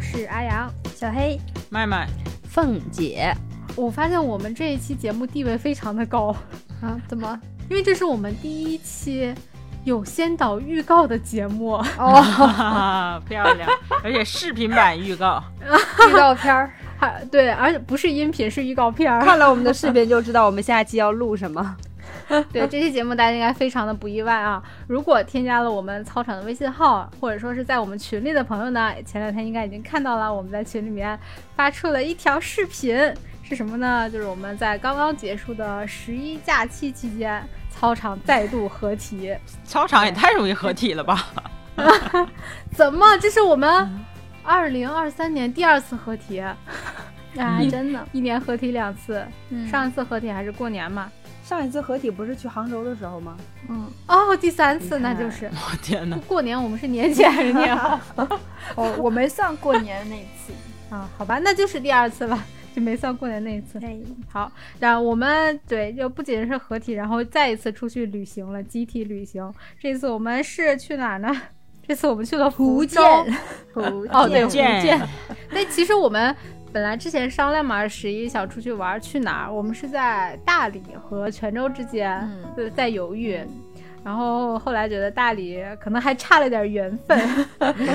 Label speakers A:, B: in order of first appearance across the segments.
A: 是阿阳、
B: 小黑、
C: 麦麦，
D: 凤 姐，
A: 我发现我们这一期节目地位非常的高，
B: 啊？怎么？
A: 因为这是我们第一期有先导预告的节目，
B: 哦，
C: 哈哈， 漂亮，而且视频版预告，
B: 预告片儿，
A: 还对，而且不是音频，是预告片 儿。
D: 看了我们的视频就知道我们下期要录什么。
A: 对这期节目，大家应该非常的不意外啊！如果添加了我们操场的微信号，或者说是在我们群里的朋友呢，前两天应该已经看到了，我们在群里面发出了一条视频，是什么呢？就是我们在刚刚结束的十一假期期间，操场再度合体。
C: 操场也太容易合体了吧？
A: 怎么？这是我们二零二三年第二次合体， 嗯
B: 哎，真的，
A: 一年合体两次，
B: 嗯
A: 上一次合体还是过年嘛？
D: 上一次合体不是去杭州的时候吗？
B: 嗯，
A: 哦，第三次
D: 你
A: 那
D: 看
A: 就是
C: 我天哪！
A: 过年，我们是年前还是年后？
B: 哦，我没算过年那次，
A: 啊，好吧，那就是第二次吧，就没算过年那一次。
B: 哎，
A: 好，然后我们对，就不仅是合体，然后再一次出去旅行了，集体旅行。这次我们是去哪儿呢？这次我们去了福州。
B: 福
A: 哦，对，
B: 建
A: 福
C: 建
A: 建。那其实我们本来之前商量嘛，十一想出去玩儿去哪儿，我们是在大理和泉州之间，
B: 嗯
A: 对，在犹豫。然后后来觉得大理可能还差了点缘 分，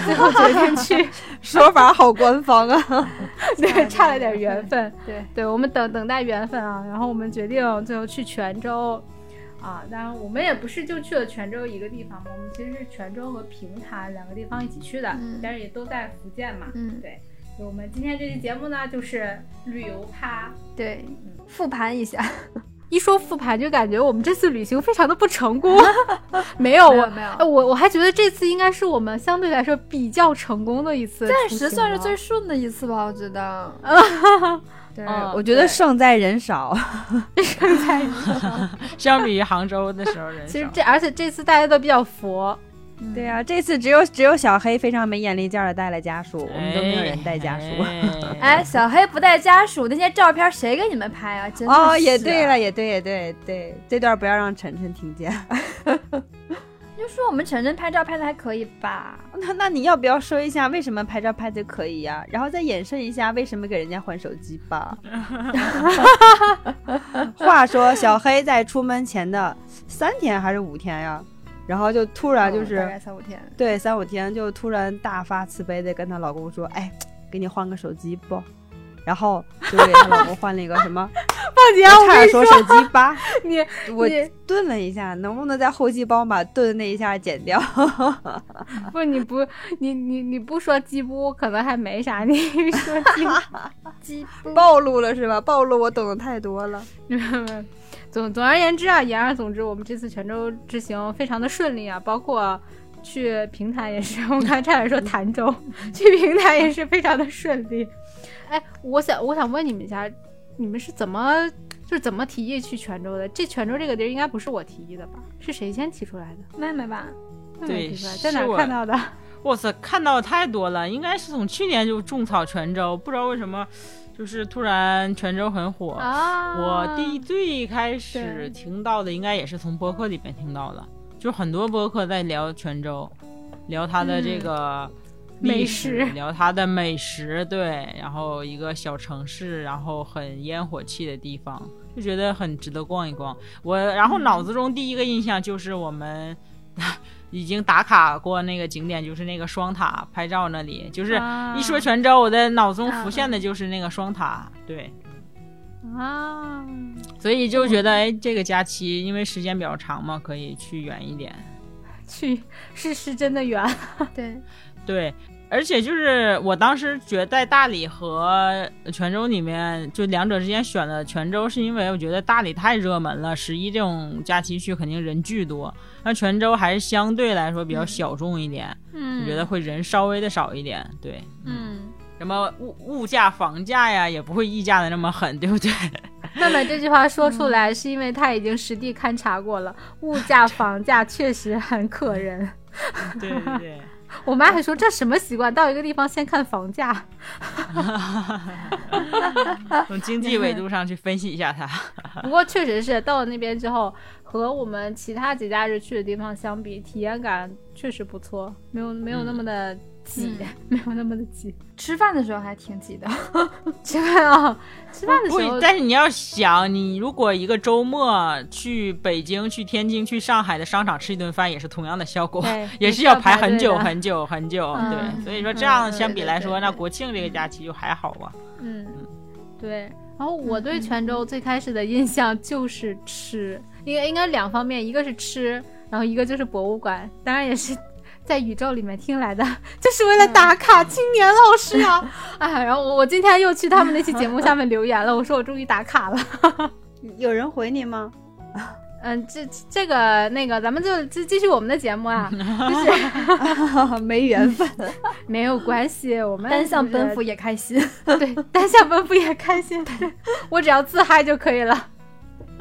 A: 最后决定去，
D: 说法好官方啊！
A: 对，差了点缘分。
B: 对，
A: 对，我们等等待缘分啊，然后我们决定最后去泉州，啊，当然我们也不是就去了泉州一个地方嘛，我们其实是泉州和平潭两个地方一起去的，
B: 嗯
A: 但是也都在福建嘛。
B: 嗯，
A: 对，所以我们今天这期节目呢，就是旅游趴。
B: 对，复盘一下，
A: 一说复盘，就感觉我们这次旅行非常的不成功。没有，
B: 没有
A: 我
B: 没有
A: 哎我我还觉得这次应该是我们相对来说比较成功的一次出行了，
B: 暂时算是最顺的一嗯次吧，我觉得。对，
C: 嗯
D: 我觉得胜在人少，
C: 相比于杭州的时候人少，
A: 其实这而且这次大家都比较佛，
B: 嗯
D: 对呀、这次只有只有小黑非常没眼力见儿的带了家属，我们都没有人带家属。
C: 哎
B: 哎，，小黑不带家属，那些照片谁给你们拍啊？真的
D: 哦，
B: 是
D: 也对
B: 啊
D: 了，，也对，也对，对，这段不要让晨晨听见。
B: 就说我们晨晨拍照拍的还可以吧？
D: 那那你要不要说一下为什么拍照拍的可以呀、然后再衍生一下为什么给人家换手机 吧。话说小黑在出门前的三天还是五天呀、然后就突然就是、
B: 哦大概三五天。
D: 对三五天就突然大发慈悲的跟她老公说，哎，给你换个手机不？然后就给她老公换了一个什 么，
A: 放姐，
D: 我
A: 我
D: 差
A: 跟
D: 点
A: 你
D: 说手机吧。
A: 你
D: 我
A: 你
D: 顿了一下，能不能在后期帮我把顿的那一下剪掉？
A: 不，你不，你你你不说鸡不，可能还没啥。你一说鸡
B: 鸡啊不
D: 暴露了是吧？暴露我懂得太多了。
A: 不， 总总而言之啊，言而总之，我们这次泉州之行非常的顺利啊，包括去平潭也是， 我刚才差点说潭州，去平潭也是非常的顺利。哎，我想我想问你们一下，你们是怎么就是怎么提议去泉州的？这泉州这个地儿应该不是我提议的吧？是谁先提出来的？
B: 妹妹吧？
A: 妹妹
C: 对
A: 提出来，在
C: 是
A: 哪儿
C: 我
A: 看到的？
C: 哇塞，看到太多了，应该是从去年就种草泉州，不知道为什么，就是突然泉州很火。
A: 啊
C: 我第最开始听到的应该也是从播客里面听到的，就很多播客在聊泉州，聊它的这个历史、
A: 嗯美食
C: 聊它的美食，对，然后一个小城市，然后很烟火气的地方，就觉得很值得逛一逛。我然后脑子中第一个印象就是我们。 已经打卡过那个景点，就是那个双塔拍照那里，就是
A: 啊嗯
C: 一说泉州，我的脑中浮
B: 啊
C: 现的就是那个双塔，对，
A: 啊，
C: 所以就觉得，哎，这个假期因为时间比较长嘛，可以去远一点。
A: 去是是真的远。
B: 对，
C: 对，而且就是我当时觉得在大理和泉州里面，就两者之间选了泉州，是因为我觉得大理太热门了，十一这种假期去肯定人巨多，那泉州还是相对来说比较小众一点，
B: 嗯
C: 我觉得会人稍微的少一点。对，，
B: 嗯，
C: 什么物物价、房价呀，也不会溢价的那么狠，对不对？
A: 妹妹这句话说出来，是因为她已经实地勘察过了，物价、房价确实很可人。
C: 对对对。
A: 我妈还说这什么习惯，到一个地方先看房 价。
C: 从经济维度上去分析一下它。
A: 不过确实是到了那边之后，和我们其他节假日去的地方相比，体验感确实不错，没有没有那么的挤， 没有那么的挤。
B: 吃饭的时候还挺挤的。
A: 吃饭啊，吃饭的时候
C: 不，但是你要想，你如果一个周末去北京、去天津、去上海的商场吃一顿饭，也是同样的效果，
A: 对
C: 也是
A: 要
C: 排很
A: 队
C: 久
A: 的
C: 很久很久。
A: 嗯
C: 对，所以说
A: 嗯
C: 这样
A: 对
C: 相比
A: 对
C: 来
A: 对
C: 说，
A: 对
C: 那国庆这个假期就还好啊吧。
A: 嗯，对。然后我对泉州最开始的印象就是吃，应该应该两方面，一个是吃，然后一个就是博物馆，当然也是在宇宙里面听来的，就是为了
B: 嗯
A: 打卡青年老师啊！ 哎，然后我我今天又去他们那期节目下面留言了，我说我终于打卡了。
D: 有人回你吗？
A: 嗯，这这个那个，咱们就继继续我们的节目啊， 就是
D: 没缘分。
A: 没有关系，我们
B: 单向
A: 就是
B: 奔赴也开心。
A: 对，单向奔赴也开心， 我只要自嗨就可以了。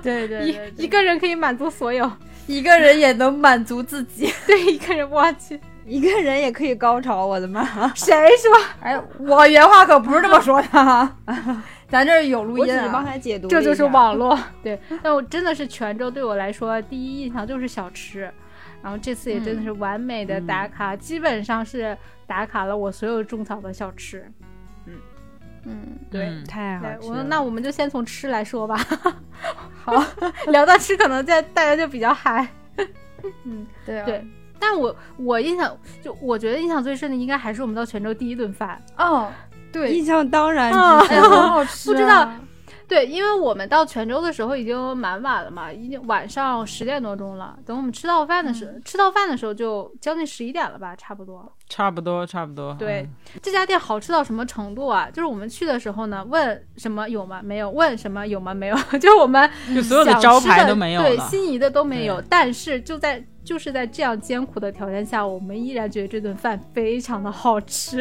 B: 对对对
A: 一一个人可以满足所有，
B: 一个人也能满足自己。
A: 对一个人，我去，
D: 一个人也可以高潮，我的妈！
A: 谁说
B: 哎，我原话可不是这么说的哈，咱这儿有录
D: 我只
B: 音
D: 是帮
B: 啊。
D: 他解读了一
A: 这
D: 下，
A: 就是网络？对，但我真的是泉州对我来说第一印象就是小吃，然后这次也真的是完美的打卡，基本上是打卡了我所有种草的小吃。
B: 嗯，
A: 对
C: 嗯
D: 太好
A: 来，
D: 吃
A: 我
D: 了。
A: 那我们就先从吃来 说吧。好，聊到吃，可能在大家就比较嗨。
B: 对啊
A: 对，但我我印象就我觉得印象最深的应该还是我们到泉州第一顿饭。
B: 哦，对，
D: 印象当然
A: 啊
D: 之
B: 哎呀，好好吃啊，
A: 不知道对，因为我们到泉州的时候已经蛮晚了嘛，已经晚上十点多钟了。等我们吃到饭的时
C: 嗯
A: 候，吃到饭的时候就将近十一点了吧，差不多。
C: 差不多，差不多。
A: 对
C: 嗯，
A: 这家店好吃到什么程度啊？就是我们去的时候呢，问什么有吗？没有。问什么有吗？没有。 就是我们
C: 就所有的
A: 想嗯
C: 招
A: 吃
C: 牌
A: 的
C: 都没有
A: 对，
C: 了。
A: 心仪的都没有。但是就在就是在这样艰苦的条件下，我们依然觉得这顿饭非常的好吃。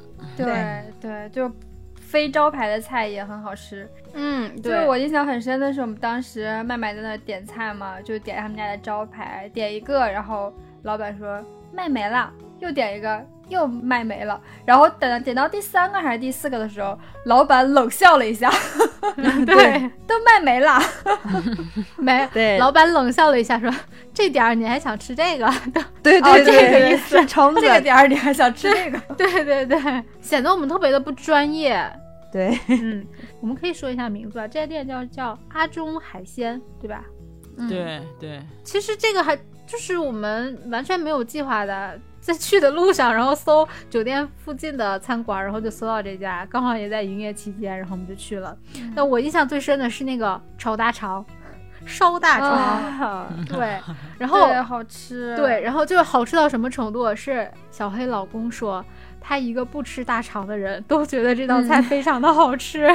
B: 对对，就非招牌的菜也很好吃。
A: 嗯，
B: 就是我印象很深的是，我们当时麦麦在那儿点菜嘛，就点他们家的招牌，点一个，然后老板说卖没了，又点一个，又卖没了。然后等点到第三个还是第四个的时候，老板冷笑了一下，
A: 对
B: 都卖没了。
A: 没。
D: 对
A: 老板冷笑了一下，说：“ 这点儿你还想吃这个？”
D: 对
A: 哦这
D: 对
A: 个
D: 对
A: 意
D: 思，橙子
B: 这个点儿你还想 吃这个？
A: 对对对，显得我们特别的不专业。
D: 对
A: 嗯， 我们可以说一下名字吧，这家店叫叫阿中海鲜，对吧？嗯
C: 对对，
A: 其实这个还就是我们完全没有计划的，在去的路上，然后搜酒店附近的餐馆，然后就搜到这家，刚好也在营业期间，然后我们就去了。那我印象最深的是那个炒大肠，烧大肠，
B: 啊，
A: 对，然后
B: 对，好吃。
A: 对，，然后就是好吃到什么程度？是小黑老公说，他一个不吃大肠的人都觉得这道菜非常的好 吃。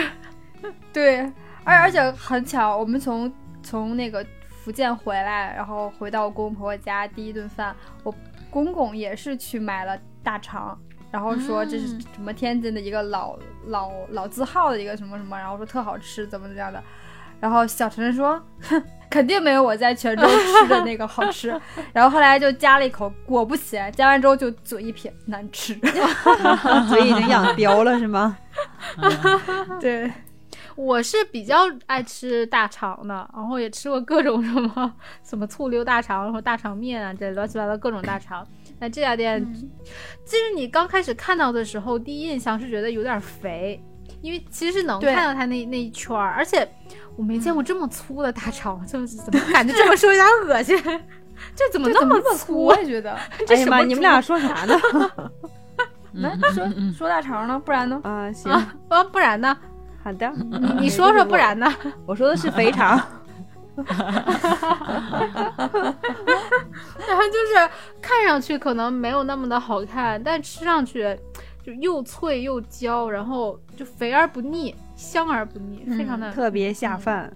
B: 对，而而且很巧，我们从从那个福建回来，然后回到公公婆婆家，第一顿饭，我公公也是去买了大肠，然后说这是
A: 嗯
B: 什么天津的一个老、老老字号的一个什么什么，然后说特好吃，怎么怎么样的，然后小晨晨说，哼。肯定没有我在泉州吃的那个好吃， 然后后来就夹了一口，果不其然，夹完之后就嘴一撇，难吃。
D: 嘴已经养膘了是吗？
B: 对，
A: 我是比较爱吃大肠的，然后也吃过各种什么什么醋溜大肠，然后大肠面啊，这乱七八糟各种大肠。那这家店，其实你刚开始看到的时候，第一印象是觉得有点肥，因为其实能
B: 对
A: 看到它那那一圈儿，而且我没见过这么粗的大肠，就是 怎么感觉这么说有点恶心，这怎么那
B: 怎么
A: 么
B: 那么粗？
A: 粗
B: 我
A: 啊？
B: 也觉得。
A: 这
D: 哎呀
A: 什
D: 妈！
A: 么
D: 你们俩说啥呢？嗯
C: 嗯
B: 那说说大肠呢？不然呢？
D: 啊，行，
A: 啊，嗯不然 呢？
D: 好的。
A: 你你说说，不然呢？
D: 我说的是肥肠，
A: 然后就是看上去可能没有那么的好看，但吃上去就又脆又焦，然后就肥而不腻，香而不腻，
B: 嗯
A: 非常的、
D: 特别下饭。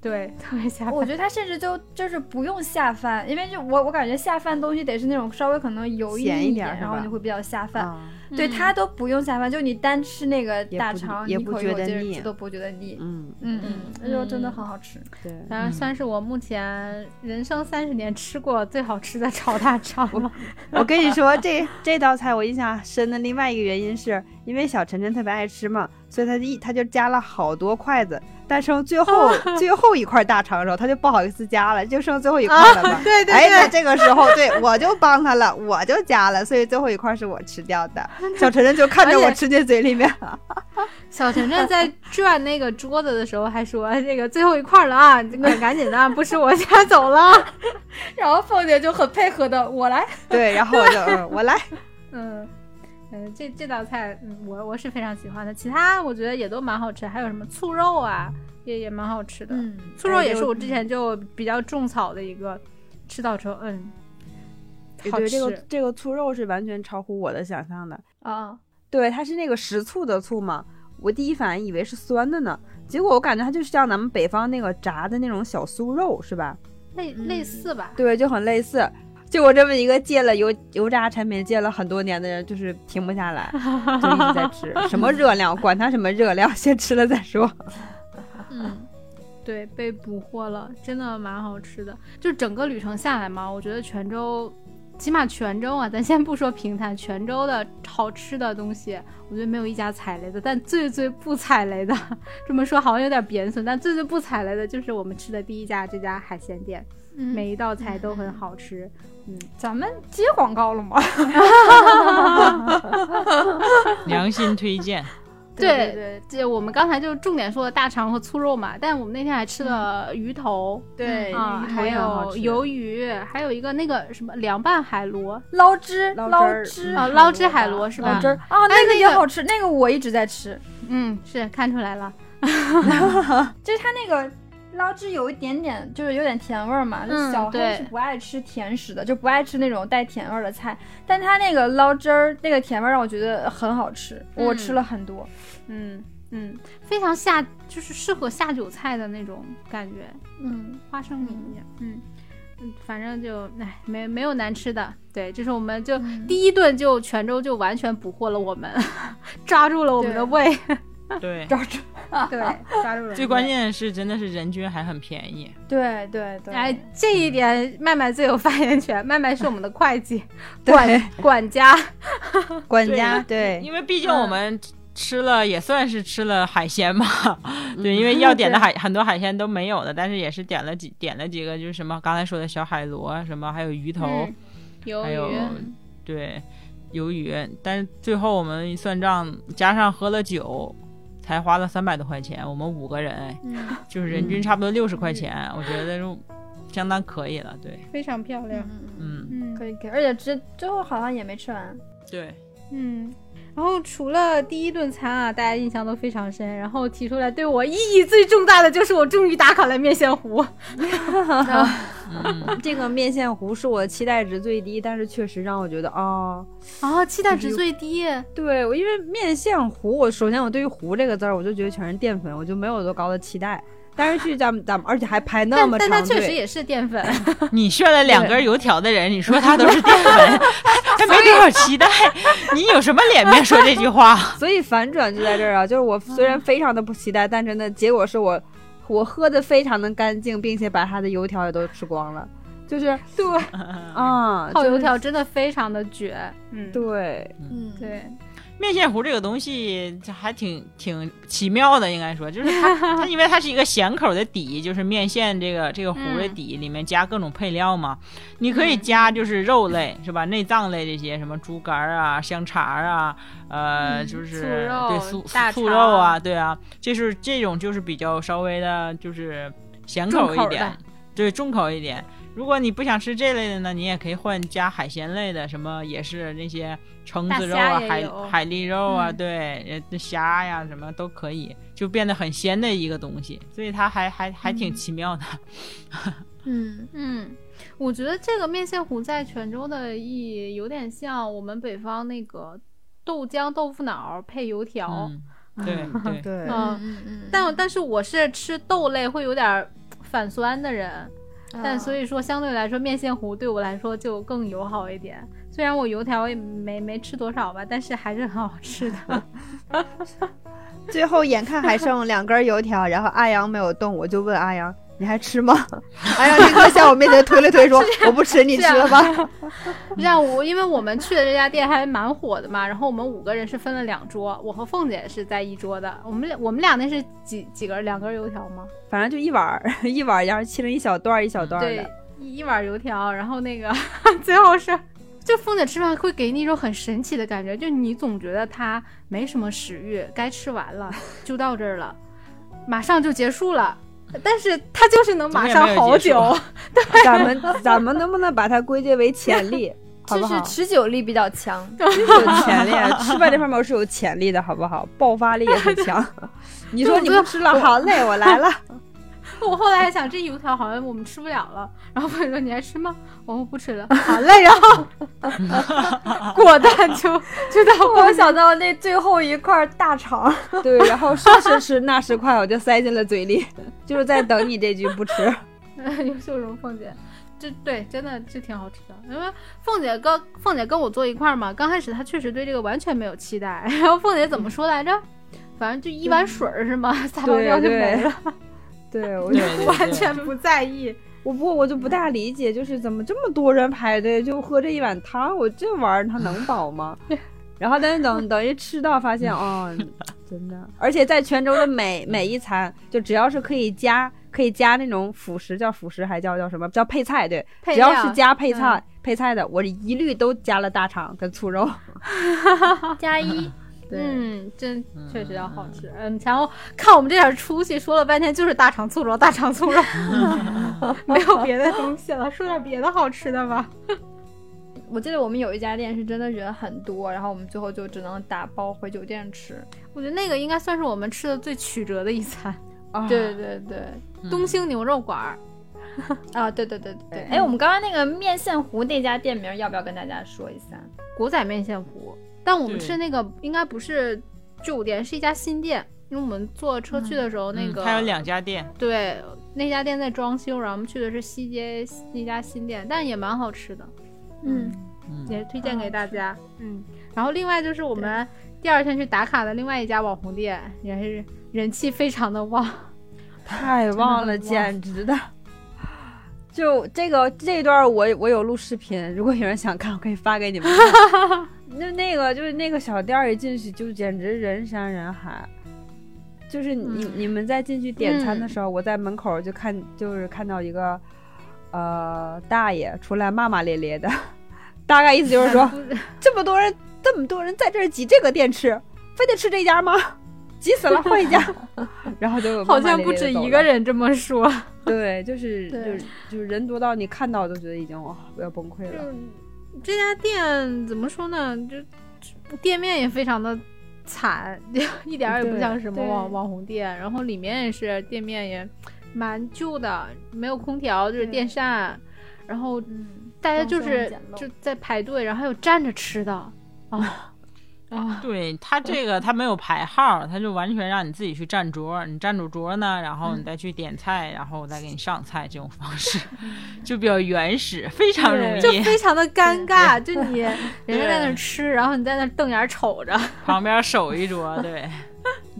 A: 对，特别下饭。
B: 我觉得他甚至就就是不用下饭，因为就我我感觉下饭东西得是那种稍微可能油腻
D: 咸一点
B: 点，
D: 是
B: 然后
D: 吧
B: 你会比较下饭。
D: 啊，
B: 对他都不用下饭，就你单吃那个
D: 不
B: 大肠，
D: 也
B: 你
D: 不
B: 口一
D: 觉
B: 口
D: 得
B: 接着
D: 腻
B: 吃都不觉得腻。
D: 嗯，
B: 嗯
A: 嗯
B: 嗯，那就真的很好吃。
D: 对。
A: 反正算是我目前人生三十年吃过最好吃的炒大肠了。
D: 我跟你说，这这道菜我印象深的另外一个原因是因为小晨晨特别爱吃嘛，所以她一她就加了好多筷子，但剩最后、
A: 哦
D: 最后一块大肠的时候，她就不好意思加了，就剩最后一块 了嘛。
A: 哦对对对，
D: 哎，那这个时候，对我就帮他了，我就加了，所以最后一块是我吃掉 的。小晨晨就看着我吃进嘴里面，
A: 小晨晨在转那个桌子的时候还说：“哎这个最后一块了啊，你们赶紧的，不吃我先走了。
B: 然后凤姐就很配合的，我来。
D: 对，然后我就嗯我来，”
A: 嗯，呃，这这道菜，嗯，我我是非常喜欢的。其他我觉得也都蛮好吃，还有什么醋肉啊，也也蛮好吃的。
B: 嗯，
A: 醋肉也是我之前就比较种草的一个，吃到之后，嗯， 好吃。
D: 对这个嗯这个醋肉是完全超乎我的想象的。
B: 啊，
D: 对，它是那个食醋的醋嘛，我第一反应以为是酸的呢，结果我感觉它就是像咱们北方那个炸的那种小酥肉，是吧？
A: 类
B: 嗯
A: 类似吧，
D: 对，就很类似。就我这么一个戒了油油炸产品戒了很多年的人，就是停不下来，就一直在吃。什么热量，管它什么热量，先吃了再说。
A: 嗯，对，被捕获了，真的蛮好吃的。就整个旅程下来嘛，我觉得泉州，起码泉州啊，咱 先不说平潭，泉州的好吃的东西，我觉得没有一家踩雷的。但最最不踩雷的，这么说好像有点贬损，但最最不踩雷的就是我们吃的第一家这家海鲜店，每
B: 没，
A: 一道菜都很好吃。
B: 咱们接广告了吗？
C: 嗯良心 推荐，
A: 对
B: 对对
A: 这我们刚才就重点说了大肠和粗肉嘛，但我们那天还吃了嗯鱼头。
B: 对
D: 嗯
A: 啊，还有鱿鱼，还有一个那个什么凉拌海螺，
B: 捞汁
D: 捞
B: 捞
D: 汁嗯
B: 汁
A: 啊，捞汁海螺是
C: 哦
A: 吧
B: 捞汁儿啊，
A: 哎
B: 那个
A: 那
B: 也
A: 个
B: 好吃，那个我一直在吃，
A: 嗯，是看出来了。
B: 就是它那个。捞汁有一点点，就是有点甜味儿嘛。
A: 嗯
B: 小黑
A: 对
B: 是不爱吃甜食的，就不爱吃那种带甜味儿的菜。但它那个捞汁儿，那个甜味儿让我觉得很好吃，我
A: 嗯
B: 吃了很多。
A: 嗯嗯，非常下就是适合下酒菜的那种感觉，
B: 嗯，
A: 花生米，嗯嗯，反正就哎，没没有难吃的。对，就是我们就、
B: 嗯
A: 第一顿就泉州就完全捕获了我们， 抓住了我们的
B: 对
A: 胃。
C: 对，
B: 抓住，
D: 啊
A: 对，抓住了。
C: 最关。键是真的是人均还很便宜，
B: 对对对，
A: 哎，这一点麦麦最有发言权。麦麦是我们的会计、
D: 对
A: 管管家，
D: 管
C: 对
D: 家 对，
C: 因为毕竟我们吃了也算是吃了海鲜嘛，对，因为要点的海很多海鲜都没有的，但是也是点了几点了几个，就是什么刚才说的小海螺啊，什么还有鱼头，
A: 嗯鱿
C: 还有
A: 鱼，
C: 对鱿鱼，但是最后我们一算账，加上喝了酒。才花了三百多块钱，我们五个人，哎
B: 嗯
C: 就是人均差不多六十块钱，我觉得就相当可以了。对，
A: 非常漂亮。
B: 嗯，
C: 嗯，
A: 嗯，
B: 可以可以，而且这最后好像也没吃完。
C: 对，
A: 嗯，然后除了第一顿餐啊，大家印象都非常深。然后提出来对我意义最重大的就是我终于打卡了面线糊。
C: 嗯，
D: 这个面线糊是我的期待值最低，但是确实让我觉得哦，
A: 啊，期待值最低，
D: 对我因为面线糊，我首先我对于糊这个字儿，我就觉得全是淀粉，我就没有多高的期待。但是去咱们咱们，而且还排那
A: 但
D: 么
A: 但
D: 长
A: 它
D: 队，
A: 确实也是淀 粉。
C: 你炫了两根油条的人，你说他都是淀粉，他没多少期待，你有什么脸面说这句话？
D: 所以反转就在这儿啊，就是我
A: 嗯
D: 虽然非常的不期待，但真的结果是我我喝的非常的干净，并且把它的油条也都吃光了，就是
A: 对，
D: 啊，
A: 泡
D: 就是
A: 油条真的非常的绝。嗯，
D: 对，
B: 嗯，
A: 对，
C: 面线糊这个东西，这还挺挺奇妙的，应该说，就是它 它因为它是一个咸口的底，就是面线这个这个糊的
A: 嗯
C: 底里面加各种配料嘛，你可以加就是肉类是吧，内脏类这些什么猪肝儿啊、香肠儿啊，呃，
A: 嗯
C: 就是
A: 醋肉
C: 对醋
A: 大
C: 醋
A: 肠
C: 肉啊，对啊，就是这种就是比较稍微的，就是咸口
A: 重
C: 一
A: 口
C: 点
A: 的，
C: 对重口一点。如果你不想吃这类的呢，你也可以换加海鲜类的，什么也是那些橙子肉
A: 大、
C: 啊
A: 虾也
C: 海
A: 有
C: 海蛎肉啊，
A: 嗯
C: 对，呃虾呀什么都可以，就变得很鲜的一个东西，所以它还还还挺奇妙的。
B: 嗯
A: 嗯，我觉得这个面线糊在泉州的意义有点像我们北方那个豆浆豆腐脑配油条。
C: 嗯， 对对
D: 啊
A: 嗯
D: 对
B: 嗯嗯
A: 但但是我是吃豆类会有点儿反酸的人，但所
B: 以
A: 以说相对来说面线糊对我来说就更友好一点。虽然我油条也没没吃多少吧，但是还是很好吃 的。
D: 最后眼看还剩两根油条，然后阿阳没有动，我就问阿阳。你还吃吗？”哎呀，立刻向我面前推了推，说：“我不吃，你吃了吧。
A: 让我，因为我们去的这家店还蛮火的嘛，然后我们五个人是分了两桌，我和凤姐是在一桌的，我们俩我们俩那是几几根儿两根儿油条吗？
D: 反正就一碗儿， 一碗儿，然后切成一小段儿一小段儿
A: 对
D: 的。，
A: 一一碗油条，然后那个 最后是，就凤姐吃饭会给你一种很神奇的感觉，就你总觉得她没什么食欲，该吃完了就到这儿了，马上就结束了，但是她就是能马上好
C: 怎
A: 久
C: 么也没有结，
D: 咱们咱们能不能把它归结为潜力，好不
B: 就是
D: 好？
B: 持久力比较强。
D: 有潜力，啊吃饭这方面我是有潜力的，好不好？爆发力也很强。 你说你不吃了，好嘞，我来了。
A: 我后来还想这油条好像我们吃不了了，然后凤姐说你还吃吗？我说不吃 了，好嘞，然后果断就就到
B: 我想到那最后一块大肠，
D: 对，然后说是吃，那是快，我就塞进了嘴里， 就是在等你这句不吃。
A: 优秀荣凤姐，这对真的就挺好吃的。因为凤姐跟凤姐跟我坐一块儿嘛，刚开始她确实对这个完全没有期待。 然后凤姐怎么说来着？反正就一碗水儿是吗？ 撒泡
D: 对
A: 尿就
D: 对
A: 没了，
D: 对，我
C: 对
D: 就
C: 对对，
A: 完全不在意。
D: 我不过我就不大理解，就是怎么这么多人排队就喝这一碗汤，我这玩意儿它能饱吗？ 然后但是等等一吃到发现，哦，真的，而且在泉州的每每一餐，就只要是可以加可以加那种辅食，叫辅食还叫叫什么叫配菜，对，
A: 配
D: 只要
A: 料
D: 是加配菜、配菜的，我一律都加了大肠跟醋肉。
B: 加一，
D: 对
A: 嗯，真
C: 嗯
A: 确实要好吃。嗯，然后看我们这点出息，说了半天就是大肠醋肉，大肠醋肉， 没有别的东西了。说点别的好吃的吧。
B: 我记得我们有一家店是真的人很多，然后我们最后就只能打包回酒店吃。
A: 我觉得那个应该算是我们吃的最曲折的一餐，
D: 啊
B: 对对对，
C: 嗯
A: 东兴牛肉馆儿。
B: 啊对对对对对。
D: 对
B: 哎，我们刚刚那个面线糊那家店名要不要跟大家说一下？
A: 国仔面线糊，但我们
C: 对
A: 吃那个应该不是旧店，是一家新店，因为我们坐车去的时候，那
C: 嗯
A: 个
C: 它有两家店，
A: 对那家店在装修，然后我们去的是西街那家新店，但也蛮好吃的，
B: 嗯，
A: 也推荐给大家。嗯，然后另外就是我们第二天去打卡的另外一家网红店，也是人气非常的旺。
D: 太旺了，
B: 真的很
D: 简
B: 旺
D: 直的。就这个这一段儿我我有录视频，如果有人想看，我可以发给你们看。那那个就是那个小店儿一进去就简直人山人海，就是
B: 嗯
D: 你、你们在进去点餐的时候，我在门口就看就是看到一个呃大爷出来骂骂咧咧的， 大概意思就是 说这么多人这么多人在这儿挤这个店吃，非得吃这家吗？ 急 死了，换一家。然后就
A: 好像不止一个
D: 人。
A: 人这么说。
D: 对，就是就
B: 对
D: 是就是人多到你看到都觉得已经哇，我要崩溃了。
A: 嗯，这家店怎么说呢？就就店面也非常的惨， 一点儿也不
D: 对
A: 像什么
B: 对
A: 网网红店。然后里面也是店面也蛮旧的，没有空调，就是
B: 对
A: 电扇。然后
B: 嗯，
A: 大家就
B: 装修很
A: 是
B: 嗯简陋
A: 就在排队，然后还有站着吃的啊啊！
C: 对它这个它没有排号，它就完全让你自己去占桌，你占住桌呢，然后你再去点菜，然后我再给你上菜，这种方式 就比较原始，非常容
A: 就
C: 易。
A: 非常的尴尬，就你 人家在那儿吃，然后你在那儿瞪眼儿瞅着，
C: 旁边守一桌，对，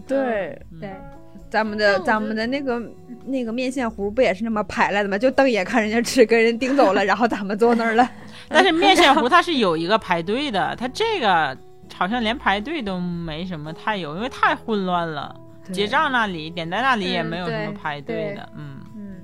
D: 对，
A: 对，
D: 嗯咱们
A: 但
D: 的
A: 我
D: 咱
A: 觉
D: 们
A: 得
D: 的那个那个面线糊不也是那么排来的吗？就瞪眼看人家吃，跟人盯 走了，然后咱们坐那儿了。
C: 但是面线糊它是有一个排队的，它这个好像连排队都没什么太有，因为太混乱了。结账那里、点单那里也
A: 嗯
C: 没有什么
A: 对
C: 排队的，嗯。
A: 嗯。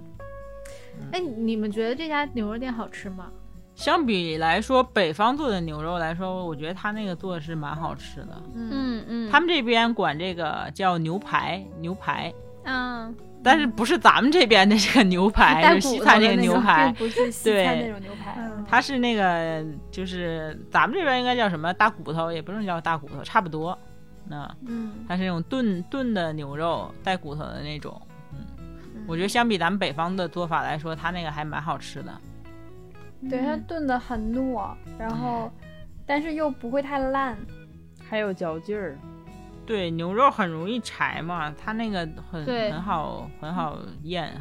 A: 哎，你们觉得这家牛肉店好吃吗？
C: 相比来说，北方做的牛肉来说，我觉得他那个做的是蛮好吃的。
A: 嗯嗯
C: 他们这边管这个叫牛排，牛排，
A: 嗯，
C: 但是不是咱们这边的这个牛排，
A: 带
C: 就是
A: 骨
C: 西
A: 头
C: 餐这
A: 的
C: 个
A: 那
C: 牛
A: 种
C: 排，
B: 并不是西餐
C: 对嗯
B: 那种牛排。
C: 它是那个就是咱们这边应该叫什么大骨头，也不能叫大骨头，差不多。嗯，
B: 嗯，
C: 它是那种炖炖的牛肉，带骨头的那种。嗯，我觉得相比咱们北方的做法来说，它那个还蛮好吃的。
B: 对，它炖的很糯，然后但是又不会太烂。
D: 还有嚼劲儿，
C: 哦对，牛肉很容易柴嘛，它那个很
A: 对
C: 很好很好咽。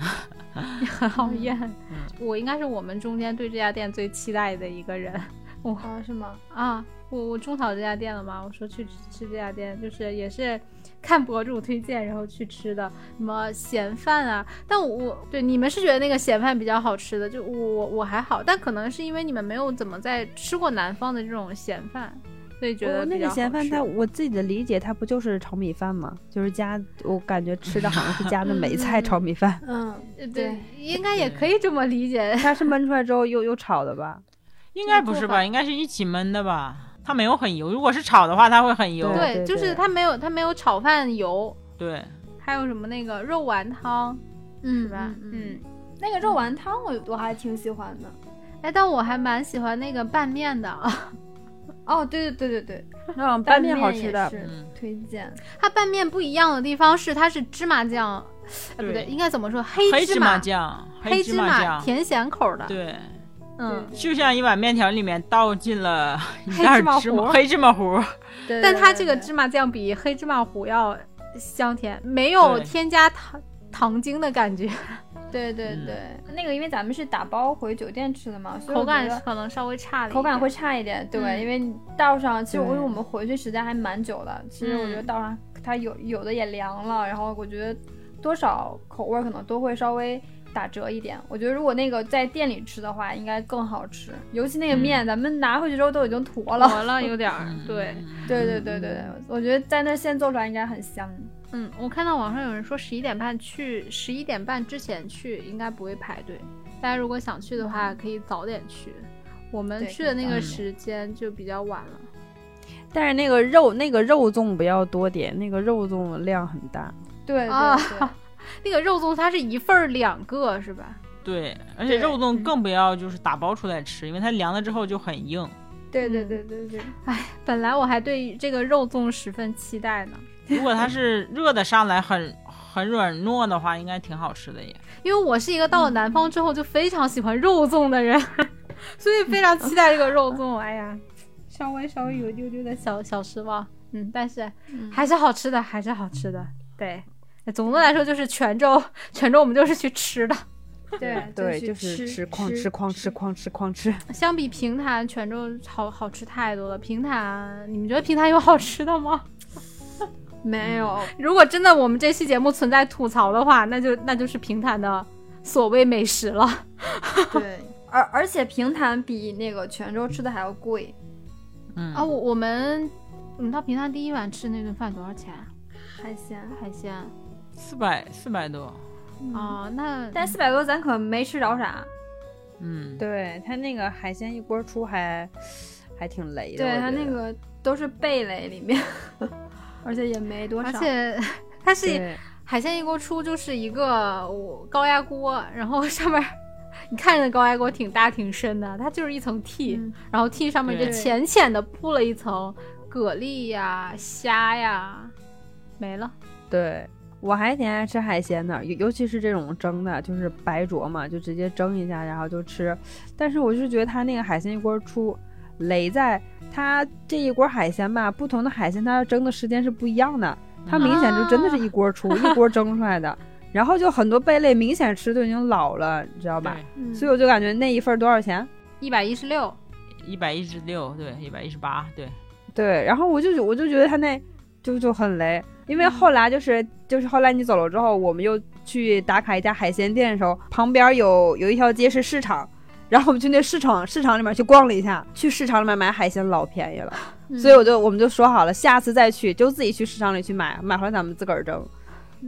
A: 很好咽。
D: 嗯
A: 我应该是我们中间对这家店最期待的一个人
B: 啊，是吗？
A: 啊！我我种草这家店了嘛，我说去吃这家店，就是也是看博主推荐然后去吃的，什么咸饭啊。但我对你们是觉得那个咸饭比较好吃的，就我我还好，但可能是因为你们没有怎么在吃过南方的这种咸饭，所以觉得
D: 哦那
A: 比较
D: 个
A: 好
D: 咸饭，
A: 吃
D: 它我自己的理解，它不就是炒米饭吗？就是加，我感觉吃的好像是 加的梅菜炒米饭，
B: 嗯，
A: 呃对
B: 对，
A: 应该也可以这么理解。
D: 它是焖出来之后又又炒的吧？
C: 应该不是
A: 做
C: 吧？
A: 法
C: 应该是一起焖的吧？它没有很油，如果是炒的话，它会很油。
D: 对
A: 对，就
D: 对
A: 是它没有它没有炒饭油，
C: 对
A: 还有什么那个肉丸汤
B: 嗯，
A: 是吧？
B: 嗯，那个肉丸汤我我还挺喜欢的。
A: 哎，但我还蛮喜欢那个拌面的啊，
B: 哦，对对对对对，
D: 那种
B: 拌
D: 拌面好吃的
B: 也，是
C: 嗯
B: 推荐。
A: 它拌面不一样的地方是它是芝麻酱，哎不对，
C: 对
A: 应该怎么说？黑
C: 黑
A: 芝
C: 麻酱，
A: 黑
C: 芝
A: 芝麻
C: 麻酱，
A: 甜咸口的，
C: 对，
A: 嗯，
C: 就像一碗面条里面倒进了一袋
A: 黑芝麻
C: 芝麻
A: 糊
C: 黑芝麻糊，
B: 对
A: 但
B: 对
A: 它
B: 对
A: 这个
B: 对
A: 芝麻酱比黑芝麻糊要香甜，没有
C: 对
A: 添加糖糖精的感觉，
B: 对对
C: 嗯
B: 对，那个因为咱们是打包回酒店吃的嘛，所以
A: 口
B: 我觉
A: 感
B: 得
A: 可能稍微差了一点，
B: 口感会差一点。对，
A: 嗯
B: 因为你道上其实我因
D: 对
B: 为我们回去时间还蛮久了，其实我觉得
A: 嗯
B: 道上它有有的也凉了，然后我觉得多少口味儿可能都会稍微。打折一点，我觉得如果那个在店里吃的话，应该更好吃。尤其那个
C: 嗯
B: 面，咱们拿回去之后都已经坨了。
A: 薄了有点儿
C: 嗯，
A: 对。
B: 对对对对对，我觉得在那现做出来应该很香。
A: 嗯，我看到网上有人说十一点半去，十一点半之前去应该不会排队。大家如果想去的话，可以早点去。我们
B: 对
A: 去的那
C: 可
A: 个
C: 以
A: 时间就比较晚了。
D: 但是那个肉那个肉粽不要多点，那个肉粽量很大。
B: 对对
A: 啊
B: 对，
A: 那个肉粽它是一份儿两个是吧？
C: 对，而且
B: 对
C: 肉
B: 嗯
C: 粽更不要就是打包出来吃，因为它凉了之后就很硬。
B: 对对
D: 嗯
B: 对对对，
A: 本来我还对这个肉粽十分期待呢，
C: 如果它是热的上来很很软糯的话，应该挺好吃的也。
A: 因为我是一个到了南方之后就非常喜欢肉粽的人， 所以非常期待这个肉粽。哎呀，稍微稍微有一丢丢的小小失望，嗯，但是
B: 嗯
A: 还是好吃的，还是好吃的。对，总的来说就是泉州， 泉州我们就是去吃的。
B: 对
D: 对，就是吃哐吃哐吃哐吃哐吃。
A: 相比平潭，泉州好好吃太多了。平潭，你们觉得平潭有好吃的吗？
D: 嗯
B: 没有，
A: 如果真的我们这期节目存在吐槽的话，那就那就是平潭的所谓美食了。
B: 对，而而且平潭比那个泉州吃的还要贵，
C: 嗯
D: 哦
A: 啊，我我们我们到平潭第一晚吃那顿饭多少钱？啊
B: 海鲜
A: 海鲜啊、
C: 四百四百多，
A: 嗯
B: 啊。
A: 那
B: 但四百多咱可没吃着啥，
C: 嗯，
D: 对，它那个海鲜一锅出还还挺雷的。
B: 对
D: 嗯我
B: 它
D: 觉
B: 那
D: 得
B: 个都是贝类里面， 而且也没多少。
A: 而且 它是
D: 对
A: 海鲜一锅出，就是一个高压锅，然后 上面。你看着高压锅挺大挺深的，它就是一层屉，
B: 嗯
A: 然后屉上面就
C: 对
A: 浅浅的铺了一层蛤蜊呀、虾呀，没了。
D: 对，我还挺爱吃海鲜的，尤尤其是这种蒸的，就是白灼嘛，就直接蒸一下，然后就吃。但是我是觉得它那个海鲜一锅出雷在，它这一锅海鲜吧，不同的海鲜它蒸的时间是不一样的，它明显就真的是一锅出、一锅蒸出来的。然后就很多贝类明显吃都已经老了，你知道吧？
B: 嗯
D: 所以我就感觉那一份多少钱？
A: 一百一十六，
C: 一百一十六，对，一百一十八，对，
D: 对，然后我就我就觉得他那就就很雷，因为后来就是就是后来你走了之后，我们又去打卡一家海鲜店的时候，旁边有有一条街是市场。然后我们去那市场市场里面去逛了一下，去市场里面买海鲜老便宜了，所以我就我们就说好了，下次再去就自己去市场里去买，买回来咱们自个儿蒸，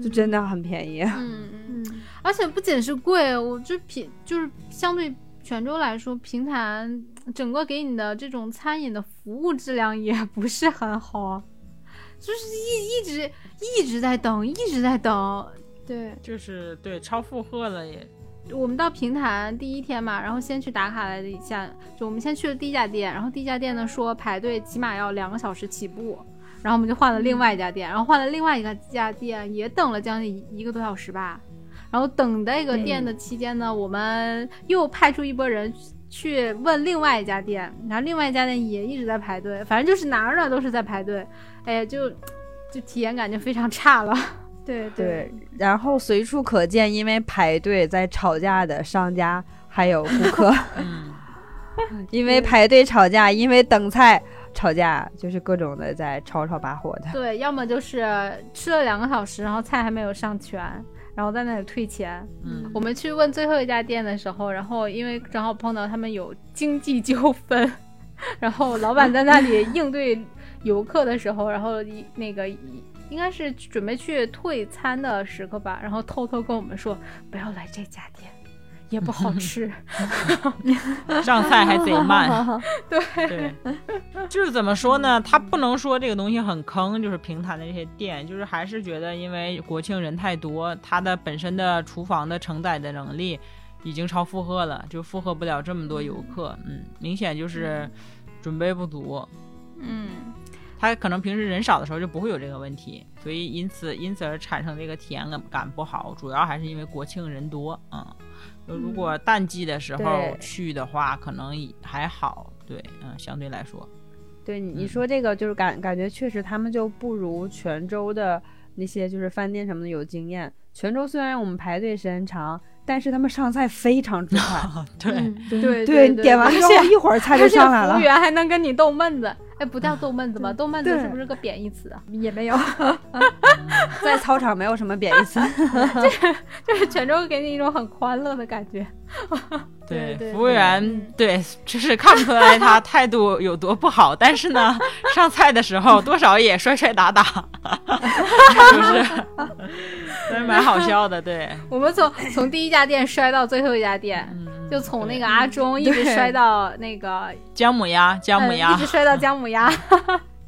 D: 就真的很便宜。
A: 嗯嗯
B: 嗯
A: 而且不仅是贵，我就平就是相对泉州来说，平潭整个给你的这种餐饮的服务质量也 不是很好，就是一一直一直在等，一直在等。
B: 对
C: 就是对超负荷了也。
A: 我们到平潭第一天嘛，然后先去打卡了一下，就我们先去了第一家店，然后第一家店呢说排队起码要两个小时起步，然后我们就换了另外一家店，然后换了另外一个家店，也等了将近一一个多小时吧。然后等那个店的期间呢，我们又派出一拨人去问另外一家店，然后另外一家店也一直在排队，反正就是哪儿哪儿都是在排队，哎呀，就就体验感就非常差了。
B: 对
D: 对，然后随处可见因为排队在吵架的商 家还有顾客。
C: 嗯，
D: 因为排队吵架，因为等菜吵架，就是各种的在吵吵把火的。
A: 对，要么就是吃了两个小时，然后菜还没有上全，然后在那里退钱。
C: 嗯
A: 我们去问最后一家店的时候，然后因为正好碰到他们有经济纠纷， 然后老板在那 里应对游客的时候，然后一那个一应该是准备去退餐的时刻吧，然后偷偷跟我们说不要来这家店，也不 好吃。
C: 上菜还贼慢。
A: 对
C: 对，就是怎么说呢？他不能说这个东西很坑，就是平潭的这些店，就是还是觉得因为国庆人太多，它的本身的厨房的承载的能力已经超负荷了，就负荷不了这么多游客。嗯，明显就是准备不足。
B: 嗯，
C: 他可能平时人少的时候就不会有这个问题，所以因此因此而产生这个体验感感不好，主要还是因为国庆人多嗯，就如果淡季的时候
A: 嗯
D: 对
C: 去的话，可能也还好，对，嗯，相对来说，
D: 对你
C: 嗯
D: 你说这个，就是感感觉确实他们就不如泉州的那些就是饭店什么的有经验。泉州虽然我们排队时间长，但是他们上菜非常之 快，
C: 对，
A: 嗯
B: 嗯
A: 对
D: 对，
A: 对，
D: 你点完之后
A: 而且
D: 一会儿菜就
A: 而且
D: 上来
A: 服
D: 了啊
A: 务。员还能跟你逗闷子。哎，不叫逗闷子吧？
B: 对
A: 逗闷子
D: 对
A: 是不是个贬义词啊？
B: 也 没有，
D: 在操场没有什么贬义词，
A: 就是泉州给你一种很欢乐的感觉。
C: 对，
B: 对对
C: 服务员
B: 嗯
C: 对，就是看不出来他态度有多不好，但是 呢，上菜的时候多少也摔摔打打，就是，所以蛮好笑的，对，
A: 我们 从从第一家店摔到最后一家店，
C: 嗯，
A: 就从那
C: 对
A: 个阿忠一直
D: 对
A: 摔到那个
C: 姜母鸭，姜母
A: 嗯
C: 鸭
A: 一直，摔到姜母鸭。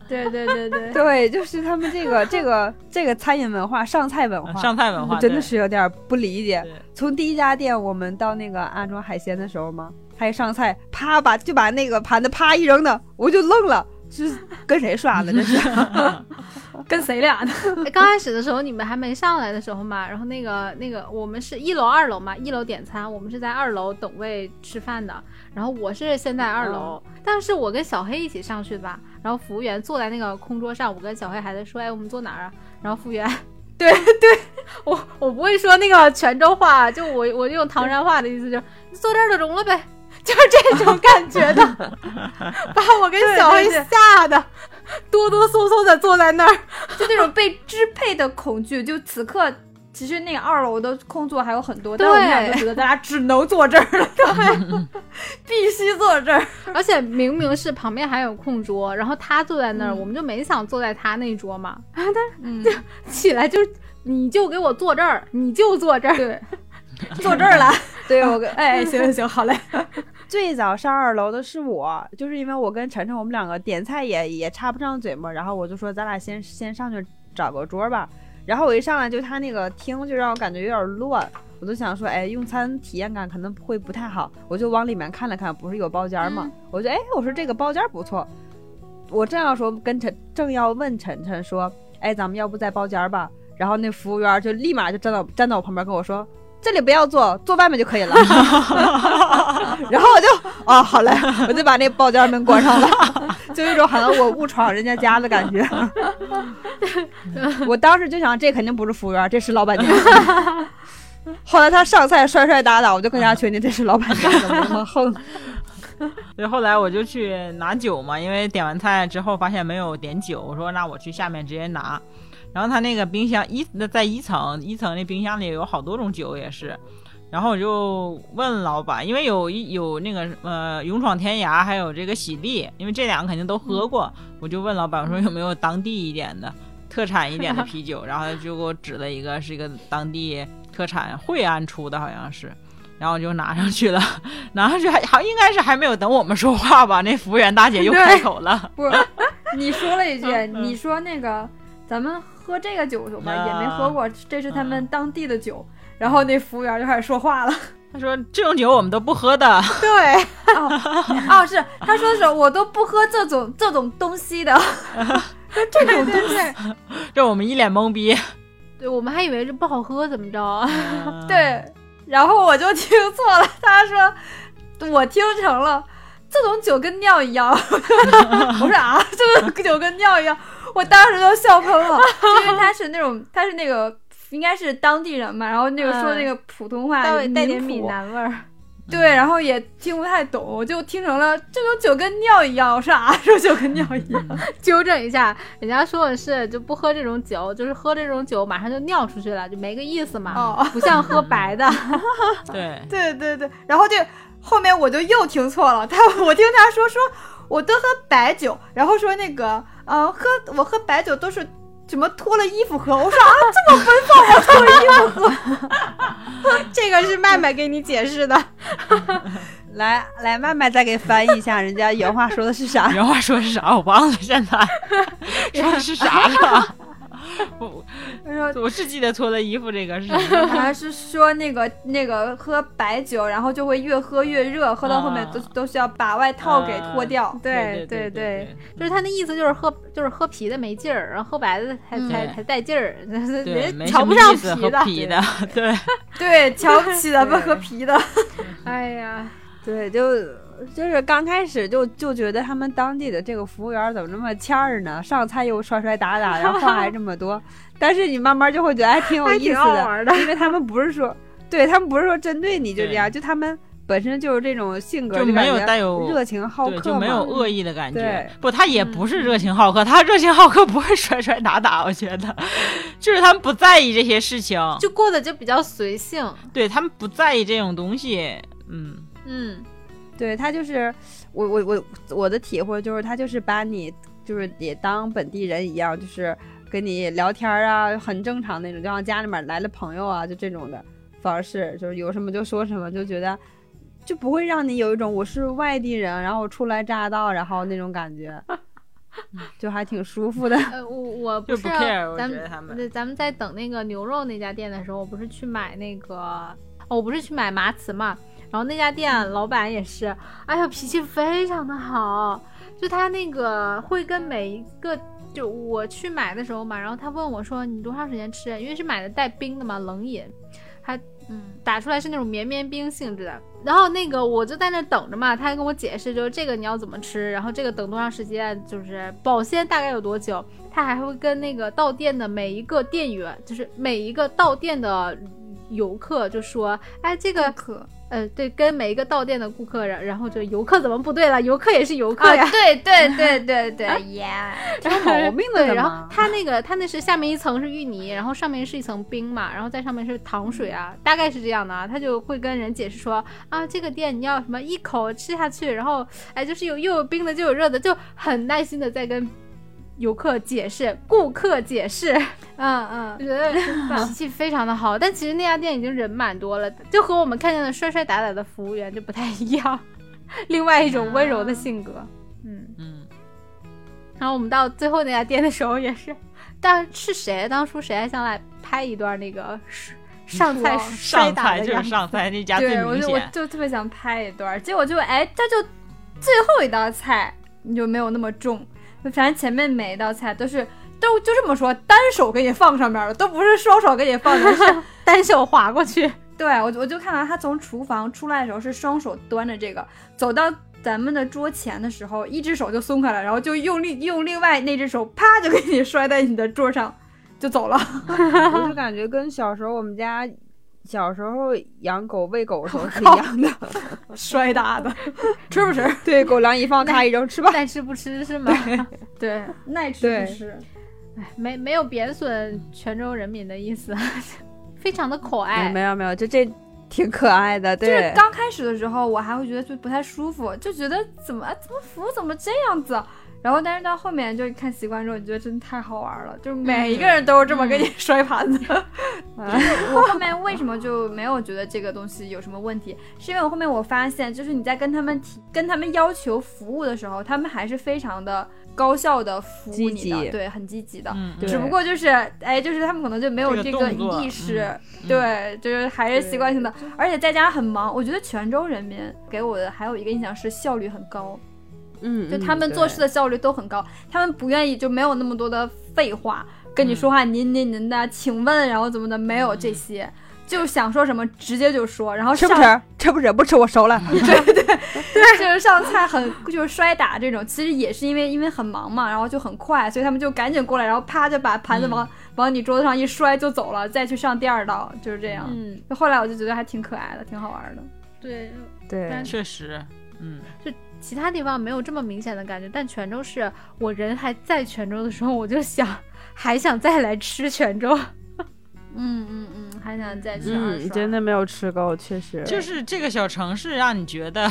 B: 对对对 对，
D: 对，就是他们这个这个这个餐饮文化、上菜文化，
C: 嗯上菜 文化
D: 我真
C: 啊对
D: 的是有点不理解。
C: 对
D: 从第一家店我们到那个阿庄海鲜的时候嘛，他一上菜，啪把就把那个盘子啪一扔的，我就愣了，是跟谁耍呢？这是
A: 跟谁俩呢？哎刚开始的时候你们还没上来的时候嘛，然后那个那个我们是一楼二楼嘛，一楼点餐，我们是在二楼等位吃饭的。然后我是先在二楼，但是我跟小黑一起上去的吧。然后服务员坐在那个空桌上，我跟小黑还在说：“哎，我们坐哪儿啊？”然后服务员， 对对，我我不会说那个泉州话，啊就我我就用唐山话的意思，就是你坐这儿就中了呗。 就是这种感觉的， 把我跟小黑
D: 对对
A: 吓得哆哆嗦嗦的坐在那儿，
B: 就那种被支配的恐惧，就此刻。其实那个二楼的空座还有很多，但
A: 对
B: 我们俩就觉得大家只能坐这儿了，必须坐 这儿。
A: 而且明明是旁边还有空桌，然后他坐在那儿，
B: 嗯
A: 我们就没想坐在他那桌嘛。
B: 嗯，
A: 起来就你就给我坐这儿，你就坐这儿。
B: 对，坐这儿 了。
D: 对我跟
B: 哎，行行行，好 嘞。
D: 最早上二楼的是我，就是因为我跟晨晨我们两个点菜也也插不上嘴嘛，然后我就说咱俩先先上去找个桌吧。然后我一上来就他那个厅就让我感觉有点乱，我就想说，哎，用餐体验感可能会不太好，我就往里面看了看，不是有包间吗？
B: 嗯
D: 我就哎，我说这个包间不错，我正要说跟晨正要问晨晨说，哎，咱们要不在包间吧？然后那服务员就立马就站到站到我旁边跟我说，这里不要坐，坐外面就可以了。然后我就哦，好嘞，我就把那包间门关上了，就有一种好像我误闯人家家的感觉。 我当时就想，这肯定不是服务员，这是老板娘。 后来他上菜摔摔打打，我就更加确定这是老板娘怎么那么横。
C: 所以后来我就去拿酒嘛，因为点完菜之后发现没有点酒，我说那我去下面直接拿。然后他那个冰箱一那在一层，一层那冰箱里有好多种酒也是。然后我就问老板，因为有一有那个呃勇闯天涯，还有这个喜力，因为这两个肯定都喝过，我就问老板我说有没有当地一点的特产一点的啤酒，然后他就给我指了一个是一个当地特产惠安出的好像是，然后我就拿上去了， 拿上去还还应该是还没有等我们说话吧，那服务员大姐又开口了，
B: 不， 你说了一句，你说那个咱们喝这个酒酒吧，
C: 啊
B: 也没喝过，这是他们当地的酒。然后那服务员就开始说话了。
C: 她说这种酒我们都不喝的，
A: 对，
B: 哦，哦，是他说是我都不喝这种这种东西的， 这种东西。
C: 这我们一脸懵逼。
A: 对我们还以为这不好喝，怎么着？啊
C: 嗯，
B: 对，然后我就听错了，他说我听成了这种酒跟尿一样， 我说啊，这种酒跟尿一样，我当时就笑 喷了，因为他是那种他是那个应该是当地人嘛，然后那个说那个普通话
A: 嗯待会带点
B: 闽
A: 闽
B: 普
A: 南味儿。
B: 对，然后也听不太懂，我就听成了这种酒跟尿一样，我说啊，说酒跟尿一样，
A: 纠正一下，人家说的是就不喝这种酒，就是喝这种酒马上就尿出去了，就没个意思嘛，
B: 哦，
A: 不像喝白的。
C: 对，
B: 对对对，然后就后面我就又听错了，他 我听他说说我都喝白酒，然后说那个呃喝我喝白酒都是什么脱了衣服喝，我说啊这么文化，我脱了衣服喝，
A: 这个是麦麦给你解释的，
D: 来来，麦麦再给翻译一下人家原话说的是啥。
C: 原话说是啥我忘了，现在说的是啥了？ 我
B: 他说
C: 我是记得脱了衣服这个是啥，
B: 好像是说那个那个喝白酒，然后就会越喝越热，喝到后面都、
C: 啊
B: 都是要把外套给脱掉。
A: 对对
C: 对对，
A: 就是他那意思就是喝就是喝啤的没劲儿，然后喝白的才
B: 嗯
A: 才
C: 对
A: 才带劲儿，
C: 对，没
A: 人
C: 什
A: 瞧
C: 么
A: 不上
C: 意思
A: 啤
C: 和
A: 的。
C: 皮的，对，
B: 对，瞧不起咱们
A: 对
B: 喝啤的。
A: 哎呀，
D: 对，就就是刚开始就就觉得他们当地的这个服务员怎么那么欠儿呢？上菜又摔摔打打，然后话还这么多。但是你慢慢就会觉得哎，挺有
A: 还
D: 意
A: 挺
D: 思
A: 好
D: 的，
A: 玩的。
D: 因为他们不是说对他们不是说针对你就这样，就他们本身就是这种性格，
C: 就
D: 就感
C: 没有
D: 觉
C: 带有
D: 热情好
C: 对，
D: 客
C: 就
D: 嘛，
C: 没有恶意的感觉
D: 对。
C: 不，他也
A: 嗯
C: 不是热情好客，他热情好客 不会摔摔打打，我觉得， 就是他们不在意这些事情，
A: 就过得就比较随性，
C: 对他们不在意这种东西。嗯，
A: 嗯，
D: 对他就是我我我我的体会就是他就是把你就是也当本地人一样，就是跟你聊天儿啊，很正常那种，就像家里面来了朋友啊，就这种的方式，就是有什么就说什么，就觉得就不会让你有一种我是外地人，然后初来乍到，然后那种感 觉，就还挺舒服的。
A: 呃，我我
C: 就
A: 不
C: 不
A: 是
C: care，我
A: 咱
C: 觉得他们
A: 对，咱们在等那个牛肉那家店的时候，我不是去买那个，哦，我不是去买麻糍嘛，然后那家
C: 嗯
A: 店老板也是，哎呀，脾气非常的好，就他那个会跟每一个。就我去买的时候嘛，然后他问我说：“你多长时间吃？”啊因为是买的带冰的嘛，冷饮，
B: 嗯，
A: 打出来是那种绵绵冰性质的。然后那个我就在那等着嘛，他还跟我解释，就是这个你要怎么吃，然后这个等多长时间，就是保鲜大概有多久。他还会跟那个到店的每一个店员，就是每一个到店的游客就说，哎，这个
B: 可
A: 呃，对，跟每一个到店的顾客，然然后就游客怎么不对了？游客也是游客呀
B: 啊，， 对对对 对对，耶、
D: 有 毛病了
A: 对，
D: 怎
A: 然后
D: 么
A: 它那个它那是下面一层是芋泥，然后上面是一层冰嘛，然后在上面是糖水啊，大概是这样的啊。他就会跟人解释说啊，这个店你要什么一口吃下去，然后哎，就是有又有冰的就有热的，就很耐心的在跟游客解释、顾客解释，
B: 嗯嗯
A: 觉得 脾气非常的好。但其实那家店已经人蛮多了，就和我们看见的摔摔打打的服务员就不太一样，另外一种温柔的性格，嗯。
C: 嗯，
A: 然后我们到最后那家店的时候也是， 但是谁当初谁还想来拍一段那个摔上菜
B: 说
A: 摔
C: 上
A: 打
C: 菜
A: 的
C: 就
A: 样
C: 是
A: 子？
C: 啊上菜，那家最
B: 对，我
C: 明
B: 就我
C: 显。
B: 就特别想拍一段儿，结果就哎，他就最后一道菜你就没有那么重，就反正前面每一道菜都是都就这么说，单手给你放上面了，都不是双手给你放上面。是
A: 单手划过 去，
B: 对我就我就看到他从厨房出来的时候是双手端着这个，走到咱们的桌前的时候，一只手就松开了，然后就用力用另外那只手啪就给你摔在你的桌上。就走了，
D: 我就感觉跟小时候我们家小时候养狗喂狗的时候 是一样的。
B: 摔打的，吃不吃？
D: 对，狗粮一放，咔一扔，吃吧。
A: 但吃不吃是 吗？
B: 对，耐吃
D: 对
B: 不吃。
A: 哎没没有贬损泉州人民的意思，啊 非常的可
D: 哎，
A: 爱。
D: 没有没有，就这挺可爱的，
B: 就
D: 对
B: 是，刚开始的时候，我还会觉得就不太舒服，就觉得怎么啊怎么服务怎么这样子。然后，但是到后面就看习惯之后，你觉得真太好玩了，就是每一个人都是这么给你摔盘子。嗯
D: 嗯
B: 我后面为什么就没有觉得这个东西有什么问题？是因为我后面我发现，就是你在跟他们提、跟他们要求服务的时候，他们还是非常的高效的服务
D: 积
B: 你
D: 极
B: 的，对，很积极的。
C: 嗯，
D: 对
B: 只不过就是，哎，就是他们可能就没有
C: 这
B: 这
C: 个
B: 个
C: 动作
B: 意识，
C: 嗯
B: 对，就是还是
D: 对
B: 习惯性的，而且在家很忙。我觉得泉州人民给我的还有一个印象是效率很高，
D: 嗯，
B: 就他们做事
D: 的，
B: 的效率都很高，他们不愿意就没有那么多的废话，跟
C: 嗯
B: 你说话您您您的，请问然后怎么的，没有这些，就想说什么直接就说，然后
D: 吃
B: 上
D: 不吃？吃不吃？不吃我收了。
B: 就是上菜很就是摔打这种，其实也是因为因为很忙嘛，然后就很快，所以他们就赶紧过来，然后啪就把盘子往、往你桌子上一摔就走了，再去上第二道，就是这样。
A: 嗯，
B: 就后来我就觉得还挺可爱的，挺好玩的。
A: 对，
D: 对，
A: 但
C: 确实，嗯，
A: 其他地方没有这么明显的感觉，但泉州是我人还在泉州的时候，我就想还想再来吃泉州。
B: 嗯嗯嗯，还想再吃二
D: 嗯，
B: 刷，
D: 真的没有吃够，确实。
C: 就是这个小城市让你觉得，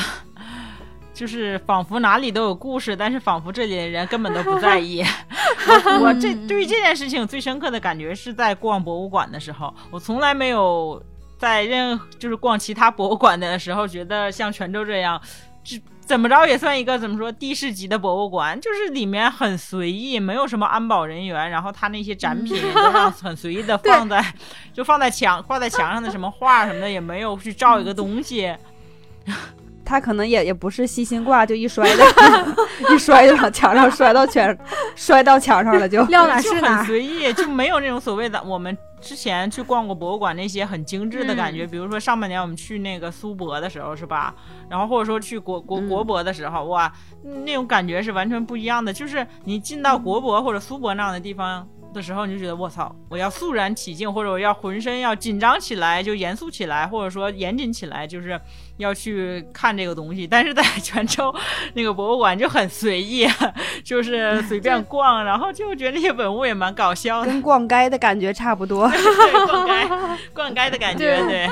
C: 就是仿佛哪里都有故事，但是仿佛这里的人根本都不在意。 我我这对于这件事情最深刻的感觉是在逛博物馆的时候，我从来没有在任就是逛其他博物馆的时候觉得像泉州这样，这怎么着也算一个怎么说地市级的博物馆，就是里面很随意，没有什么安保人员，然后他那些展品也都让很随意的放在， 就放在墙挂在墙上的什么画什么的也没有去照一个东西，
D: 他可能也也不是吸心挂，就一摔的， 一摔就往墙上摔到墙，摔到墙上了就。
A: 撂哪
C: 就是
A: 哪
C: 很，随意，就没有那种所谓的我们之前去逛过博物馆那些很精致的感觉，比如说上半年我们去那个苏博的时候是吧，然后或者说去国国
D: 嗯
C: 国博的时候，哇，那种感觉是完全不一样的。就是你进到国博或者苏博那样的地方。的时候你就觉得我操，我要肃然起敬，或者我要浑身要紧张起来，就严肃起来，或者说严谨起来，就是要去看这个东西。但是在 泉州那个博物馆就很随意，啊就是随便逛，然后就觉得那些文物也蛮搞笑 的，
D: 跟逛街的感觉差不多，
C: 对，逛街逛街的感觉，
B: 对
C: 对，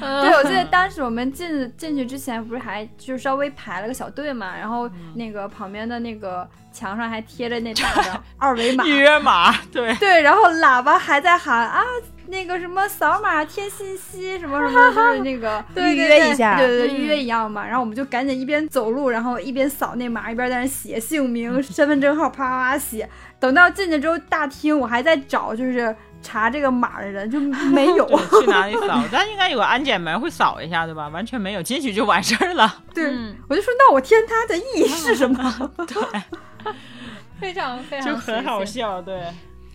D: 嗯
B: 对，我记得当时我们进进去之前，不是还就稍微排了个小队嘛，然后
D: 嗯
B: 那个旁边的那个墙上还贴着 那大的二维码，
C: 预约码，对，
B: 对，然后喇叭还在喊啊，那个什么扫码贴信息什么什么，就是那个
A: 对
D: 预约一下
B: 对对
A: 嗯
B: 对，预约一样嘛。然后我们就赶紧一边走路，然后一边扫那码，一边在那写姓名、身份证号，啪啪啪写。等到进去之后，大厅我还在找，就是查这个码的人就没 有。
C: 对去哪里扫？咱应该有个安检门会扫一下，对吧？完全没有，进去就完事儿了。
B: 对，
C: 嗯
B: 我就说那我天塌的意义是什么？
A: 非常非常
C: 就很
A: 随
C: 好
A: 性
C: 笑，对，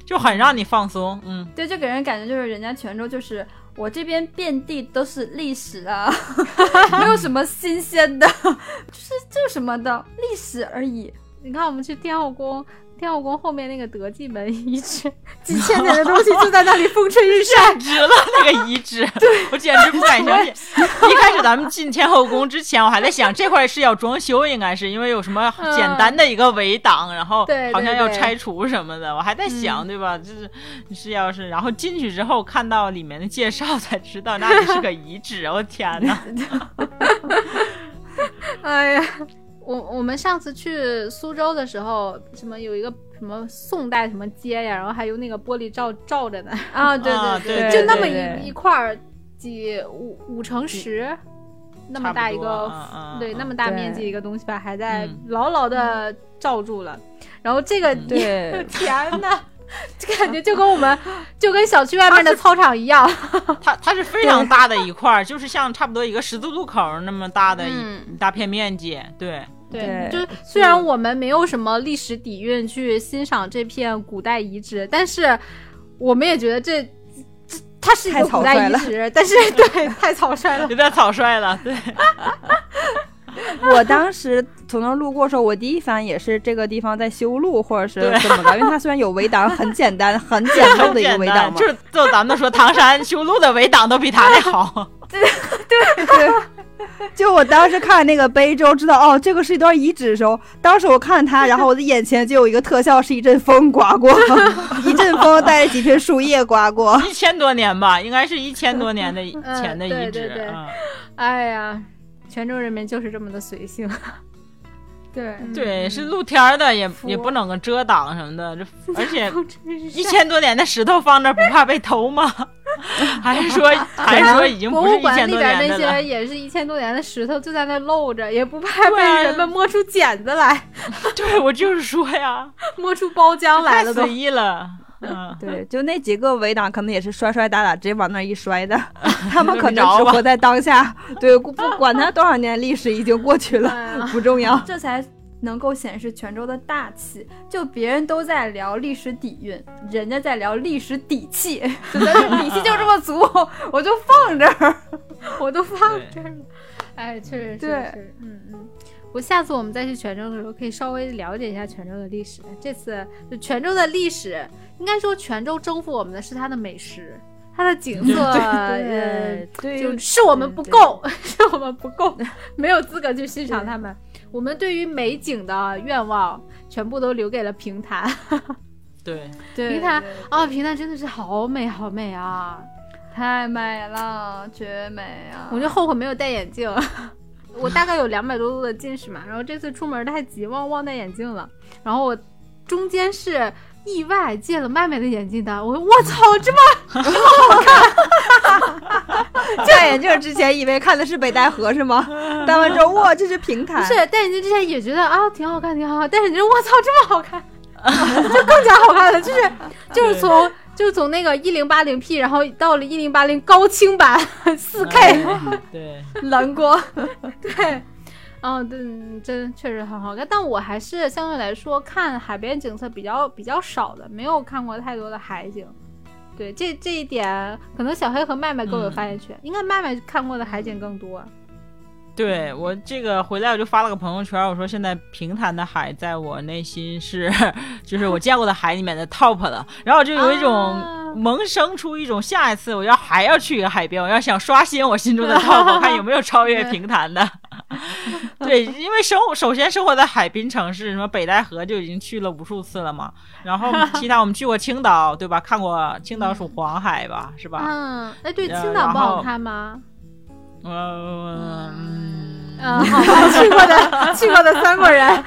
C: 就很让你放松，嗯，
B: 对，就给人感觉就是人家泉州就是我这边遍地都是历史啊， 没有什么新鲜的， 就是就是什么的历史而已。
A: 你看，我们去天后宫，天后宫后面那个德济门遗址，几千年的东西就在那里风吹日晒。
C: 简直了那个遗址，我简直不敢相信。一开始咱们进天后宫之前，我还在想这块是要装修，应该是因为有什么
A: 嗯
C: 简单的一个围挡，然后
B: 对对
C: 好像要
B: 对
C: 拆除什么的，我还在
A: 嗯
C: 想，对吧？就是是要是，然后进去之后看到里面的介绍才知道那里是个遗址，我天 哪！
A: 哎呀，我我们上次去苏州的时候，什么有一个什么宋代什么街呀，然后还用那个玻璃罩罩着呢，
B: 啊，对
C: 啊对
A: 就那么
D: 对对
A: 一一块儿几五五乘十，那么大一
C: 差
A: 个
C: 不多嗯嗯
A: 对，
C: 嗯
A: 那么大
D: 对
A: 面积一个东西吧，还在
C: 嗯
A: 牢牢的罩住了。然后这个
C: 嗯，
D: 对
A: 天呐，就感觉就跟我们就跟小区外面的操场一样。
C: 它它是非常大的一块儿，就是像差不多一个十字路口那么大的一
A: 嗯
C: 一大片面积，对。
A: 对，
D: 对嗯
A: 就是虽然我们没有什么历史底蕴去欣赏这片古代遗址，但是我们也觉得这。这它是一个
D: 太草
A: 古代
D: 率
A: 遗
D: 了
A: 址， 但是对太草率了。
C: 有点草率了，对，
D: 我当时从那儿路过的时候，我第一反应也是这个地方在修路或者是
C: 对
D: 怎么的，因为它虽然有围挡，很简单，很简陋
C: 很
D: 的一个
C: 简
D: 围挡
C: 单，
D: 嘛
C: 就。是就咱们说唐山修路的围挡都比他那 好，
D: 就我当时看那个碑之后，知道哦，这个是一段遗址的时候，当时我看它，然后我的眼前就有一个特效，是一阵风刮过， 一阵风带着几片树叶 刮过。
C: 一千多年吧，应该是一千多年的以前的遗
A: 对对
C: 址
A: 对，
C: 嗯
A: 哎呀，泉州人民就是这么的随性。嗯
B: 对
C: 对，是露天儿的，也
A: 服
C: 也不能够遮挡什么的，这 而且一
A: 一
C: 千多年的石头放这儿不怕被偷吗？ 还是说还是说已 经
A: 博
C: 不是
A: 物
C: 一
A: 馆
C: 千
A: 里
C: 多
A: 边
C: 年
A: 那
C: 的了
A: 些？也是一千多年的石头，就在那露着，也不怕
C: 对啊
A: 被人们摸出剪子来，
C: 对，我就是说呀，
A: 摸出包浆来
C: 太
A: 了都
C: 随。意了，嗯。
D: 对， 就那几个围挡，可能也是摔摔打打，直接往那儿一摔 的。他们可
C: 就没着
D: 能只
C: 吧
D: 活在当下， 对，不不管它多少年历史已经过去了，
A: 哎呀
D: 不重要。
B: 这才能够显示泉州的大气。就别人都在聊历史底蕴，人家在聊历史底气，就咱这底气就这么足， 我就放这儿。
A: 我 都放这儿了。哎，确实是，
B: 对
A: 确实嗯嗯。我下次我们再去泉州的时候，可以稍微了解一下泉州的历史。这次就泉州的历史，应该说泉州征服我们的是它的美食，它的 景色，呃，
D: 对对
A: 就
D: 于，
A: 是我们
D: 嗯
A: 不
D: 对
A: 够，是我们不 够，没有资格去欣赏他们。我们对于美景的愿望，全部都留给了平潭。
C: 对，
B: 对
A: 平潭
B: 对对
A: 啊，平潭真的是好美，好美啊！
B: 太美了，绝美啊！
A: 我就后悔没有戴眼镜。 我大概有两百多度的近视嘛，然后这次出门太急，忘忘戴眼镜了。然后我中间是意外借了麦麦的眼镜的，我我操，这么
D: 戴眼镜之前以为看的是北戴河 是吗？戴完之后，哇，这是平
A: 不
D: 台，
A: 是戴眼镜之前也觉得啊挺好看，挺好看，戴眼镜我操这么好看， 就更加好看了，就是就是从就是从那个一零八零 P，然后到了一零八零高清版四 K，
C: 哎对，
D: 蓝光。
A: 对， 嗯，对，真确实很好看，但我还是相对来说看海边景色比较比较少的，没有看过太多的海景。对，这这一点可能小黑和麦麦更有发言
C: 嗯
A: 权，应该麦麦看过的海景更多。
C: 对我这个回来我就发了个朋友圈，我说现在平潭的海在我内心是， 就是我见过的海里面的 top 了。然后我就有一
A: 啊
C: 种萌生出一种下一次我要还要去一个海边，我要想刷新我心中的 top，看有没有超越平潭的。对，因为生活首先生活在海滨城市，什么北戴河就已经去了无数次了嘛。然后其他我们去过青岛，对吧？看过青岛属黄海吧，是吧？
A: 嗯，哎，对，
C: 然
A: 青岛不
C: 然
A: 好
C: 后
A: 看吗？
C: 嗯嗯
A: 嗯，好吧，去过的去过的三国人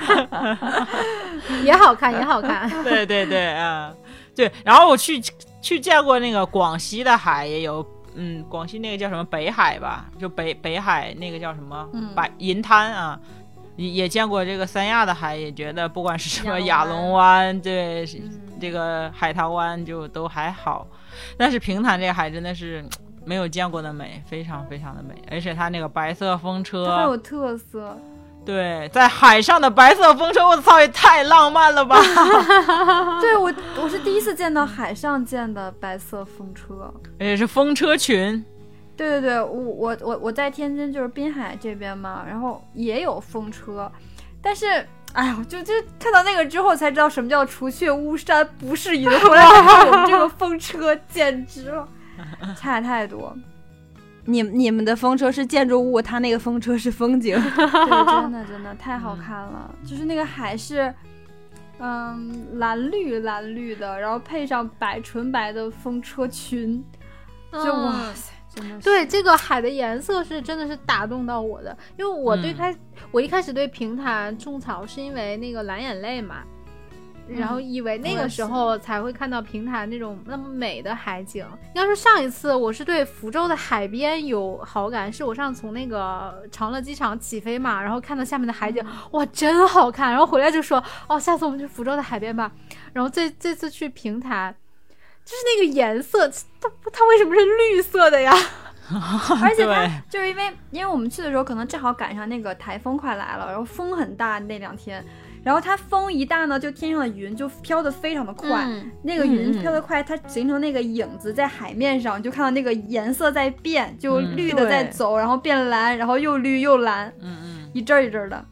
A: 嗯 也好看，也好 看。
C: 对对对，啊，对。然后我去去见过那个广西的海，也有，嗯，广西那个叫什么北海吧，就北北海那个叫什么
B: 嗯
C: 白银滩啊。也也见过这个三亚的海，也觉得不管是什么
B: 亚
C: 亚
B: 龙湾
C: 龙湾，对，是
B: 嗯
C: 这个海棠湾就都还好，但是平潭这个海真的是没有见过的美，非常非常的美，而且它那个白色风车，
B: 它很有特色，
C: 对，在海上的白色风车，我操，也太浪漫了吧！
B: 对我我是第一次见到海上见的白色风车。
C: 而且是风车群，
B: 对对对，我我我我在天津就是滨海这边嘛，然后也有风车，但是哎呦，就就看到那个之后才知道什么叫除却巫山不是云，回来才知道我们这个风车简直了，差太多，
D: 你你们的风车是建筑物，它那个风车是风景。
B: 对，真的真的太好看了，就是那个海是。嗯，蓝绿蓝绿的，然后配上白纯白的风车群，就、哇
A: 嗯，
B: 塞，真的是
A: 对这个海的颜色是真的是打动到我的，因为我对
C: 嗯
A: 开、我一开始对平潭种草是因为那个蓝眼泪嘛，然后以为那
B: 我也
A: 个时候才会看到平潭那种那么美的海景。要是上一次我是对福州的海边有好感，是我上次从那个长乐机场起飞嘛，然后看到下面的海景，哇，真好看。然后回来就说，哦，下次我们去福州的海边吧。然后这这次去平潭，就是那个颜色，它它为什么是绿色的呀？
B: 而且它
C: 对
B: 就是因为，因为我们去的时候可能正好赶上那个台风快来了，然后风很大那两天，然后它风一大呢，就天上的云就飘得非常的快，那个云
C: 嗯嗯
B: 飘得快，它形成那个影子在海面上，你就看到那个颜色在变，就
C: 嗯
B: 绿的在
D: 对
B: 走，然后变蓝，然后又绿又蓝，
C: 嗯嗯，
B: 一阵儿一阵儿的。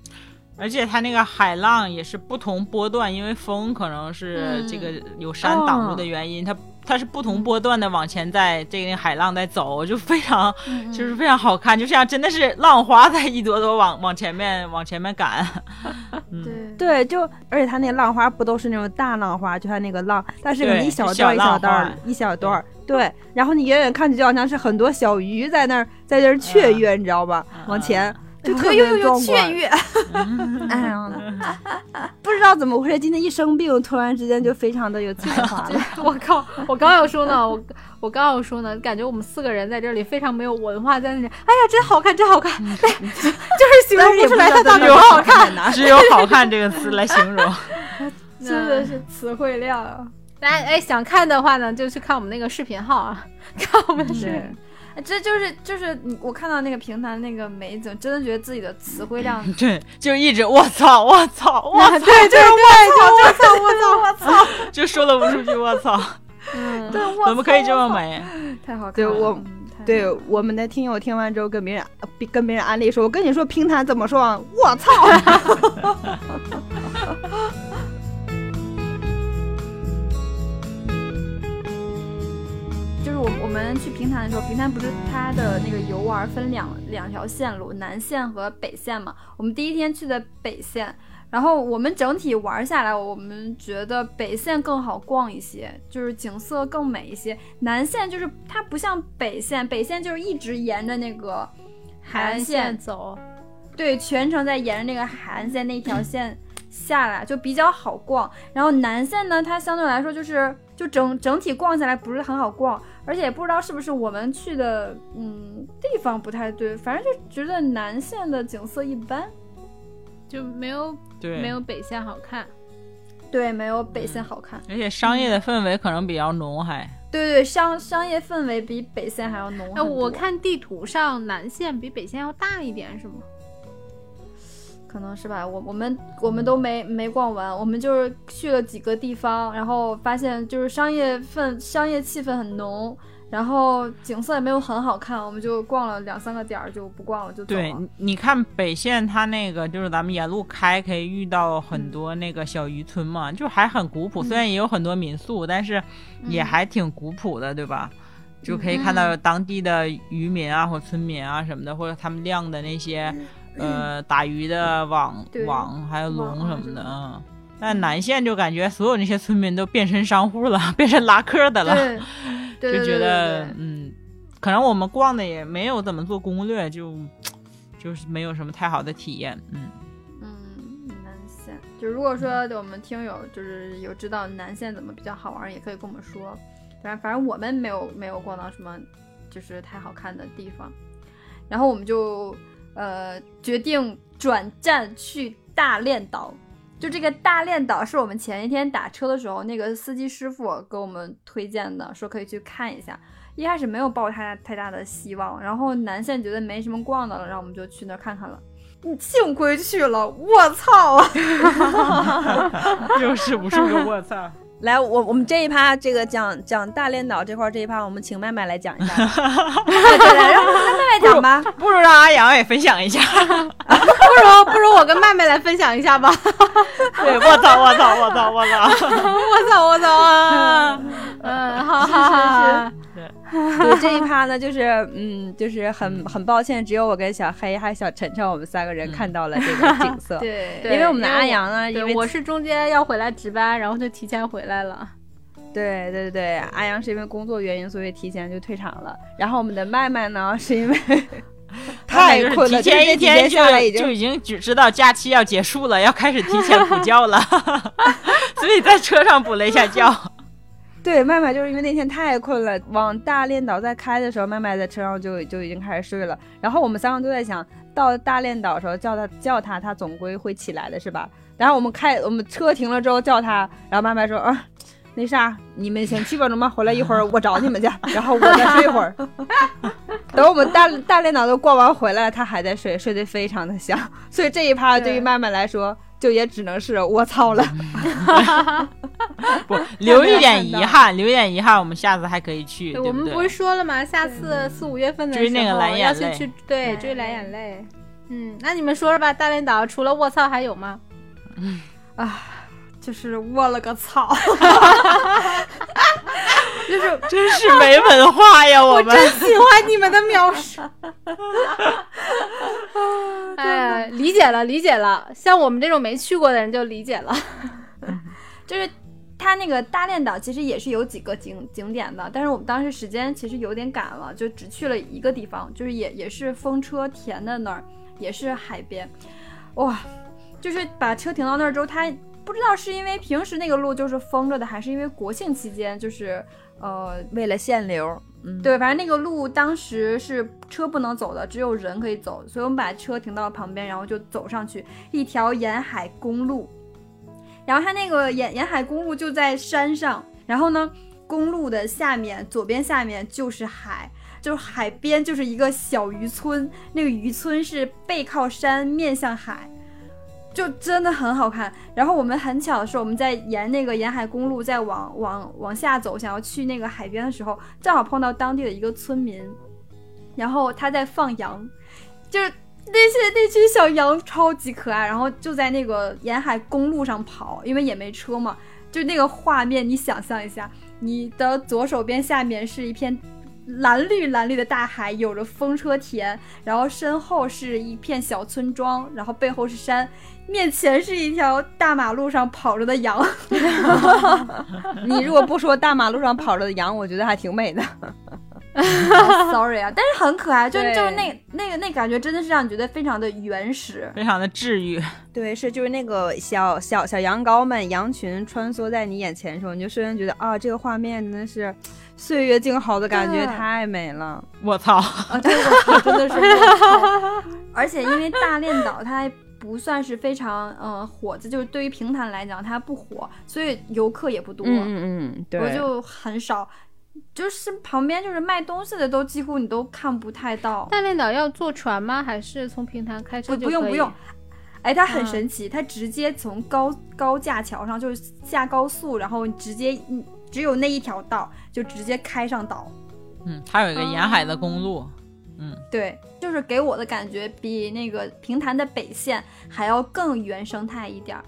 C: 而且它那个海浪也是不同波段，因为风可能是
B: 嗯
C: 这个有山挡住的原因，它它是不同波段的往前在这个海浪在走，就非常就是非常好看，就像真的是浪花在一朵朵往往前面往前面赶，
B: 对对
D: 对，就而且它那浪花不都是那种大浪花，就它那个浪，它是可能
C: 对
D: 一小
C: 是小
D: 段儿一小
C: 浪
D: 段
C: 花
D: 儿一小段儿，对。然后你远远看去就好像是很多小鱼在那儿在那儿雀跃，你知道吧？往前就特
B: 又又
D: 别
B: 又
D: 壮
B: 雀
D: 观。
B: 跃，
D: 哎呀，不知道怎么回事，今天一生病，突然之间就非常的有才华了。
A: 我靠！我刚要说呢，我我刚要说呢，感觉我们四个人在这里非常没有文化，在那里，哎呀，真好看，真好看， 对，嗯就是形容不出来它到底
C: 有
A: 多好看。
D: 看
C: 只有好看这个词来形容。
B: 真的是词汇量啊！
A: 大家哎，想看 的话呢，就去看我们那个视频号啊，看我们视频。
D: 是，
B: 哎这就是就是你我看到那个平潭那个美景，真的觉得自己的词汇 量
C: 对，就一直我操我操 我
A: 啊，对对对，我操我操我操！
C: 操，就说了无数句我操，
A: 嗯，
B: 对，我
C: 怎么可以
B: 操
C: 这么
B: 我操
C: 美？
B: 太好看了！
D: 对我
B: 嗯太
D: 对
B: 好看了
D: 我们的听友听完之后跟别人跟别人安利说，我跟你说平潭怎么说啊？我操！
B: 就是我我们们去平潭的时候，平潭不是它的那个游玩分两两条线路，南线和北线嘛。我们第一天去的北线，然后我们整体玩下来，我们觉得北线更好逛一些，就是景色更美一些。南线就是它不像北线，北线就是一直沿着那个海岸线
A: 走，
B: 对，全程在沿着那个海岸线那条线下来，就比较好逛。然后南线呢，它相对来说就是就整整体逛下来不是很好逛，而且也不知道是不是我们去的嗯地方不太对，反正就觉得南线的景色一般，
A: 就没有
C: 对，
A: 没有北线好看。
B: 对，没有北线好看。
C: 而且商业的氛围可能比较浓还，
B: 对对，商商业氛围比北线还要浓很
A: 哎，
B: 多。
A: 我看地图上南线比北线要大一点，是吗？
B: 可能是吧，我我们我们都没没逛完，我们就是去了几个地方，然后发现就是商业氛商业气氛很浓，然后景色也没有很好看，我们就逛了两三个点儿就不逛了，就走
C: 对
B: 了。，
C: 你你看北线它那个就是咱们沿路开，可以遇到
B: 嗯
C: 很多那个小渔村嘛，就还很古朴。虽然也有很多民宿，但是也
B: 嗯
C: 还挺古朴的，对吧？就可以看到当地的渔民啊，或村民啊什么的，或者他们晾的那些呃打鱼的网
B: 嗯 对
C: 网还有
B: 网
C: 笼
B: 啊
C: 什么
B: 这
C: 的。
B: 种
C: 嗯，但南线就感觉所有那些村民都变身商户了， 变成拉客的了。
B: 对，对
C: 就
B: 对
C: 觉得
B: 对对对
C: 嗯，可能我们逛的也没有怎么做攻略，就就是没有什么太好的体验。 嗯，
B: 嗯，南线嗯就如果说我们听友就是有知道南线怎么比较好玩儿，也可以跟我们说。反正反正我们没有没有逛到什么就是太好看的地方，然后我们就呃决定转站去大连岛。就这个大连岛是我们前一天打车的时候，那个司机师傅给我们推荐的，说可以去看一下。一开始没有抱太大太大的希望，然后南线觉得没什么逛的了，然后我们就去那儿看看了。嗯幸亏去了，我操啊！
C: 又是无数个啊我操！
D: 来，我我们这一趴这 个讲讲大连岛这块儿这一趴，我们请麦麦来讲一 下。
B: 对对对，让让妹妹讲吧。
C: 不如让阿阳也分享一下。
A: 不如哦不如我跟麦麦来分享一 下吧。
C: 对，我操，我操，我操，我操！
A: 我操我操 啊！嗯，好好 好，
D: 对这一趴呢，就是嗯，就是很很抱歉，只有我跟小黑还有小晨晨我们三个人
C: 嗯
D: 看到了这个景色。
B: 对
A: 对
D: 因为我们的
A: 因为
D: 阿
A: 我
D: 阳呢，因为
A: 对，我是中间要回来值班，然后就提前回来了。
D: 对对对，阿阳是因为工作原因，所以提前就退场了。然后我们的麦麦呢，是因为太
C: 就是
D: 困了，
C: 提前一
D: 就是这几天
C: 就
D: 下来已经
C: 就已经只知道假期要结束了，要开始提前补觉了， 所以在车上补了一下觉。
D: 对，麦麦就是因为那天太困了，往大连岛在开的时候，麦麦在车上就就已经开始睡了。然后我们三个都在想，到大连岛的时候叫他叫他，他总归会起来的，是吧？然后我们开我们车停了之后叫他，然后麦麦说啊。那啥，你们先去吧，中吧，回来一会儿我找你们去， 然后我再睡一会儿。等我们大大连岛都逛完回来，他还在睡，睡得非常的香。所以这一趴对于
B: 对
D: 麦麦来说，就也只能是我操了。
C: 不，留一点遗憾，留一点遗憾，我们下次还可以去，对
A: 我们不
C: 对
A: 是？说了吗？下次四五月份的时
C: 追
A: 候
C: 那个蓝眼
A: 要去
C: 泪
A: 去对
B: 对
A: 追蓝眼泪。嗯，那你们说说吧，大连岛除了卧槽还有吗？
B: 就是我了个操！
A: 就是
C: 真是没文化呀， 我们。
A: 喜欢你们的描述。 哎，理解了，理解了。像我们这种没去过的人就理解了。
B: 就是它那个大连岛其实也是有几个景景点的，但是我们当时时间其实有点赶了，就只去了一个地方，就是也也是风车田的那儿，也是海边，哇，就是把车停到那儿之后，它不知道是因为平时那个路就是封着的，还是因为国庆期间就是呃
D: 为了限流，嗯，
B: 对，反正那个路当时是车不能走的，只有人可以走，所以我们把车停到旁边，然后就走上去一条沿海公路。然后它那个沿沿海公路就在山上，然后呢，公路的下面左边下面就是海，就是海边就是一个小渔村，那个渔村是背靠山面向海，就真的很好看。然后我们很巧的是，我们在沿那个沿海公路在往往往下走，想要去那个海边的时候，正好碰到当地的一个村民，然后他在放羊，就是那些那群小羊超级可爱，然后就在那个沿海公路上跑，因为也没车嘛，就那个画面，你想象一下，你的左手边下面是一片蓝绿蓝绿的大海，有着风车田，然后身后是一片小村庄，然后背后是山，面前是一条大马路上跑着的羊。
D: 你如果不说大马路上跑着的羊，我觉得还挺美的。
B: 啊 Sorry 啊，但是很可爱，就
D: 对
B: 就是那那个那感觉真的是让你觉得非常的原始。
C: 非常的治愈。
D: 对，是就是那个小小小羊羔们、羊群穿梭在你眼前的时候，你就瞬间觉得啊，这个画面真的是岁月静好的感觉，
B: 对
D: 太美了。
C: 我操，
B: 啊，这个真的是 我操，而且因为大练岛它还不算是非常嗯、呃火，这就是对于平潭来讲它不火，所以游客也不多，
D: 嗯嗯，对
B: 我就很少，就是旁边就是卖东西的都几乎你都看不太到。
A: 大练岛要坐船吗？还是从平潭开车
B: 不
A: 就
B: 不用
A: 可以
B: 不用，哎，它很
A: 嗯
B: 神奇，它直接从高高架桥上就是下高速，然后直接嗯只有那一条道，就直接开上岛。
C: 嗯，它有一个沿海的公路，嗯，
B: 对，就是给我的感觉比那个平潭的北线还要更原生态一点儿。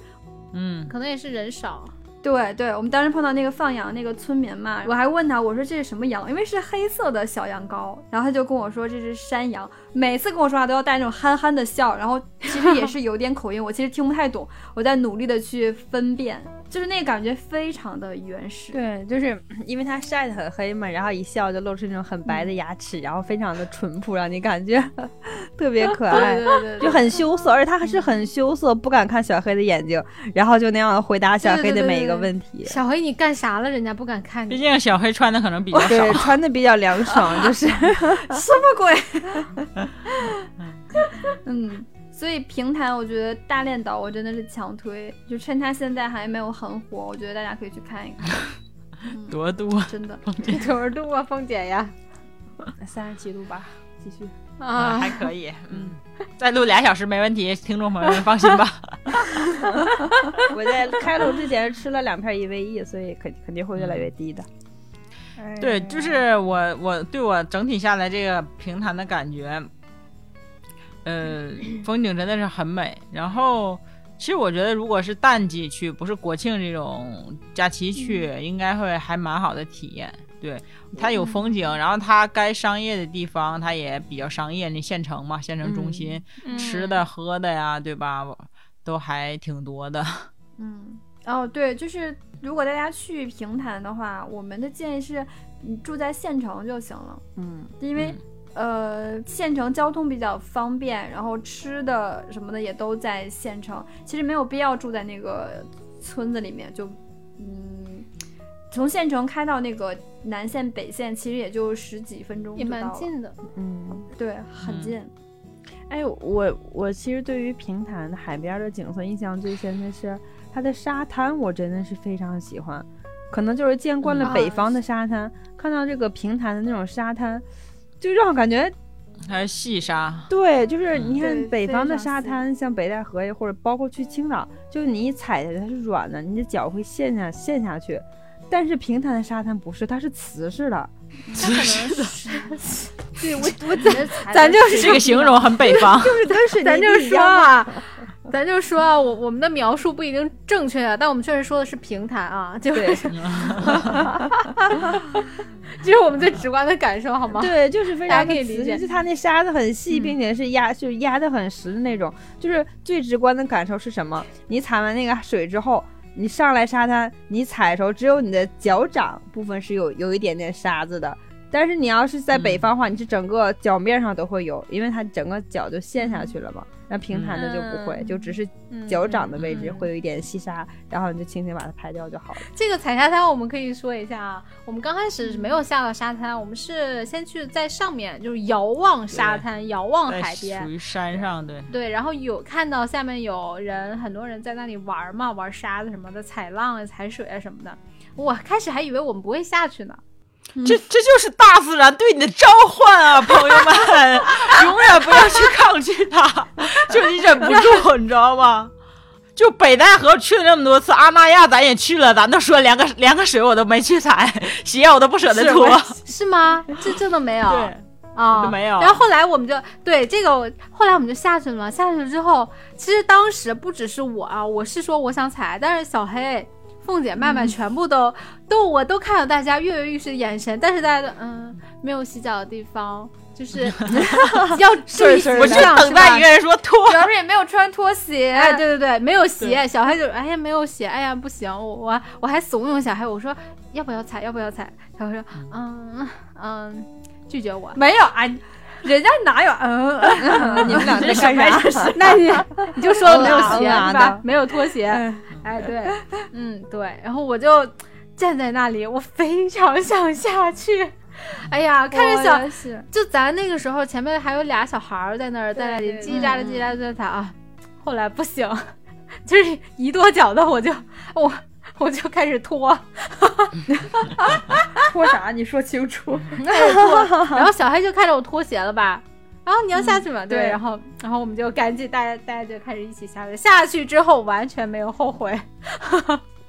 C: 嗯，
A: 可能也是人少。
B: 对对，我们当时碰到那个放羊那个村民嘛，我还问他，我说这是什么羊？因为是黑色的小羊羔，然后他就跟我说这是山羊。每次跟我说话都要带那种憨憨的笑，然后其实也是有点口音，我其实听不太懂，我在努力的去分辨，就是那个感觉非常的原始。
D: 对，就是嗯因为它晒得很黑嘛，然后一笑就露出那种很白的牙齿，然后非常的淳朴，让你感觉 特别可爱。
A: 对 对
D: 就很羞涩，而且他还是很羞涩，不敢看小黑的眼睛，然后就那样回答小黑的每一个问题。
A: 小黑，你干啥了？人家不敢看
C: 毕
A: 你。
C: 竟小黑穿的可能比较
D: 对
C: 少，
D: 穿的比较凉爽，就是
B: 什么鬼？ 嗯，所以平潭，我觉得大练岛我真的是强推，就趁它现在还没有很火，我觉得大家可以去看一看，
C: 多多。
B: 真的。
A: 九十度啊，凤姐呀！
D: 三十七度吧。继续，
C: 嗯，
A: 啊
C: 还，可以，嗯，再录俩小时没问题，听众朋友们放心吧。
D: 我在开录之前吃了两片一 v 一，所以肯肯定会越来越低的。嗯哎
C: 对，就是我我对我整体下来这个平潭的感觉，呃，风景真的是很美。然后，其实我觉得如果是淡季去，不是国庆这种假期去，应该会还蛮好的体验。对，它有风景，然后它该商业的地方它也比较商业，那县城嘛，县城中心、吃的喝的呀，对吧？都还挺多的。
B: 嗯，哦，对，就是如果大家去平潭的话，我们的建议是，你住在县城就行了，
D: 嗯，
B: 因为、呃，县城交通比较方便，然后吃的什么的也都在县城，其实没有必要住在那个村子里面，就嗯，从县城开到那个南线、北线，其实也就十几分钟
A: 也
B: 就到
A: 蛮
B: 了，
A: 近 的。
D: 嗯，
B: 对，很
C: 嗯
B: 近。
D: 哎，我我其实对于平潭的海边的景色印象最深的是它的沙滩，我真的是非常喜欢。可能就是见惯了
B: 嗯
D: 北
B: 啊
D: 方的沙滩，看到这个平潭的那种沙滩，就让我感觉
C: 还有细沙，
D: 对，就是你
B: 嗯对
D: 看北方的
B: 非常
D: 沙
B: 细
D: 滩，像北戴河呀，或者包括去青岛，就是你一踩下去它是软的，你的脚会陷下陷下去。但是平潭的沙滩不是，它是瓷实的。
B: 它可能是，
D: 对我我
B: 我觉得才
A: 咱就是
C: 这个形容很北方。
D: 就是跟水
A: 咱
D: 泥
A: 就
D: 地一
A: 说
D: 样嘛
A: 啊， 咱就说啊，我我们的描述不一定正确啊，但我们确实说的是平坦啊， 就
D: 对
A: 这是我们最直观的感受，好 吗？
D: 对，就是非
A: 大家
D: 常
A: 可以
D: 的
A: 理
D: 瓷
A: 解
D: 实，就它那沙子很细，
A: 嗯
D: 并且是压就是压得很实的那种。就是最直观的感受是什么？你踩完那个水之后。你上来沙滩，你踩的时候，只有你的脚掌部分是有有一点点沙子的，但是你要是在北
C: 嗯
D: 方的话，你是整个脚面上都会有，因为它整个脚就陷下去了嘛。那平坦的就不会，
A: 嗯
D: 就只是
A: 嗯
D: 脚掌的位置
C: 嗯嗯
D: 会有一点细沙，然后你就轻轻把它拍掉就 好了。
A: 这个踩沙滩，我们可以说一下啊。我们刚开始没有下到沙滩，我们是先去在上面，就是遥望沙滩，遥望
C: 在
A: 海边
C: 属。于山上，对，
A: 对，然后有看到下面有人，很多人在那里玩嘛，玩沙子什么的，踩浪啊、踩水啊什么的。我开始还以为我们不会下去呢，
C: 这这就是大自然对你的召唤啊，朋友们，永远不要去抗拒它，就你忍不住，你知道吗？就北戴河去了那么多次，阿那亚咱也去了，咱都说连个连个水我都没去踩，鞋我都不舍得脱，
A: 是吗？这这都没有。
C: 对，
A: 啊、
C: 都没有
A: 然后后来我们就对这个我，后来我们就下去了嘛。下去了之后，其实当时不只是我啊，我是说我想踩，但是小黑凤姐、
C: 嗯
A: 麦麦全部都、都我都看到大家跃跃欲试的眼神，但是大家都嗯没有洗脚的地方，就是 要注意
D: 顺顺
A: 形
D: 的
C: 我就
A: 象，
C: 等待一
A: 个。
C: 个人说脱，
B: 主要是也没有穿拖鞋，
A: 哎，对对对，没有鞋，
C: 对
A: 小黑就哎呀没有鞋，哎呀不行，我我我还怂恿小黑，我说要不要踩，要不要踩，小黑说嗯嗯拒绝我，
B: 没有啊，人家哪有？嗯，嗯
D: 你们俩
C: 这
D: 在 干
C: 什么呀
D: 啥？
C: 这是
A: 那你你就说没有鞋
D: 嗯
B: 啊
D: 嗯
A: 是吧
D: 嗯？
A: 没有拖鞋，
D: 嗯
A: 哎， 对，嗯对，然后我就站在那里，我非常想下去。哎呀，看着小
B: 我也是
A: 就咱那个时候前面还有俩小孩儿在那儿在那里
B: 对
A: 叽叽喳喳叽叽喳喳在打啊，后来不行， 就是一跺脚的我就我我就开始拖，
D: 说啥？你说清楚。
A: 然后小黑就看着我脱鞋了吧。然后你要下去
B: 嗯
A: 嘛？对，
D: 对
A: 然后，然后我们就赶紧，大家大家就开始一起下去。下去之后完全没有后悔，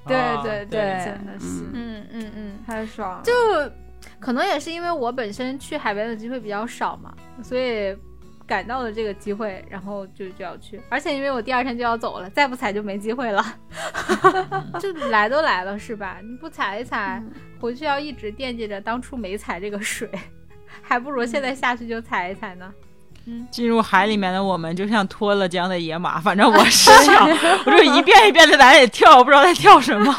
B: 对
C: 啊
B: 对
D: 对
A: 真的是，
D: 嗯
B: 嗯嗯嗯，太爽了。
A: 就可能也是因为我本身去海边的机会比较少嘛，所以赶到了这个机会，然后就就要去。而且因为我第二天就要走了，再不踩就没机会了。就来都来了是吧？你不踩一踩，回去要一直惦记着当初没踩这个水， 还不如现在下去就踩一踩呢。
C: 进入海里面的我们就像脱了缰的野马，反正我是想，我就一遍一遍的在那里跳，我不知道在跳什么，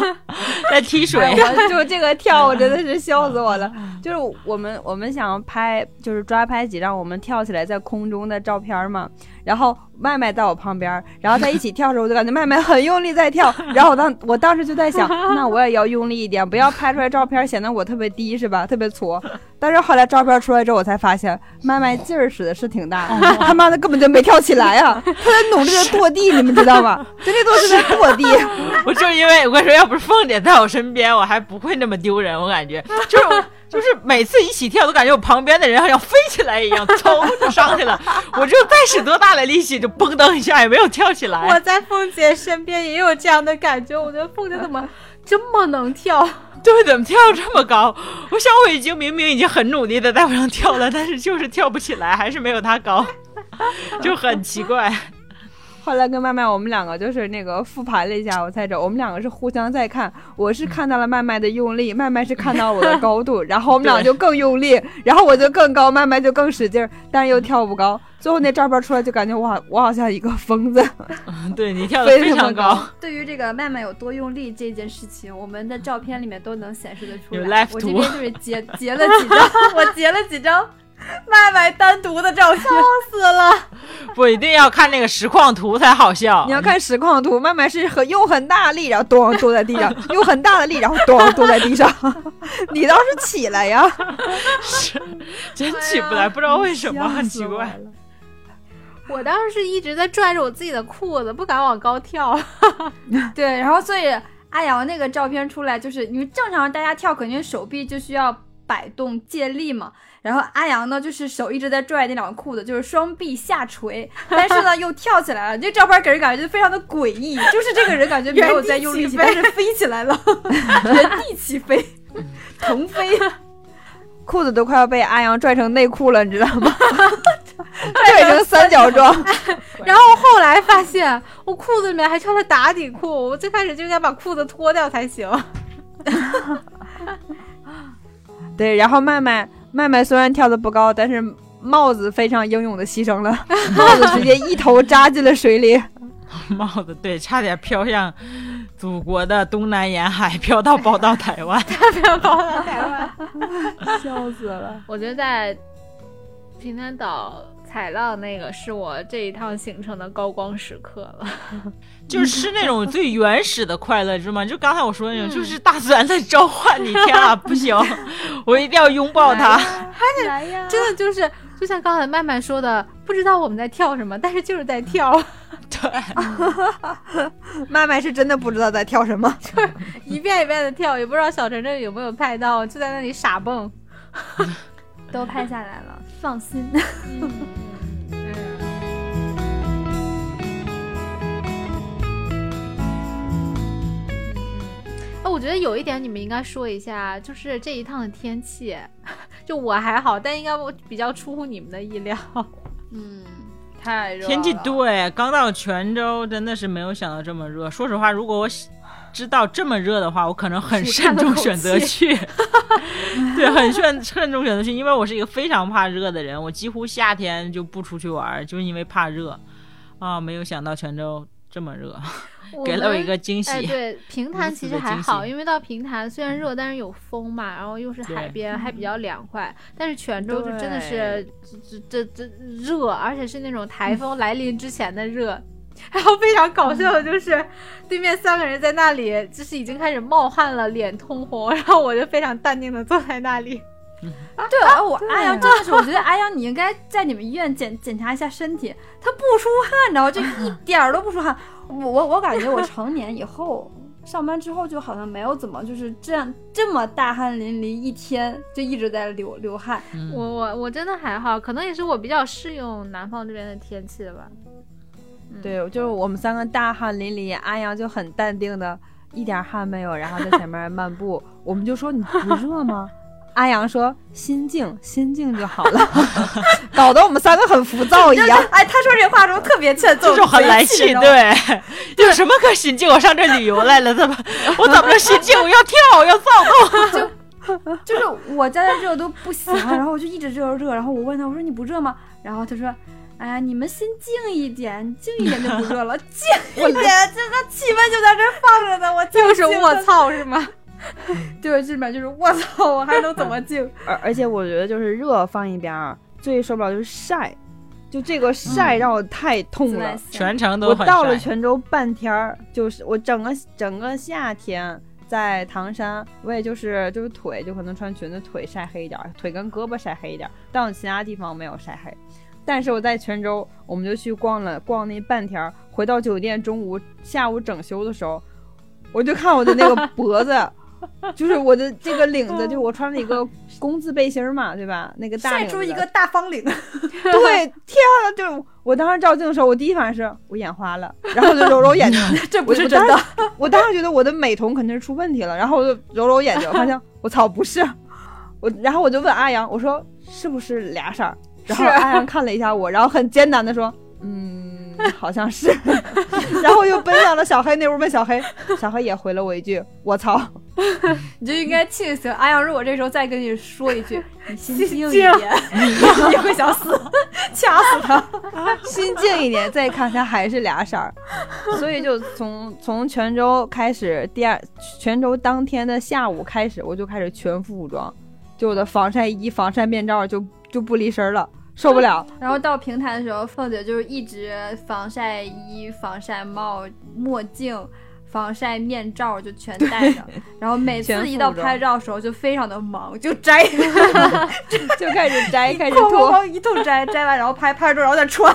C: 在踢水。
D: 哎我就这个跳，我真的是笑死我了。就是我们我们想拍，就是抓拍几张我们跳起来在空中的照片嘛。然后麦麦在我旁边，然后他一起跳的时候，我就感觉麦麦很用力在跳。然后我当我当时就在想，那我也要用力一点，不要拍出来照片显得我特别低是吧？特别矬。但是后来照片出来之后，我才发现麦麦劲儿使的是挺大的，他妈的根本就没跳起来啊！他在努力的跺地，你们知道吗？就那都是在跺地。
C: 我就因为我跟你说，要不是凤姐在我身边，我还不会那么丢人。我感觉就是 我就是每次一起跳，都感觉我旁边的人好像飞起来一样，噌就上 去了。我就再使多大的力气，就蹦蹬一下，也没有跳起
A: 我
C: 来。
A: 在凤姐身边也有这样的感觉，我觉得凤姐怎么这么能跳？
C: 对，怎么跳这么高？我想我已经明明已经很努力的在往上跳了，但是就是跳不起来，还是没有她高，就很奇怪。
D: 后来跟麦麦，我们两个就是那个复盘了一下，我才知道我们两个是互相在看，我是看到了麦麦的用力，麦麦是看到我的高度，然后我们俩就更用力，然后我就更高，麦麦就更使劲儿，但是又跳不高。最后那照片出来，就感觉我我好像一个 疯子，
C: 对你跳的非常高，
B: 对于这个麦麦有多用力这件事情，我们的照片里面都能显示的出
C: 有
B: 来
C: live。
B: 我这
C: 图
B: 边就是截截了几张， 我截了几张麦麦单独的照片。
A: 死了！
C: 不一定要看那个实况图才好笑。
D: 你要看实况图，麦麦是很用很大力，然后咚坐在地上，用很大的力，然后咚坐在地上。 你倒是起来呀！
C: 真起不来，不知道为什么，
D: 哎笑
C: 很
D: 死
C: 奇
D: 我
C: 怪。
D: 了
A: 我当时是一直在拽着我自己的裤子，不敢往高跳。
B: 对，然后所以阿瑶那个照片出来，就是因为正常大家跳肯定手臂就需要摆动借力嘛。然后阿阳呢，就是手一直在拽那两个裤子，就是双臂下垂，但是呢又跳起来了。这照片给人感觉就非常的诡异，就是这个人感觉没有在用力气，但是飞起 来了，原地起飞，腾飞，
D: 裤子都快要被阿阳拽成内裤了，你知道 吗？拽成三角状。
A: 然后后来发现我裤子里面还穿了打底裤，我最开始就应该把裤子脱掉才行。
D: 对，然后麦麦麦麦虽然跳得不高，但是帽子非常英勇的牺 牲了，帽子直接一头扎进了水里。
C: 帽子对，差点飘向祖国的东南沿海， 飘到宝岛台湾。
D: 笑死了！
A: 我觉得在平潭岛踩浪那个是我这一趟行程的高光时刻了。
C: 就是那种最原始的快乐，是吗？就刚才我说的那种，就是大自然在召唤你。天啊，不行，我一定要拥抱它。
B: 来呀！
A: 真的就是，就像刚才麦麦说的，不知道我们在跳什么，但是就是在 跳，
C: 对，
D: 麦麦是真的不知道在跳什么，
A: 一遍一遍的跳，也不知道小晨晨有没有拍到，就在那里傻蹦。
B: 都拍下来了，放心。嗯
A: 哎，我觉得有一点你们应该说一下，就是这一趟的天气， 就我还好，但应该我比较出乎你们的意 料。
B: 嗯，太热
C: 天气
B: 了
C: 对，刚到泉州真的是没有想到这么热。说实话，如果我喜知道这么热的话，我可能很
A: 去
C: 慎
A: 叹个
C: 重
A: 口
C: 选择去
A: 气，
C: 对，很慎慎重选择去，因为我是一个非常怕热的人，我几乎夏天就不出去玩儿，就是因为怕热啊。没有想到泉州这么热，给了我一个惊喜。
A: 哎，对，平潭
C: 如此
A: 其
C: 的
A: 实还
C: 惊
A: 好，
C: 喜
A: 因为到平潭虽然热，但是有风嘛，然后又是海
C: 对
A: 边，还比较凉快。但是泉州就真的是这这这这热，而且是那种
C: 嗯
A: 台风来临之前的热。 然后非常搞笑的
C: 嗯
A: 就是，对面三个人在那里就是已经开始冒汗了，脸通红，然后我就非常淡定的坐在那里。
B: 对，而我
D: 对
B: 阿阳真的是，我觉得阿阳你应该在你们医院检检查一下身体，他不出汗，然后就一点儿都不出汗。我我我感觉我成年以后上班之后就好像没有怎么就是这样这么大汗淋漓一天就一直在流流汗。
C: 嗯
A: 我我我真的还好，可能也是我比较适应南方这边的天气吧。
C: 嗯
D: 对，就是我们三个大汗淋漓，阿阳就很淡定的，一点汗没有，然后在前面漫步。我们就说你不热吗？阿阳说心静，心静就好了， 搞得我们三个很浮躁一样。
B: 哎，他说这话的时候特别欠揍，
C: 这种很来气，
B: 的。
C: 对，有什么可心静？我上这旅游来了，怎么我怎么能心静？我要跳，我要躁动。
B: 就是我家的热都不行了，然后我就一直热热，然后我问他，我说你不热吗？然后他说，哎呀，你们心静一点，静一点就不热了，静 一点，这这气温就在这儿放着呢，我 静
A: 就是
B: 静
A: 卧
B: 的
A: 槽是吗？
B: 对，基本就是我操，我还能怎 么静？
D: 而而且我觉得就是热放一边儿，最受不了就是晒，就这个晒让我太痛
B: 自
D: 了。
B: 来闲
C: 全程
D: 我
C: 都很
D: 到了
C: 晒
D: 泉州半天儿，就是我整个整个夏天在唐山，我也就是就是腿就可能穿裙子腿晒黑一点儿，腿跟胳膊晒黑一点儿，但我其他地方没有晒黑。但是我在泉州，我们就去逛了逛那半天儿，回到酒店中午下午整修的时候，我就看我的那个脖子。就是我的这个领 子，就我穿了一个工字背心儿嘛，对吧？那个大
B: 晒
D: 领
B: 出
D: 子
B: 一个大方领，
D: 对，天啊！就是我当时照镜的时候，我第一反应是我眼花了，然后我就揉揉眼 睛，
B: 这不是
D: 我
B: 真的。
D: 我当时 觉得我的美瞳肯定是出问题了，然后我就揉揉眼睛，发现我操不是， 我然后我就问阿阳，我说是不是俩色儿？然后
B: 是
D: 阿阳看了一下我，然后很艰难的说，嗯，好像是， 然后又奔向了小黑那屋问小黑，小黑也回了我一句，我操，
B: 你就应该庆幸。阿阳，如果这时候再跟你说一 句“你心静一
A: 静
B: 点”， 你会想死，掐死 他。
D: 心静一点，再看它还是俩色 儿，所以就从从泉州开始，第二泉州当天的下午开始，我就开始全副武装，就我的防晒衣、防晒面罩就就不离身了，受不 了。
B: 然后到平台的时候，凤姐就是一直防晒衣、防晒帽、墨镜、防晒面罩就全戴着。然后每
D: 全
B: 次一
D: 副
B: 到
D: 装
B: 拍照的时候，就非常的忙，就摘，
D: 就开始摘，开始
B: 哐哐
D: 脱，
B: 哐一通摘，摘完然后拍拍照，然后再穿。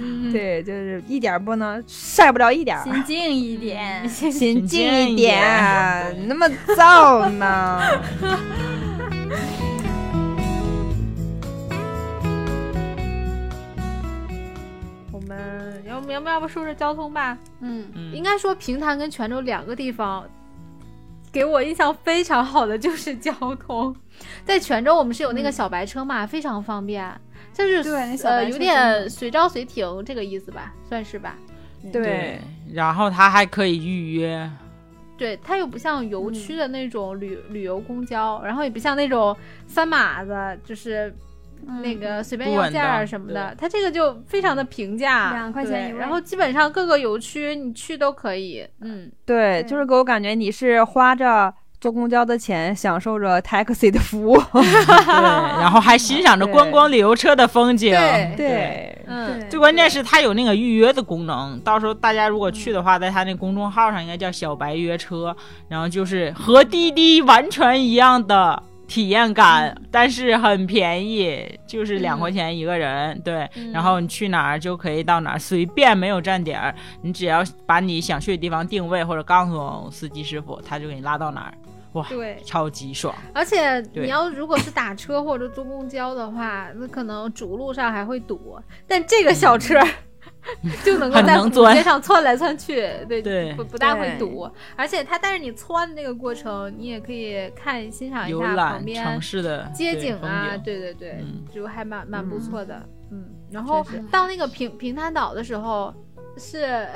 A: 嗯，
D: 对，就是一点儿不能晒不了一点儿，啊
B: 心静一点。
D: 心
C: 静
D: 静
C: 一
D: 点
C: 点，
D: 那么燥呢？
A: 我们要不要不要不说说交通吧？
B: 嗯，
A: 应
C: 嗯，
A: 该说平潭跟泉州两个地方，给我印象非常好的就是交通。在泉州，我们是有那个小白车嘛，非常方便，嗯就是
B: 对那小白
A: 呃
B: 车
A: 有
B: 真
A: 点
B: 的
A: 随招随停这个意思吧，算是吧。
D: 对，
C: 然后他还可以 预约，
A: 对，它又不像游区的那种旅、旅游公交，然后也不像那种三马子，就是那
B: 嗯
A: 个随便
C: 不
A: 要
C: 稳
A: 价
C: 的
A: 儿什么的，它这个就非常的平价，
B: 两块钱
A: 对
B: 一位
A: 然后基本上各个游区你去都可以，嗯，
D: 对，就是给我感觉你是花着坐公交的钱，享受着 taxi 的服务。
C: 对，然后还欣赏着观光旅游车的风景，
A: 对
D: 对，
A: 嗯，
B: 对
C: 最关键是它有那个预约的功能，到时候大家如果去的话，在它那公众号上应该叫“小白约车”，然后就是和滴滴完全一样的体验感，
A: 嗯
C: 但是很便宜，就是两块钱一个人。对，
A: 嗯
C: 然后你去哪儿就可以到哪儿，随便没有站点儿，你只要把你想去的地方定位或者告诉司机师傅，他就给你拉到哪儿。哇，
A: 对，
C: 超级爽！
A: 而且
C: 对
A: 你要如果是打车或者坐公交的话，那可能主路上还会堵，但这个小车。 就能够
C: 嗯很
A: 在
C: 能
A: 古
C: 钻
A: 街上窜来窜去，对，
C: 对
A: 不不大会
D: 对
A: 堵，而且它带着你窜的那个过程，你也可以看欣赏一
C: 游
A: 下旁
C: 览
A: 边
C: 城市的
A: 街
C: 对
A: 景啊，
C: 风景
A: 对对对
C: 嗯，
A: 就还蛮蛮
D: 嗯
A: 不错的，嗯。然后
D: 确实
A: 到那个平平潭岛的时候，是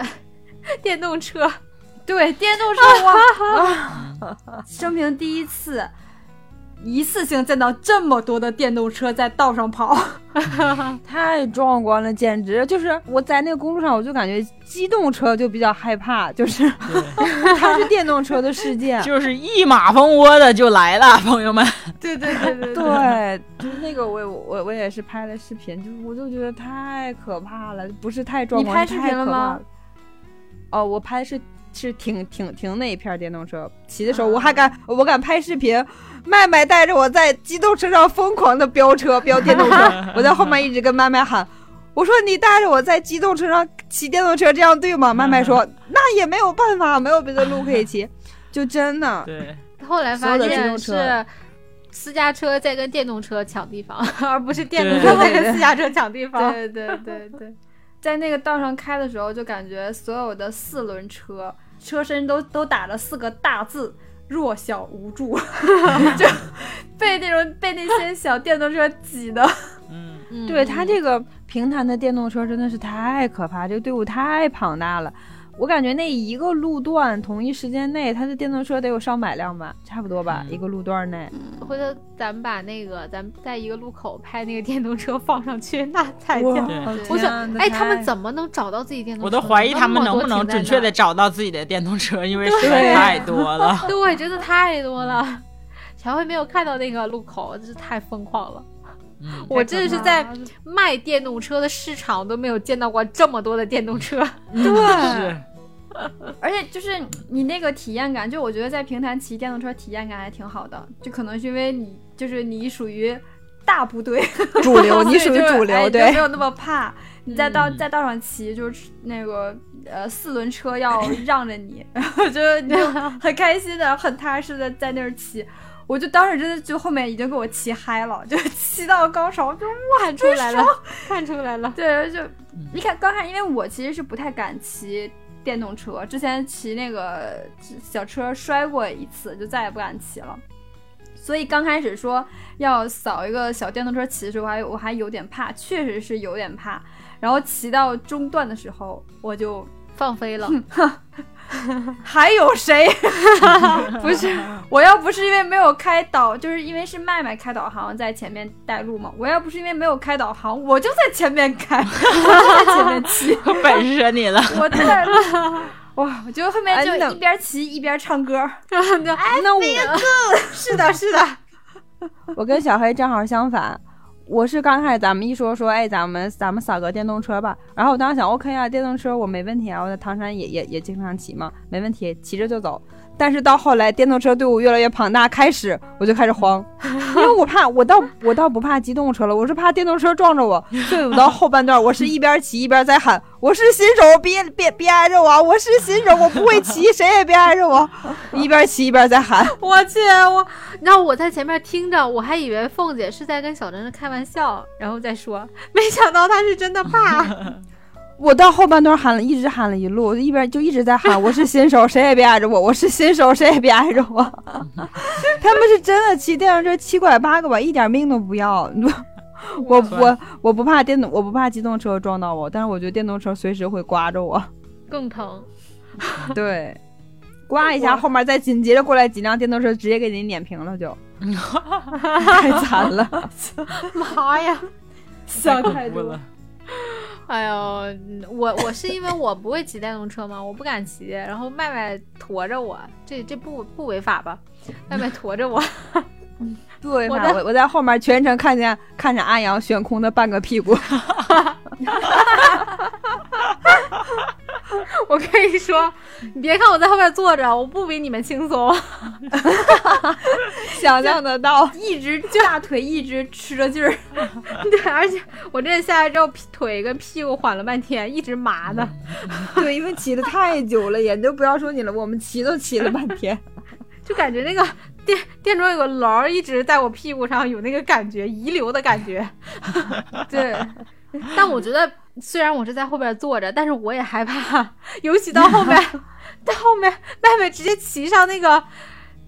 A: 电动车
B: 对，电动车哇哇！生平第一次一次性见到这么多的电动车在道上跑，
D: 太壮观了，简直就是我在那个公路上，我就感觉机动车就比较害怕，就是
C: 对，。
D: 它是电动车的世界
C: 就是一马蜂窝的就来了，朋友们。
A: 对对对对对，
D: 对， 就是那个我也我我也是拍了视频，就是我就觉得太可怕了，不是太壮观，
B: 你拍视频
D: 太可
B: 了
D: 怕
B: 吗
D: 了？哦，我拍是是停停停那一片电动车骑的时候，
B: 啊
D: 我还敢我敢拍视频，麦麦带着我在机动车上疯狂的飙车飙电动车， 我在后面一直跟麦麦喊。我说你带着我在机动车上骑电动车，这样对
B: 嗯
D: 吗？麦麦说那也没有办法，没有别的路可以骑，就真的
C: 对，
A: 后来
D: 所
A: 发
D: 有的机
A: 现
D: 动车
A: 是私家车在跟电动车抢地方， 而不是电动 车在
D: 对对对
A: 跟私家车抢地方。
B: 对对对对，在那个道上开的时候，就感觉所有的四轮车车身都都打了四个大字“弱小无助”， 就被那种被那些小电动车挤的。
C: 嗯，
A: 嗯
D: 对它这个平潭的电动车真的是太可怕，这个队伍太庞大了。我感觉那一个路段同一时间内，它的电动车得有上百辆吧，差不多吧，
C: 嗯
D: 一个路段内。
A: 嗯回头咱们把那个咱们在一个路口拍那个电动车放上去，那才
D: 哇
A: 叫。
C: 嗯对
A: 我
D: 哦天
A: 想，
D: 呐
A: 哎，他们
D: 太
A: 怎么能找到自己电动
C: 我
A: 车呢？
C: 都怀疑他们
A: 那哦么多
C: 能不能
A: 停在
C: 准确
A: 那
C: 的
A: 儿
C: 找到自己的电动车，因为实
D: 对
C: 在太多了。
A: 对，真的太多了。小慧没有看到那个路口，真是太疯狂了。
C: 嗯，
A: 我真的是在
B: 太可怕了
A: 卖电动车的市场都没有见到过这么多的电动车。
D: 对，
C: 嗯是，
B: 而且就是你那个体验感，就我觉得在平潭骑电动车体验感还挺好的，就可能是因为你就是你属于大部队，
D: 主流，你属于
B: 所以就是
D: 主流，
B: 哎你就没
D: 对。
B: 有那么怕。你在道
C: 嗯
B: 在道上骑，就是那个呃四轮车要让着你， 然后就你就很开心的、很踏实的在那儿骑。我就当时真的就后面已经给我骑嗨了，就骑到高潮，就
A: 看出来了， 看出来了。
B: 对，就你看刚开始，因为我其实是不太敢骑电动车，之前骑那个小车摔过一次，就再也不敢骑了。所以刚开始说要扫一个小电动车骑的时候，我还我还有点怕，确实是有点怕。然后骑到中段的时候，我就
A: 放飞了，
B: 还有谁？ 不是，我要不是因为没有开导，就是因为是麦麦开导航在前面带路嘛。我要不是因为没有开导航，我就在前面开，我就在前面骑。
C: 本事你了，
B: 我在哇，我觉得后面
D: 哎
B: 就
D: 那
B: 一边骑一边唱歌，
D: 那 我
B: 是的，是的，
D: 我跟小黑正好相反，我是刚开始咱们一说说，哎，咱们咱们扫个电动车吧。然后我当时想，OK 啊，电动车我没问题啊，我在唐山也也也经常骑嘛，没问题，骑着就走。但是到后来，电动车队伍越来越庞大，开始我就开始慌，因为我怕，我倒我倒不怕机动车了，我是怕电动车撞着我。队伍到后半段，我是一边骑一边在喊：“我是新手，别别别挨着我啊！我是新手，我不会骑，谁也别挨着我。”一边骑一边在喊，
A: 我去，我，然后我在前面听着，我还以为凤姐是在跟小珍开玩笑，然后再说，没想到她是真的怕。
D: 我到后半段喊了，一直喊了一路，我就一边就一直在喊：“我是新手，谁也别挨着我！我是新手，谁也别挨着我！” 他们是真的骑电动车七拐八拐，一点命都不要。我我我不怕电动，我不怕机动车撞到我，但是我觉得电动车随时会刮着我。
A: 更疼，
D: 对，刮一下，后面再紧接着过来几辆电动车，直接给你碾平 了就，太惨了。
A: 妈呀！
B: 想太
C: 太恐怖
B: 多
C: 了。
A: 哎呦，嗯我我是因为我不会骑电动车嘛，我不敢骑，然后麦麦驮着我，这这不不违法吧？麦麦驮着我，
D: 对
A: 我
D: 吧，
A: 的
D: 我我在后面全程看见看着阿阳悬空的半个屁股。
A: 我跟你说，你别看我在后面坐着，我不比你们轻松。
D: 想象得到，
B: 一直大腿一直吃着劲儿，
A: 对，而且我这下来之后，屁腿跟屁股缓了半天，一直麻的。
D: 对，因为骑的太久了，也就不要说你了，我们骑都骑了半天。
A: 就感觉那个 电电桌有个棱儿一直在我屁股上有那个感觉，遗留的感觉。
B: 对，
A: 但我觉得虽然我是在后边坐着，但是我也害怕，尤其到 后面，到后面妹妹直接骑上那个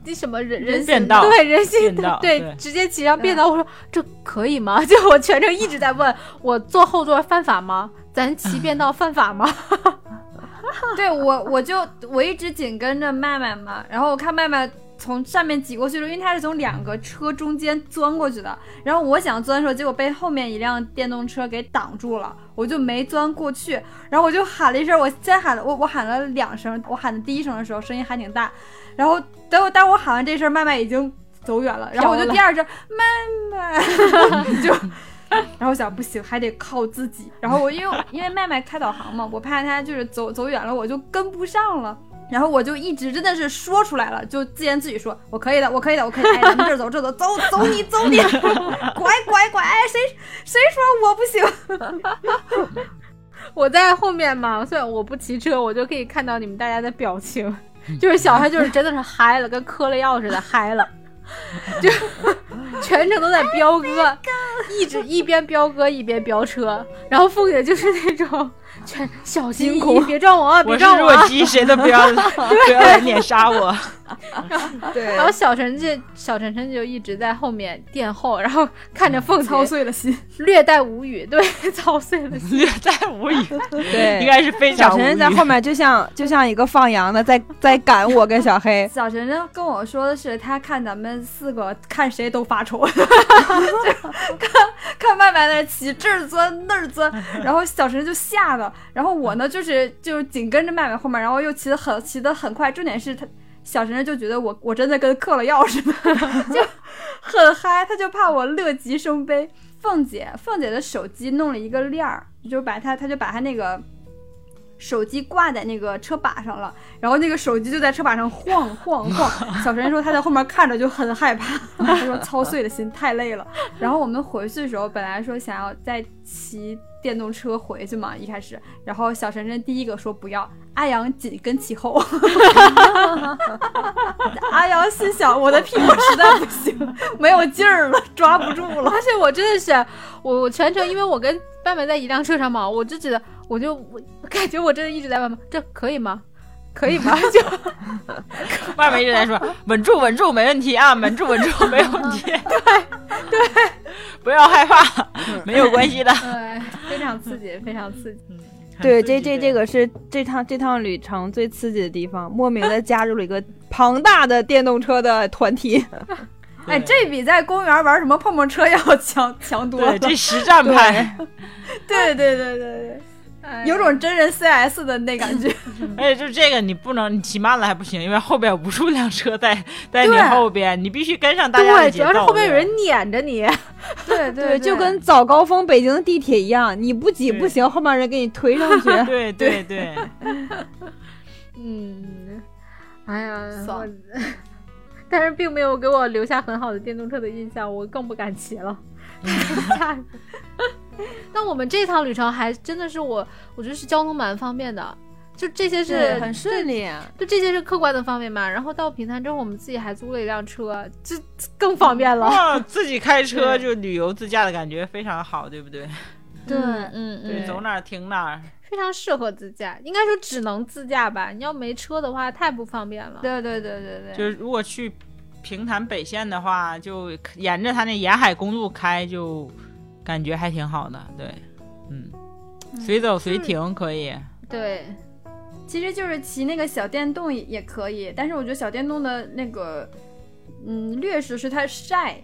A: 那什么人人
C: 变
A: 行
C: 道
A: 对人行
C: 变道
A: 对
C: 对嗯
A: 直接骑上变道，我说这可以吗？ 就我全程一直在问，我坐后座犯法吗？咱骑变道犯法吗？
B: 对我我就我一直紧跟着麦麦嘛，然后我看麦麦从上面挤过去的时候，因为他是从两个车中间钻过去的，然后我想钻的时候，结果被后面一辆电动车给挡住了，我就没钻过去，然后我就喊了一声，我先喊了我我喊了两声，我喊的第一声的时候声音还挺大，然后等我当我喊完这声，麦麦已经走远了，然后我就
A: 飘了
B: 第二声麦麦就。然后我想不行，还得靠自己。然后我因为因为麦麦开导航嘛，我怕他就是走走远了，我就跟不上了。然后我就一直真的是说出来了，就自言自语说：“我可以的，我可以的，我可以的。”哎，咱们这儿走，这儿走，走走你走你，拐拐拐！哎谁谁说我不行？
A: 我在后面嘛，虽然我不骑车，我就可以看到你们大家的表情，就是小孩就是真的是嗨了，跟嗑了药似的嗨了，就全程都在飙哥，一直一边飙哥一边飙车，然后凤姐就是那种全小心
D: 辛
A: 翼
D: 苦
A: 翼，别撞我啊，别
C: 我是
A: 撞我啊
C: 弱，鸡，谁都 不要不要来碾杀我。
D: 对
A: 然后小晨这小晨晨就一直在后面殿后，然后看着凤姐
B: 操碎了心，，
A: 略带无语，对，操碎了心。
C: 略带无语，
D: 对，
C: 应该是非常
D: 小
C: 无
D: 陈
C: 语。
D: 在后面就像就像一个放羊的在在赶我跟小黑
B: 小晨晨跟我说的是，他看咱们四个看谁都发愁， 就是看看麦麦在那骑这儿钻那儿钻，然后小晨晨就吓的，然后我呢就是就是紧跟着麦麦后面，然后又骑得很骑得很快，重点是他小晨晨就觉得我我真的跟嗑了药似的，就很嗨，他就怕我乐极生悲。凤姐凤姐的手机弄了一个链儿，就把她她就把她那个手机挂在那个车把上了。然后那个手机就在车把上晃晃晃。 小陈说他在后面看着就很害怕，他说操碎了心，太累了。然后我们回去的时候，本来说想要再骑电动车回去嘛，一开始，然后小晨晨第一个说不要，阿阳紧跟其后。 阿阳心想我的屁股实在不行，没有劲儿了，抓不住了。
A: 而且我真的是，我我全程因为我跟爸爸在一辆车上嘛，我就觉得，我就我感觉我真的一直在问妈，这可以吗？可以 吗？就
C: 外面一直在说 稳住，稳住，没问题啊，稳住，稳 住，没问题。对对， 不要害怕，没有关系 的。
A: 对，非常刺 激，非常刺激。
D: 对，这这这
C: 个
D: 个是这趟这趟旅程最刺激的地方，莫名的加入了一个庞大的电动车的团体，
B: 哎，这比在公园玩什么碰碰车要强强多了
C: 对。这实战派，
B: 对对对对对，
A: 哎
B: 有种真人 CS 的那感觉。
C: 而且哎就这个你不能，你骑慢了还不行，因为后边有无数辆车在在你
B: 对
C: 后边，你必须跟上大家的
A: 对，
C: 节
A: 主
C: 奏。
A: 要是后面有人撵着你，
B: 对对，
D: 就跟早高峰北京的地铁一样，你不挤
C: 对
D: 不行，后面人给你推上去。
C: 对对对，
A: 嗯，哎呀，
B: 爽
A: 我 但是并没有给我留下很好的电动车的印象，我更不敢骑 了，太吓人。但我们这趟旅程还真的是我，我觉得是交通蛮方便的，就这些是
D: 顺利，
A: 就这些是客观的方面嘛。然后到平潭之后，我们自己还租了一辆车，就更方便了。
C: 哇，自己开车就旅游自驾的感觉非常好，对不对？
B: 对，
A: 嗯
B: 嗯
C: 对，走哪儿停哪儿。
A: 非常适合自驾，应该说只能自驾吧。你要没车的话，太不方便了。
B: 对对对对
C: 就
B: 对，
C: 是如果去平潭北线的话，就沿着它那沿海公路开，就感觉还挺好的。对，嗯，随走随停可以。
A: 对，
B: 其实就是骑那个小电动也也可以，但是我觉得小电动的那个，嗯，劣势是它晒，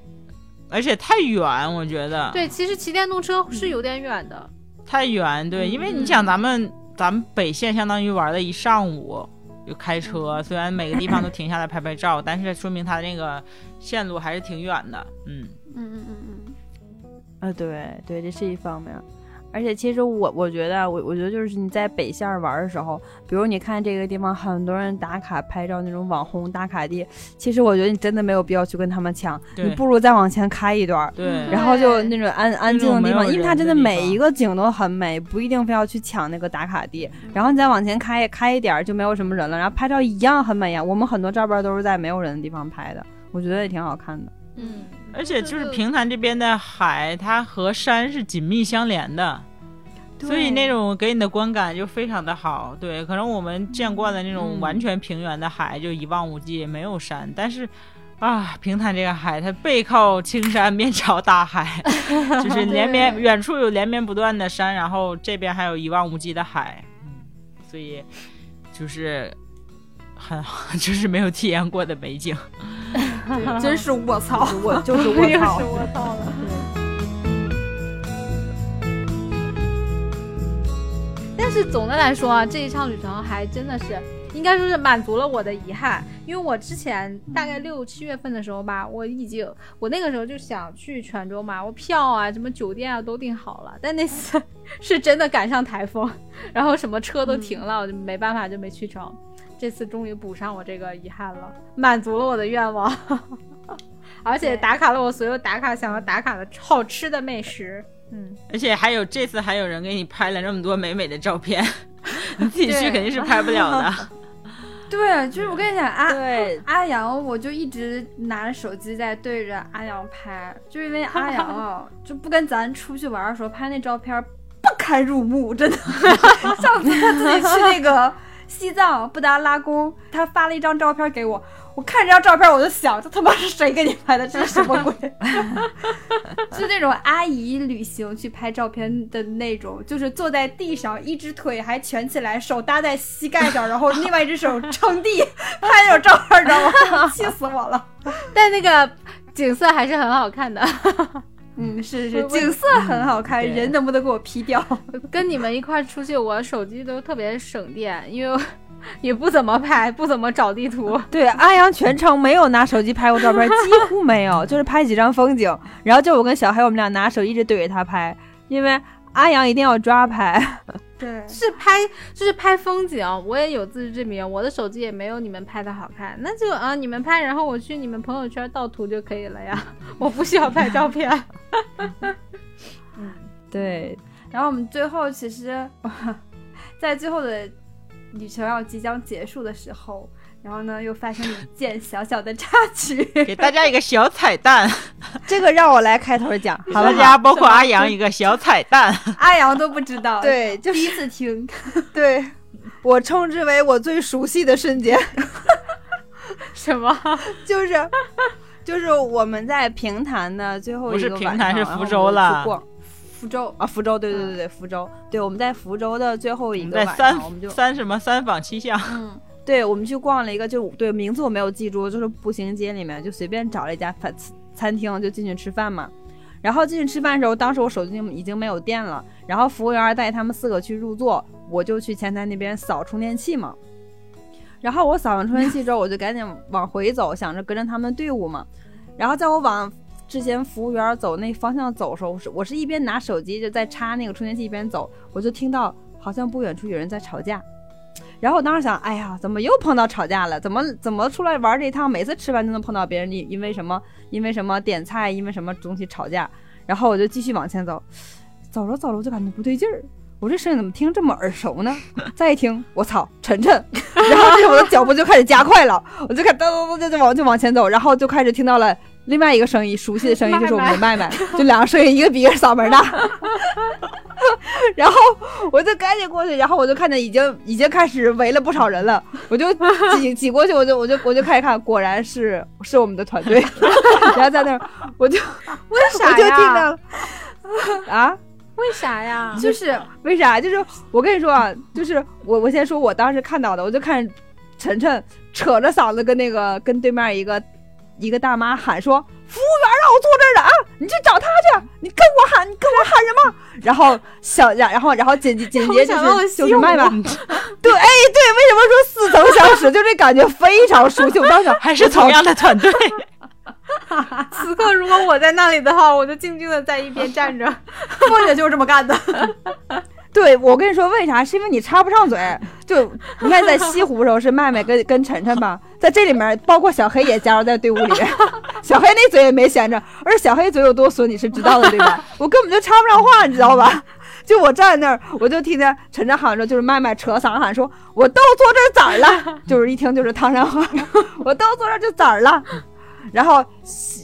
C: 而且太远，我觉得
A: 对，其实骑电动车是有点远的。
C: 太远，对，因为你想咱们咱们北线相当于玩了一上午，就开车，虽然每个地方都停下来拍拍照，但是说明它那个线路还是挺远的，嗯，
B: 嗯嗯嗯
D: 啊，对对，这是一方面。而且其实我我觉得啊，我我觉得就是你在北线儿玩儿的时候，比如你看这个地方很多人打卡拍照那种网红打卡地，其实我觉得你真的没有必要去跟他们抢，
C: 对
D: 你不如再往前开一段儿，
C: 对，
D: 嗯然后就
A: 对
D: 那种安安
C: 那
D: 静
C: 种
D: 的
C: 没
D: 地
C: 有
D: 方，因为它
C: 人
D: 真
C: 的地
D: 每
C: 方
D: 一个景都很美，不一定非要去抢那个打卡地。
A: 嗯
D: 然后你再往前开开一点儿就没有什么人了，然后拍照一样很美呀。我们很多照片都是在没有人的地方拍的，我觉得也挺好看的。
B: 嗯
C: 而且就是平潭这边的海，它和山是紧密相连的，所以那种给你的观感就非常的好。对，可能我们见惯了那种
D: 嗯
C: 完全平原的海，就一望无际，没有山，但是。啊，平潭这个海，它背靠青山，面朝大 海，就是连绵
B: 对
C: 远处有连绵不断的山，然后这边还有一望无际的海，嗯，所以就是很 就是没有体验过的美景。
B: 嗯
E: 真是卧槽！
D: 我就是
A: 又是
D: 我操，
A: 我操了。但是总的来说啊，这一趟旅程还真的是，应该说是满足了我的遗憾，因为我之前大概六七月份的时候吧，我已经我那个时候就想去泉州嘛，我票啊、什么酒店啊都订好了，但那次是真的赶上台风，然后什么车都停了，我就没办法就没去成。这次终于补上我这个遗憾了，满足了我的愿望， 而且
B: 对
A: 打卡了我所有打卡想要打卡的好吃的美食。嗯，
C: 而且还有这次还有人给你拍了那么多美美的照片， 你自己去
B: 对
C: 肯定是拍不了 的。
B: 对，就是我跟你讲啊，
D: 对，
B: 阿阳，我就一直拿着手机在对着阿阳拍，就因为阿阳啊，就不跟咱出去玩的时候拍那照片不堪入目，真的。上次他自己去那个西藏布达拉宫，他发了一张照片给我，我看这张照片我就想，这他妈是谁给你拍的？这是什么鬼？就那种阿姨旅行去拍照片的那种，就是坐在地上，一只腿还蜷起来，手搭在膝盖上，然后另外一只手撑地拍那种照片，你知道 吗？气死我了！
A: 但那个景色还是很好看 的。
B: 嗯，是
A: 我
B: 是，
A: 我
B: 景色很好看，
C: 对
B: 人能不能给我 P 掉？
A: 跟你们一块儿出去，我手机都特别省电，因为我 也不怎么拍，不怎么找地 图。
D: 对，阿阳全程没有拿手机拍过照片，几乎没有， 就是拍几张风景，然后就我跟小黑我们俩拿手一直对着他拍，因为阿阳一定要抓拍，
B: 对，
A: 是拍，就是拍风景，我也有自知之明，我的手机也没有你们拍的好看，那就啊、你们拍，然后我去你们朋友圈盗图就可以了呀， 我不需要拍照片。
D: 对，
B: 然后我们最后其实 在最后的旅程要即将结束的时候，然后呢又发生了一件小小的插曲。
C: 给大家一个小彩 蛋，
D: 这个让我来开头讲，
C: 给
D: 好吧
C: 大？家包括阿阳一个小彩蛋。
B: 阿阳都不知道，，
D: 对，就
B: 第
D: 是
B: 一次听，
D: 对。我称之为我最熟悉的瞬间，
A: 什么？
D: 就是，就是我们在平潭的最后
C: 不
D: 一
C: 是
D: 个
C: 平
D: 晚
C: 潭
D: 上
C: 是
D: 然
C: 福
D: 后我
C: 州
D: 们去
C: 了
D: 逛
B: 福州。
D: 啊，福州，对对对对，福州，对，我们在福州的最后
C: 我
D: 一
C: 们
D: 个
C: 在
D: 晚
C: 三
D: 上，我们就
C: 三什么三坊七巷，
B: 嗯，
D: 对，我们去逛了一个，就对名字我没有记住，就是步行街里面就随便找了一家饭餐厅就进去吃饭嘛。然后进去吃饭的时候，当时我手机已经没有电了，然后服务员带他们四个去入座，我就去前台那边扫充电器嘛。然后我扫完充电器之后，我就赶紧往回走，想着跟着他们队伍嘛。然后在我往之前服务员走那方向走的时候，我是我是一边拿手机就在插那个充电器一边走，我就听到好像不远处有人在吵架。然后我当时想，哎呀，怎么又碰到吵架了？怎么怎么出来玩这一趟，每次吃完都能碰到别人，因因为什么？因为什么点菜，因为什么东西吵架？然后我就继续往前走，走着走着我就感觉不对劲儿，我这声音怎么听这么耳熟呢？再一听，我操，晨 晨！然后这会儿我的脚步就开始加快了，我就开始噔噔噔就往就往前走，然后就开始听到了。另外一个声音，熟悉的声音就是我们的麦麦，就两个声音，一个比一个嗓门大。 然后 我就赶紧过去，然后我就看见已经已经开始围了不少人了，我就挤挤过去，我就我就我就开始看，果然是是我们的团队， 然后在那儿我就为
A: 啥呀
D: 我就听到了啊，
A: 为啥呀？
B: 就是
D: 为啥？就是我跟你说啊，就是我我先说我当时看到的，我就看晨晨扯着嗓子跟那个跟对面一个一个大妈喊说：“服务员让我坐这儿了啊，你去找他去，你跟我喊，你跟我喊什么？”然后小然然后然后紧紧紧接就
A: 我想问我
D: 是
A: 西
D: 就是
A: 红
D: 麦麦，对哎对，为什么说似曾相识？就这感觉非常熟悉，我当时
C: 还是同样的团 队，
A: 此刻如果我在那里的话，我就静静的在一边站 着。
B: 凤姐就是这么干的。
D: 对，我跟你说为啥？是因为你插不上嘴。就你看，在西湖的时候是麦麦跟跟晨晨吧，在这里面包括小黑也加入在队伍里 面，小黑那嘴也没闲着，而且小黑嘴有多损你是知道的，对吧？我根本就插不上话，你知道吧？就我站那儿，我就听见晨晨喊着，就是麦麦扯嗓喊说：“我都坐这儿咋儿了？” 就是一听就是唐山话， 我都坐这儿就咋儿了。然后，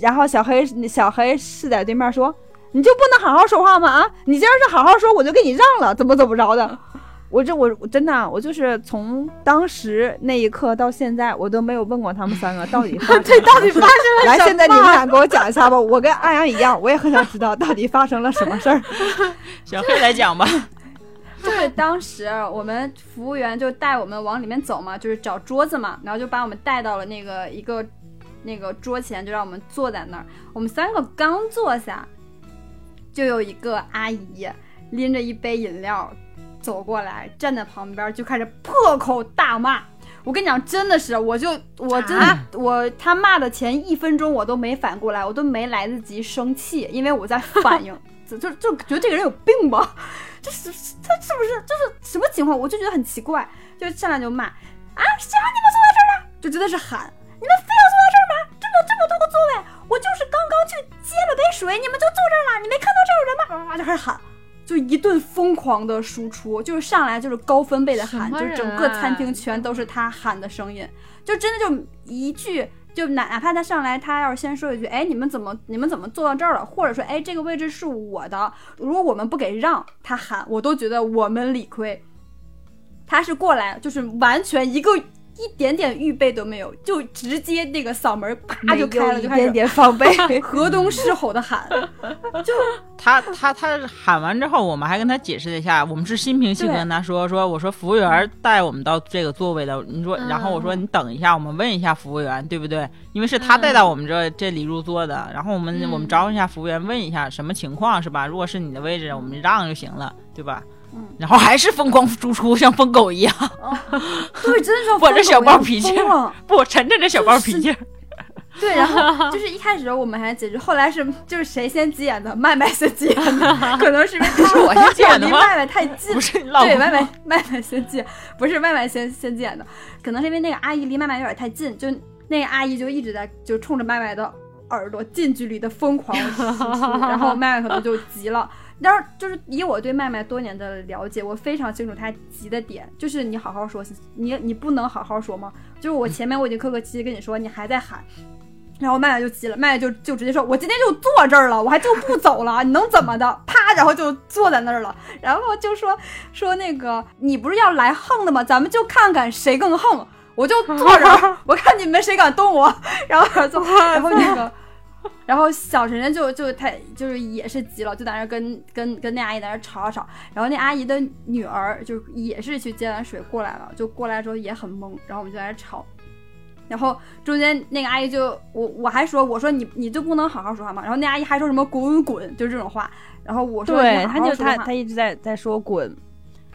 D: 然后小黑小黑是在对面说：“你就不能好好说话吗？啊，你今儿是好好说，我就给你让了，怎么怎么着的。 我这我我真的啊，我就是从当时那一刻到现在，我都没有问过他们三 个到底发生这到底发生了什么。来，现在你们俩给我讲一下吧。我跟阿 阳一样，我也很想知道到底发生了什么事儿。
C: 小黑来讲吧。
B: 就是当时我们服务员就带我们往里面走嘛，就是找桌子嘛，然后就把我们带到了那个一个那个桌前，就让我们坐在那儿。我们三个刚坐下，就有一个阿姨拎着一杯饮料走过来，站在旁边就开始破口大骂。我跟你讲，真的是，我就我真的、我他骂的前一分钟我都没反过来，我都没来得及生气，因为我在反应，就就就觉得这个人有病吧，就是他是不是就是什么情况，我就觉得很奇怪，就上来就骂啊，谁让你们坐在这儿的？就真的是喊，你们非要坐在这儿吗？这么这么多个座位，我就是刚刚去接了杯水，你们就坐这儿了，你没看到这儿有人吗？啊哇哇就开始喊。就一顿疯狂的输出，就是上来就是高分贝的喊，
A: 什么
B: 就
A: 人啊
B: 整个餐厅全都是他喊的声音，就真的就一句，就哪哪怕他上来，他要是先说一句，哎，你们怎么你们怎么坐到这儿了，或者说，哎，这个位置是我的，如果我们不给让他喊，我都觉得我们理亏。他是过来，就是完全一个一点点预备都没有，就直接那个嗓门啪
D: 哎
B: 就开了，就开
D: 点
B: 始
D: 点防 备。
B: 河东狮吼 的喊，
C: 他他他喊完之后，我们还跟他解释了一下，我们是心平气和
B: 对
C: 跟他说说，我说服务员带我们到这个座位的，你说，然后我说你等一下，我们问一下服务员，对不对？因为是他带到我们这这里入座的，然后我们
A: 嗯
C: 我们招呼一下服务员，问一下什么情况是吧？如果是你的位置，我们让就行了，对吧
B: 嗯？
C: 然后还是疯狂输出，像疯狗一样。
B: 对，真是
C: 我这小暴脾气
B: 疯了。
C: 不，晨晨这小暴脾气，
B: 对，然后就是一开始我们还解决，后来是就是谁先急眼的，麦麦先急眼 的，可能是因为
C: 是我先急眼的
B: 离
C: 吗
B: 麦麦太近
C: 不，是老
B: 对，
C: 公
B: 麦麦麦麦先进，不是麦麦先先进的，可能是因为那个阿姨离麦麦有点太近，就那个阿姨就一直在就冲着麦麦的耳朵近距离的疯狂输出，然后麦麦可能就急了。但是就是以我对麦麦多年的了解，我非常清楚她急的点，就是你好好说，你你不能好好说吗？就是我前面我已经客客气气跟你说，你还在喊。然后麦麦就急了，麦麦就就直接说：“我今天就坐这儿了，我还就不走了，你能怎么的？”啪，然后就坐在那儿了，然后就说说那个你不是要来横的吗？咱们就看看谁更横。我就坐着，我看你们谁敢动我。然后 坐，然后那个，然后小晨晨就就他就是也是急了，就在那儿跟跟跟那阿姨在那儿吵啊吵。然后那阿姨的女儿就也是去接完水过来了，就过来之后也很懵，然后我们就在那儿吵。然后中间那个阿姨就我我还说我说你你就不能好好说话吗？然后那阿姨还说什么滚滚，就是这种话。然后我说
D: 对
B: 你，好
D: 他
B: 好
D: 就
B: 说
D: 他
B: 话
D: 他一直在在说滚，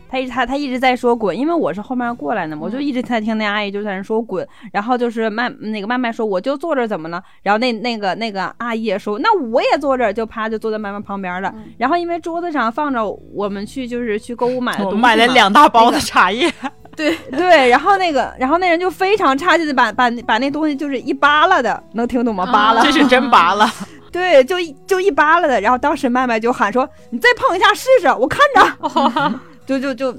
D: 他一直他他一直在说滚，因为我是后面过来的嘛，我就
B: 嗯
D: 一直在听那阿姨就在那说滚，然后就是麦那个麦麦说我就坐这儿怎么了，然后那那个那个阿姨也说那我也坐这儿，就啪就坐在麦麦旁边了，
B: 嗯
D: 然后因为桌子上放着我们去就是去购物买的
C: 我
D: 东西
C: 买了
D: 嘛
C: 两大包的茶叶，
D: 对，然后那个然后那人就非常差劲的把把那把那东西就是一扒拉的，能听懂吗？
B: 啊
D: 扒拉
C: 这是真拔了。
D: 对，就一就一扒拉的，然后当时麦麦就喊说：“你再碰一下试试，我看着。 就就就，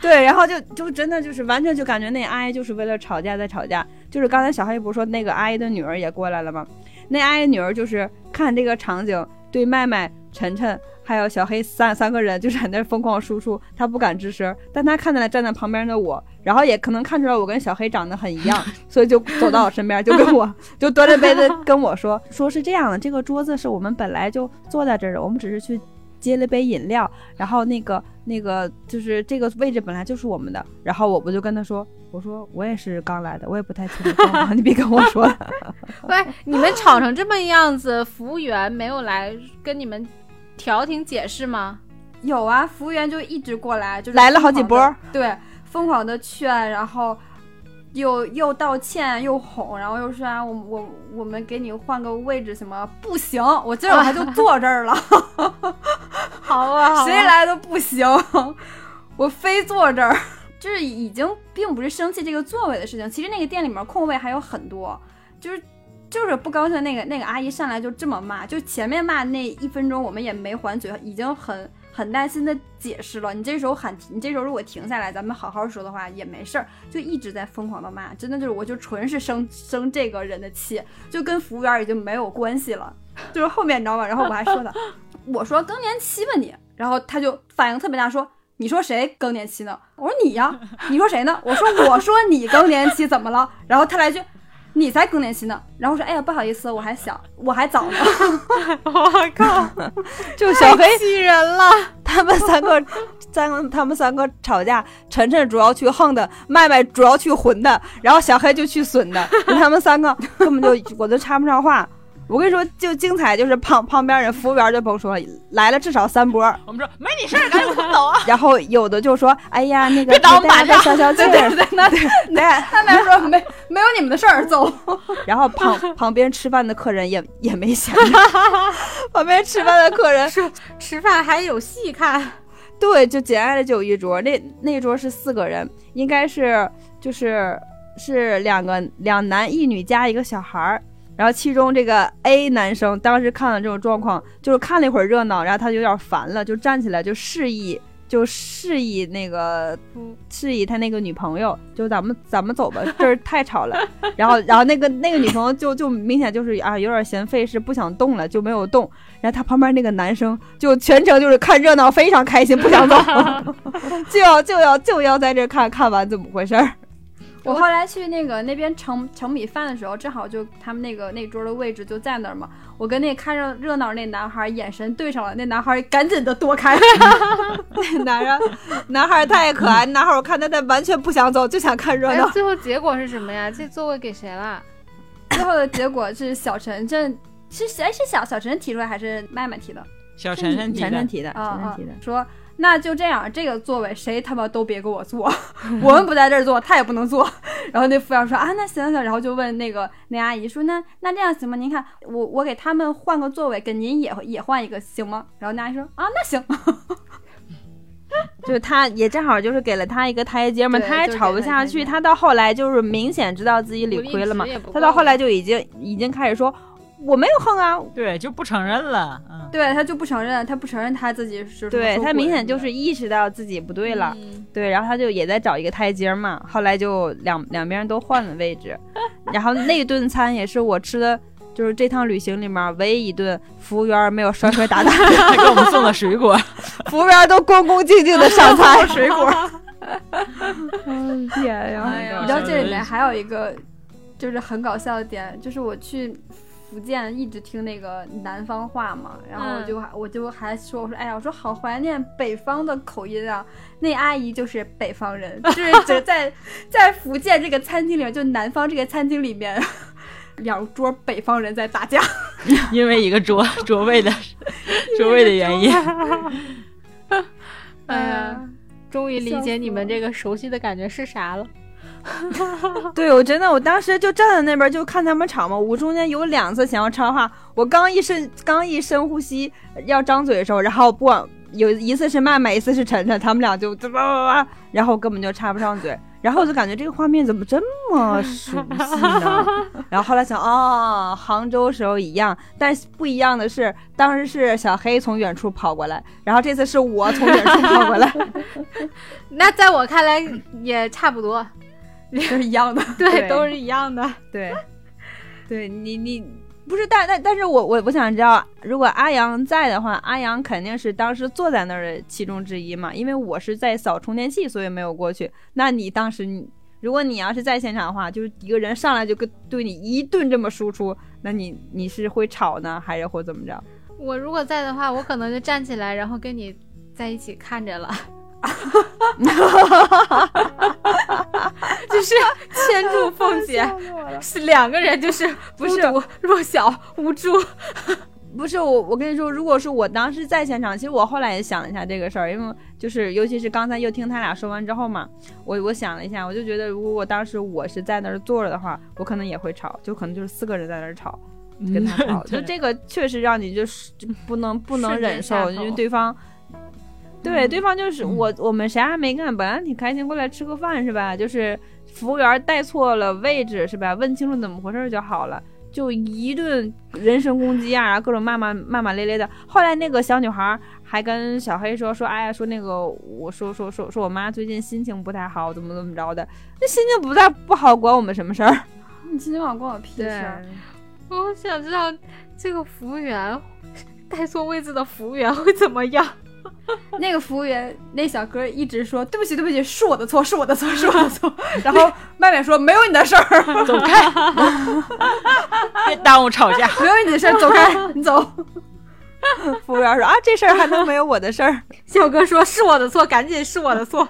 D: 对，然后就就真的就是完全就感觉那阿姨就是为了吵架在吵架。就是刚才小黑不是说那个阿姨的女儿也过来了吗？那阿姨女儿就是看这个场景，对麦麦、晨晨还有小黑三三个人就在那疯狂输出，她不敢吱声，但她看见了站在旁边的我，然后也可能看出来我跟小黑长得很一样，所以就走到我身边，就跟我 就端着杯子跟我说， 说是这样的，这个桌子是我们本来就坐在这儿的，我们只是去接了杯饮料，然后那个那个就是这个位置本来就是我们的，然后我我就跟他说，我说我也是刚来的，我也不太清楚状况，你别跟我说了。
A: 不是你们吵成这么样子，服务员没有来跟你们调停解释吗？
B: 有啊，服务员就一直过来，就是
D: 来了好几波
B: 疯狂地，对，疯狂的劝，然后又又道歉，又哄，然后又说啊，我我我们给你换个位置，什么不行，我今儿晚上
D: 啊
B: 就坐这儿了，
A: 好啊，
B: 谁 来都不行， 我非坐这儿。 就是已经并不是生气这个座位的事情，其实那个店里面空位还有很多，就是就是不高兴那个那个阿姨上来就这么骂，就前面骂那一分钟我们也没还嘴，已经很很耐心的解释了。你这时候喊停，你这时候如果停下来，咱们好好说的话也没事儿，就一直在疯狂的骂，真的就是我就纯是生生这个人的气，就跟服务员已经没有关系了。 就是后面你知道吗？然后我还说的，我说更年期吧你，然后他就反应特别大说。你说谁更年期呢？我说你呀， 你说谁呢？我说我说你更年期怎么了？然后他来一句，你才更年期呢。然后说，哎呀，不好意思，我还 小，我还早呢。
A: 我靠，
D: 就小黑
A: 气人了！
D: 他 他们三个，三个他们三个吵架，晨晨主要去横的，麦麦主要去混的，然后小黑就去损的，就他们三个根本就我都插不上话。我跟你说，就精彩就是旁旁边人服务员就甭说了，来了至少三波，
C: 我们说没你事儿，赶紧滚走啊！
D: 然后有的就说：“哎呀，那个
C: 别挡我
D: 给大家
C: 马上
D: 再消消气儿。”对对对，
F: 他们说没没有你们的事儿，走。
D: 然后旁旁边吃饭的客人也也没闲着，旁边吃饭的客人
A: 吃饭还有戏看，
D: 对，就简爱的就有一桌，那那桌是四个人，应该是就是是两个两男一女加一个小孩儿。然后其中这个 A 男生当时看了这种状况，就是看了一会儿热闹，然后他就有点烦了，就站起来就示意，就示意那个示意他那个女朋友，就咱们咱们走吧，这儿太吵了。 然后然后那个那个女朋友就就明显就是啊有点嫌费事，不想动了就没有动。然后他旁边那个男生就全程就是看热闹，非常开心，不想走， 就要就要就要在这儿看看完怎么回事儿。
B: 我后来去那个那边盛盛米饭的时候，正好就他们那个那桌的位置就在那儿嘛。我跟那看热热闹那男孩眼神对上了，那男孩赶紧的躲开。
D: 男人男孩太可爱，男孩我看他他完全不想走，就想看热
A: 嗯哎
D: 闹，。
A: 最后结果是什么呀？这座位给谁了？
B: 最后的结果是小晨晨是谁是小小晨提出来还是麦麦提的？
C: 小晨晨提
D: 晨
C: 的
D: 晨，提的，
A: 哦
B: 啊
D: 晨晨
B: 啊
D: 提的。，
B: 说那就这样，这个座位谁他妈都别给我坐， 我们不在这儿坐，他也不能坐。 然后那服务员说啊，那行行，然后就问那个那阿姨说那那这样行吗？您看我我给他们换个座位，给您也也换一个行吗？然后那阿姨说啊，那行。
D: 就是他也正好就是给了他一个台阶嘛，
A: 对
D: 他也
A: 就是
D: 吵不
A: 给他
D: 下
A: 台阶
D: 去，他到后来就是明显知道自己理亏了嘛，他到后来就已经已经开始说我没有横啊，
C: 对，就不承认了。嗯，
B: 对他就不承认，他不承认他自己是
D: 对他明显就是意识到自己不对了，
A: 嗯
D: 对，然后他就也在找一个台阶嘛，后来就两两边都换了位置，然后那顿餐也是我吃的，就是这趟旅行里面唯一一顿服务员没有摔摔打打，
C: 还给我们送了水果，
D: 服务员都恭恭敬敬的 上菜，
F: 水果，
D: 天呀！
B: 哎呀，你知道这里面还有一个就是很搞笑的点，就是我去福建一直听那个南方话嘛，然后我
A: 嗯
B: 就还、我就还说我说哎呀，我说好怀念北方的口音啊。那阿姨就是北方人，就是只 在在福建这个餐厅里面，就南方这个餐厅里面。两桌北方人在打架，
C: 因为一个桌桌位的桌位的原因，
A: 哎呀，终于理
B: 笑死
A: 解你们
B: 我
A: 这个熟悉的感觉是啥了。
D: 对我真的，我当时就站在那边就看他们吵嘛。我中间有两次想要插话，我刚一深刚一深呼吸要张嘴的时候，然后不管有一次是麦麦，一次是晨晨，他们俩就叭叭叭叭，然后我根本就插不上嘴。然后我就感觉这个画面怎么这么熟悉呢？ 然后后来想，哦，杭州时候一样，但是不一样的是，当时是小黑从远处跑过来，然后这次是我从远处跑过来，
A: 那在我看来也差不多，
B: 就是一样的。
A: 对，
D: 对
A: 都是一样的。
D: 对，对你你不是，但但但是我我我想知道，如果阿阳在的话，阿阳肯定是当时坐在那儿的其中之一嘛，因为我是在扫充电器，所以没有过去。那你当时你。如果你要是在现场的话，就是一个人上来就跟对你一顿这么输出，那你你是会吵呢，还是会怎 么着？
A: 我如果在的话，我可能就站起来，然后跟你在一起看着了， 就是牵住凤姐，是两个人， 就是不是弱小无助。
D: 不是我，我跟你说，如果是我当时在现场，其实我后来也想了一下这个事儿，因为就是尤其是刚才又听他俩说完之后嘛，我我想了一下，我就觉得如果我当时我是在那儿坐着的话，我可能也会吵，就可能就是四个人在那儿 吵，跟
C: 嗯
D: 他吵，就
C: 对
D: 嗯这个确实让你就是就不能不能
A: 瞬间
D: 忍
A: 下
D: 受，
A: 头
D: 因为对方。对，对方就是
C: 嗯
D: 我，我们啥也没干，本来挺开心，过来吃个饭是吧？就是服务员带错了位置是吧？问清楚怎么回事儿就好了。就一顿人身攻击啊，然后各种骂骂骂骂咧咧的。后来那个小女孩还跟小黑说说，哎呀，说那个我说说说说我妈最近心情不太好，怎么怎么着的。那心情不太不好，管我们什么事儿？
B: 你今天晚上关我屁 事啊儿！
A: 我想知道这个服务员带错位置的服务员会怎么样？
B: 那个服务员，那小哥一直说对不起，对不起，是我的错，是我的错，是我的错。然后麦麦说没有你的事儿，
C: 走 开，别耽误吵架。
B: 没有你的事儿，走开，你走。
D: 服务员说啊，这事儿还能没有我的事儿？
A: 小哥说：“是我的错，赶紧是我的错。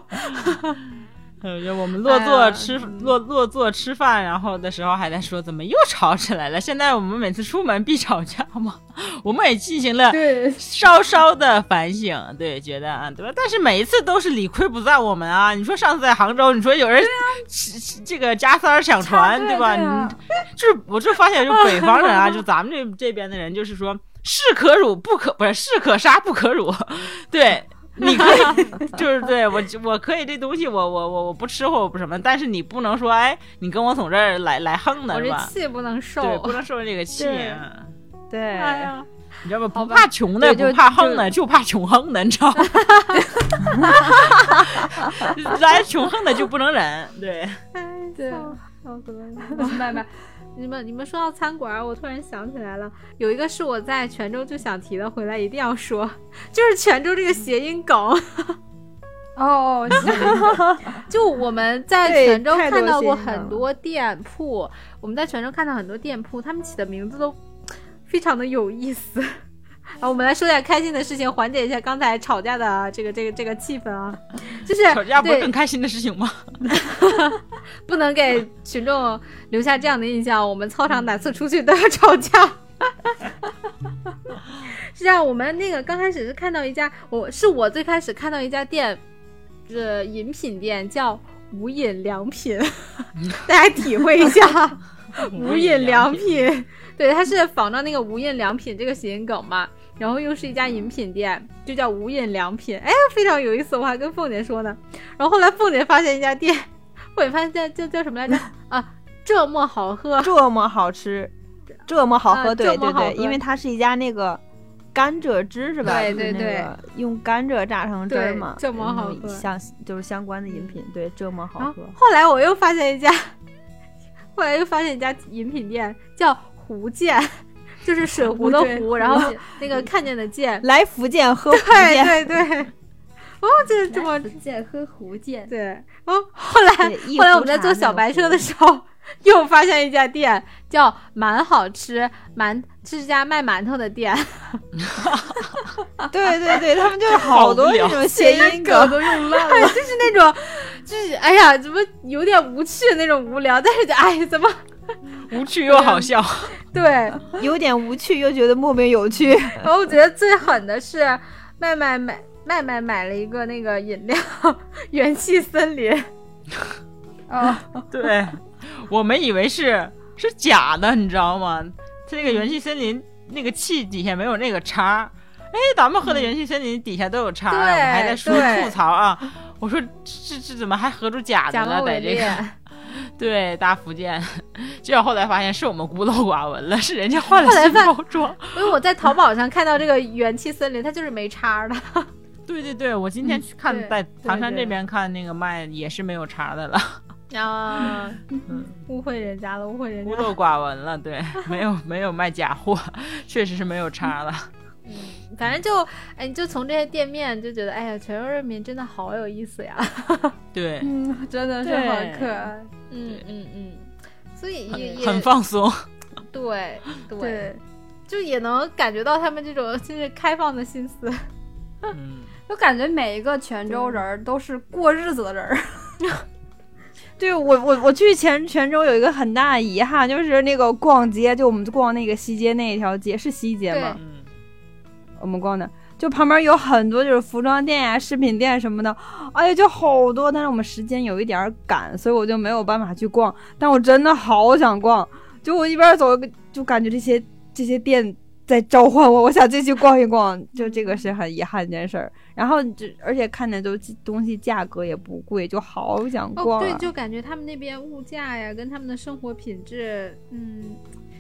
C: 呃就我们落
A: 哎
C: 座
A: 呀
C: 吃落落座吃饭，然后的时候还在说怎么又吵起来了。现在我们每次出门必吵架嘛，我们也进行了
G: 对，
C: 稍稍的反省，对，觉得啊，对吧？但是每一次都是理亏不在我们啊。你说上次在杭州，你说有人、是是这个加塞儿抢船，
B: 对
C: 对吧？嗯
B: 对啊
C: 你这我就发现，就北方人啊，就咱们这这边的人，就是说士可辱不可不是士可杀不可辱，对。你可以， 就是对我，我可以这东西我，我我我不吃或我不什么，但是你不能说，哎，你跟我从这儿来来横”的
A: 我
C: 是
A: 这
C: 吧？
A: 气不能受。
C: 对，不能受这个气。
A: 对
C: 嗯
D: 对，
A: 哎呀，
C: 你知道吗？不怕穷的，
H: 对就
C: 不怕横的，就怕穷横的，你知道吗？ 来穷横的就不能忍，对，
B: 对，
A: 哎笑死了。
B: 麦麦，
A: 你们你们说到餐馆儿，我突然想起来了，有一个是我在泉州就想提的，回来一定要说，就是泉州这个谐音梗。
B: 哦，
A: 就我们在
D: 对
A: 泉州
D: 太多
A: 看到过
D: 谐音梗了
A: 很多店铺，我们在泉州看到很多店铺，他们起的名字都非常的有意思。 啊，我们来说点开心的事情，缓解一下刚才吵架的啊这个这个这个气氛啊，就是
C: 吵架不是
A: 对
C: 更开心的事情吗？
A: 不能给群众留下这样的印象，我们操场哪次出去都要吵架。 是这样，我们那个刚开始是看到一家，我是我最开始看到一家店，这饮品店叫无饮良品， 大家体会一下。 无印 良品，嗯 对，它是仿照那个无印良品这个谐音梗嘛，然后又是一家饮品店，就叫无印良品，哎，非常有意思，我还跟凤姐说呢，然后后来凤姐发现一家店， 凤姐发现叫叫叫什么来着啊，这么好喝，
D: 这么好吃，这么好喝，
A: 啊
D: 对
A: 这么
D: 对
A: 好喝
D: 对，因为它是一家那个甘蔗汁是吧？
A: 对
D: 就
A: 对
D: 是
A: 对
D: 那个用甘蔗榨成汁儿嘛，
A: 对这么好喝嗯啊
D: 然后相就是相关的饮品，对，这么好
A: 然后
D: 喝，
A: 后来我又发现一家， 后来又发现一家饮品店叫胡建， 就是水壶的
B: 对
A: 壶，然后那个看见的见，
D: 来福建喝福
A: 对
D: 建，
A: 对对，哦，这这么
B: 福建喝福建，
A: 对，哦，后来
D: 对一
A: 后来
D: 壶
A: 我们在
D: 茶
A: 做
D: 那
A: 小
D: 个
A: 白车
D: 壶
A: 的时候，又发现一家店叫“蛮好吃馒”，是一家卖馒头的店，
D: 对对对，他们就是
C: 好
D: 好
C: 无
D: 多
C: 聊
D: 这种谐 音梗，
B: 都用烂
A: 哎，就是那种，就是哎呀，怎么有点无趣那种无聊，但是就哎，怎么
C: 无趣又好笑，
A: 对？然
D: 有点无趣又觉得莫名有趣。
A: 后我觉得最狠的是麦麦买麦麦买了一个那个饮料，元气森林，
B: 哦，
C: 对，我们以为是是假的，你知道吗？它那个元气森林那个气底下没有那个叉儿，哎，咱们喝的元气森林底下都有叉儿
A: 嗯
C: 啊，我
A: 对
C: 们还在说
A: 对
C: 吐槽啊，我说这这怎么还合出假的
A: 假冒
C: 了？
A: 伪
C: 在这
A: 劣
C: 个。 对，大福建， 结果后来发现是我们孤陋寡闻了，是人家换了
A: 来
C: 新
A: 发
C: 包装。
A: 因为我在淘宝上看到这个元气森林，它就是没叉儿的。
C: 对对对，我今天去看、
A: 嗯对
C: 在唐山
A: 对
C: 这边看那个卖也是没有茬的了，
A: 啊， 误会人家了，误会人家
C: 孤
A: 了。
C: 陋寡闻了，对，没有没有卖假货，确实是没有茬了。
A: 反正就，哎，你就从这些店面就觉得，哎呀，泉州人民真的好有意思呀。
C: 对，
B: 嗯，真的是
C: 对
B: 好可爱，
A: 嗯嗯嗯，所以也
C: 很
A: 也
C: 很放松，
A: 对对
B: 对，
A: 就也能感觉到他们这种就是开放的心思。
C: 嗯，
B: 就感觉每一个泉州人儿都是过日子的人儿，
D: 对我我我去泉泉州有一个很大的遗憾，就是那个逛街，就我们逛那个西街那一条街是西街吗？
C: 嗯
D: 我们逛的就旁边有很多就是服装店呀、饰品店什么的，哎呀就好多，但是我们时间有一点儿赶，所以我就没有办法去逛。但我真的好想逛，就我一边走就感觉这些这些店在召唤我，我想进去逛一逛，就这个是很遗憾一件事儿。然后这而且看着都东西价格也不贵，就好想
A: 哦，
D: 逛、啊
A: 对，就感觉他们那边物价呀，跟他们的生活品质，嗯，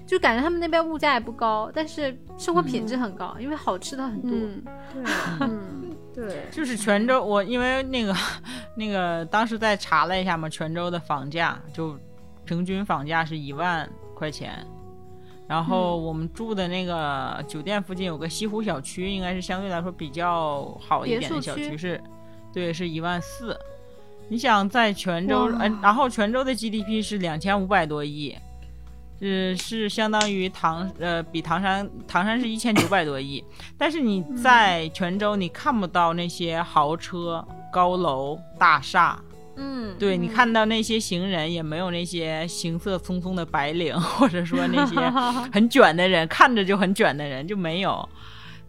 A: 就感觉他们那边物价也不高，但是生活品
C: 嗯
A: 质很高，因为好吃的很多。
B: 嗯，嗯，
A: 对，
C: 就是泉州，我因为那个那个当时在查了一下嘛，泉州的房价就平均房价是一万块钱。然
A: 嗯
C: 后我们住的那个酒店附近有个西湖小区，应该是相对来说比较好一点的小
A: 别墅
C: 区，
A: 区
C: 是，对，是一万四。
A: 哦
C: 呃你想在泉州，嗯、然后泉州的 GDP 是两千五百多亿，呃，是相当于唐呃，比唐山唐山是一千九百多亿，但是你
A: 嗯
C: 在泉州你看不到那些豪车、高楼大厦，
B: 嗯，
C: 对你看到那些行人，也没有那些行色匆匆的白领，或者说那些
A: 嗯
C: 很卷的人，看着就很卷的人就没有，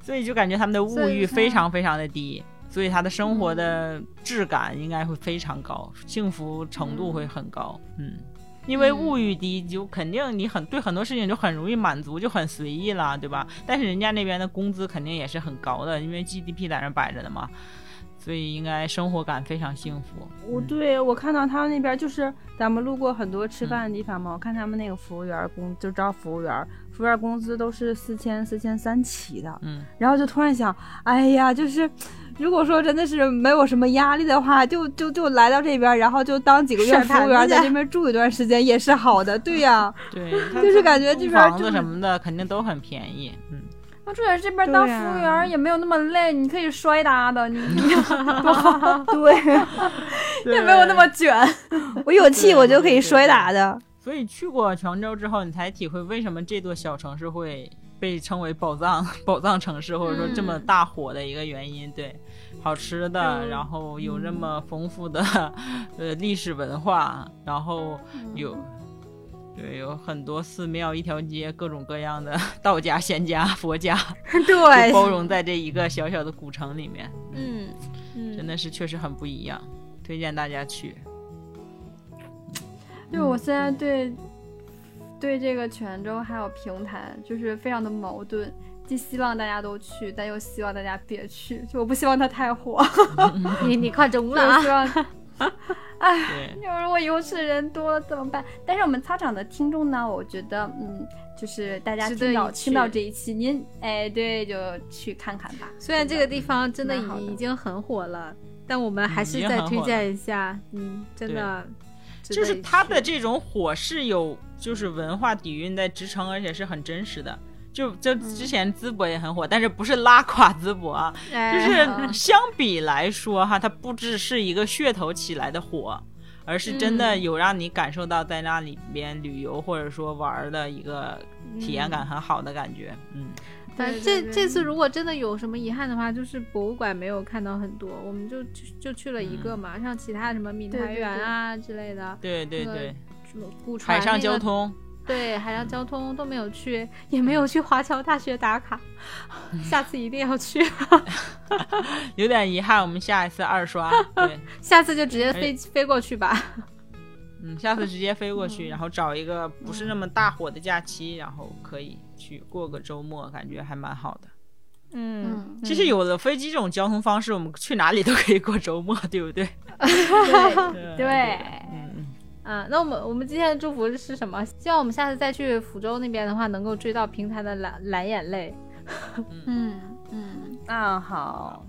C: 所以就感觉他们的物
B: 所以
C: 欲
B: 他
C: 非常非常的低，所以他的生活的质感应该会非常高，幸福程度会很高，嗯。因为物欲低，就肯定你很对很多事情就很容易满足，就很随意了，对吧？但是人家那边的工资肯定也是很高的，因为 GDP 在那摆着的嘛，所以应该生活感非常幸福。
D: 我
C: 嗯
D: 对我看到他们那边就是咱们路过很多吃饭的地方嘛，我看他们那个服务员工就招服务员，服务员工资都是四千四千三起的，
C: 嗯，
D: 然后就突然想，哎呀，就是如果说真的是没有什么压力的话，就就就来到这边，然后就当几个月
A: 甩
D: 服
A: 盘
D: 务
A: 子
D: 员，在
A: 去
D: 这边住一段时间也是好的，对呀、
C: 对，
D: 就是感觉这边
C: 房
D: 就
C: 子
D: 是
C: 什么的肯定都很便宜，嗯，
B: 那重点是这边当
D: 对呀
B: 服务员儿也没有那么累，你可以摔搭的，你
C: 也
B: 也没有那么卷。
I: 我有气
C: 对
I: 我就可以
C: 对
I: 摔
C: 对
I: 打的。
C: 所以去过泉州之后，你才体会为什么这座小城市会被称为宝藏宝藏城市，或者说这么
D: 嗯
C: 大火的一个原因。对，好吃的，然后有这么
D: 嗯
C: 丰富的呃历史文化，然后
D: 嗯
C: 有。对，有很多寺庙，一条街，各种各样的 道家、仙家、佛 家，
A: 对
C: 就包容在这一个小小的古城里面。
B: 嗯
C: 真
B: 嗯，
C: 的是确实很不一样，推荐大家去。
B: 就
A: 嗯
B: 我现在对对这个泉州还有平潭，就是非常的矛盾，既希望大家都去，但又希望大家别去，就我不希望它太火，
A: 啊你你快中了
B: 就
A: 啊
B: 希！望
C: 对，
B: 就是我以后去的人多了怎么办？但是我们操场的听众呢，我觉得嗯，就是大家
A: 值得
B: 听到
A: 一去
B: 听到这一期，您哎对，就去看看吧。
A: 虽然这个地方真的
B: 嗯蛮好的
A: 已已经很火了，但我们还
C: 嗯已
A: 是
C: 经
A: 再
C: 很
A: 推
C: 火
A: 荐一下，嗯，真的值得
C: 就
A: 一去，
C: 是它的这种火是有就是文化底蕴在支撑，而且是很真实的。就就之前淄博也很火，但是不是拉垮淄博啊，就
A: 哎，
C: 是相比来说哈，它不只是一个噱头起来的火，而是真的有让你感受到在那里边旅游或者说玩儿的一个体验感很好的感觉。嗯，
A: 反正这
B: 对对对
A: 这次如果真的有什么遗憾的话，就是博物馆没有看到很多，我们就去就去了一个嘛，像其他什么闵
B: 对
A: 台
B: 对
A: 园
B: 对
A: 啊之类的，
C: 对对对，
A: 什么古船
C: 嗯海上
A: 那
C: 交
A: 个
C: 通，
A: 对，海上交通都没有去，也没有去华侨大学打 卡，下次一定要去，
C: 有点遗憾，我们下一次二 刷。对。
A: 下次就直接
C: 哎
A: 飞、飞过去吧。
C: 嗯，下次直接飞过
D: 嗯
C: 去，然后找一个不是那么大火的假期，然后可以去过个周末，感觉还蛮好的。
A: 嗯，
B: 嗯，
C: 其实有了飞机这种交通方式，我们去哪里都可以过周末，对不 对？对
B: 对对，
C: 嗯，
A: 啊，那我们我们今天的祝福是什么？希望我们下次再去福州那边的话，能够追到平台的蓝蓝眼泪。
B: 嗯嗯，
D: 那好。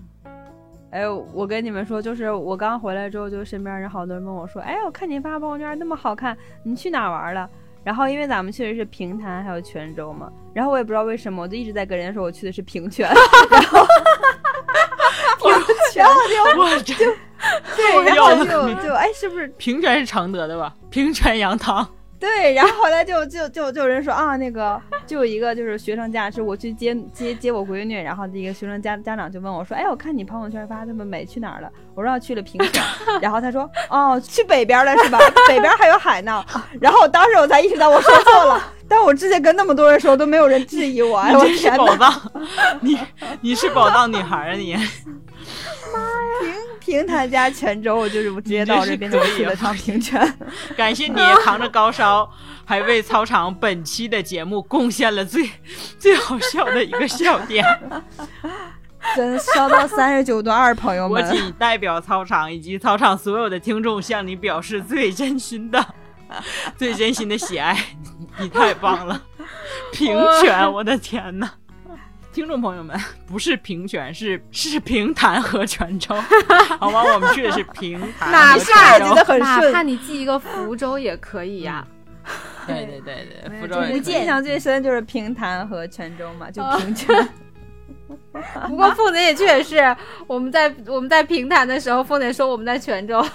D: 哎，我跟你们说，就是我刚回来之后，就身边人好多人问我说：“哎，我看你发朋友圈那么好看，你去哪玩了？”然后因为咱们去的是平潭还有泉州嘛，然后我也不知道为什么，我就一直在跟人家说我去的是平泉，
C: 我这
D: 对，然
C: 要
D: 后
C: 了
D: 就就哎，是不是
C: 平泉是承德的吧？平泉羊汤，
D: 对？然后后来就就就就有人说啊，那个就有一个就是学生家，是我去接接接我闺女，然后一个学生家家长就问我说，哎，我看你朋友圈发这么美，去哪儿了？我说啊去了平泉，然后他说哦，去北边了是吧？北边还有海呢。然后当时我才意识到我说错了，但我之前跟那么多人说都没有人质疑我， 哎，
C: 你
D: 我
C: 真是
D: 天
C: 宝
D: 哪，
C: 藏， 你你是宝藏女孩啊你！
D: 平潭加泉州，我就是我直接到这边就
C: 啊
D: 去了趟平泉。
C: 感 谢你扛着高烧，还为操场本期的节目贡献了最最好笑的一个笑点。
D: 真烧到三十九度二，朋友
C: 我
D: 们。
C: 仅代表操场以及操场所有的听众向你表示最真心 的、最真心的喜爱。 你太棒 了，平泉！我的天呐！ 听众朋友们，不是平泉，是是平潭和泉 州，好吗？我们去的是平潭
A: 哪
C: 和
A: 怕
C: 泉
D: 觉
C: 州嗯
D: 得。很
A: 哪
D: 顺
A: 怕。你记一个福州也可以呀、
C: 对对对对，福州
D: 就是
C: 也可以
D: 印象最深就是平潭和泉州嘛，就平泉。
A: 不过凤姐也确实，我们在我们在平潭的时候，凤姐说我们在泉州，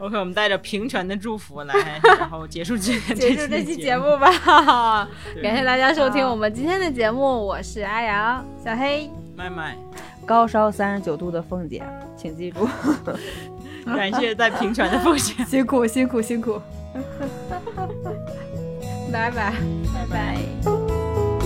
C: OK，我们带着平权的祝福 来，然后结束这
A: 结束这期节
C: 目。
A: 目吧。
C: 对
A: 感谢大家收听我们今天的节目，我是阿阳，小黑，
C: 麦麦，
D: 高烧三十九度的凤姐，请记住。
C: 感谢在平权的奉献。
J: 辛苦辛苦辛苦。
A: 拜拜。
B: 拜拜。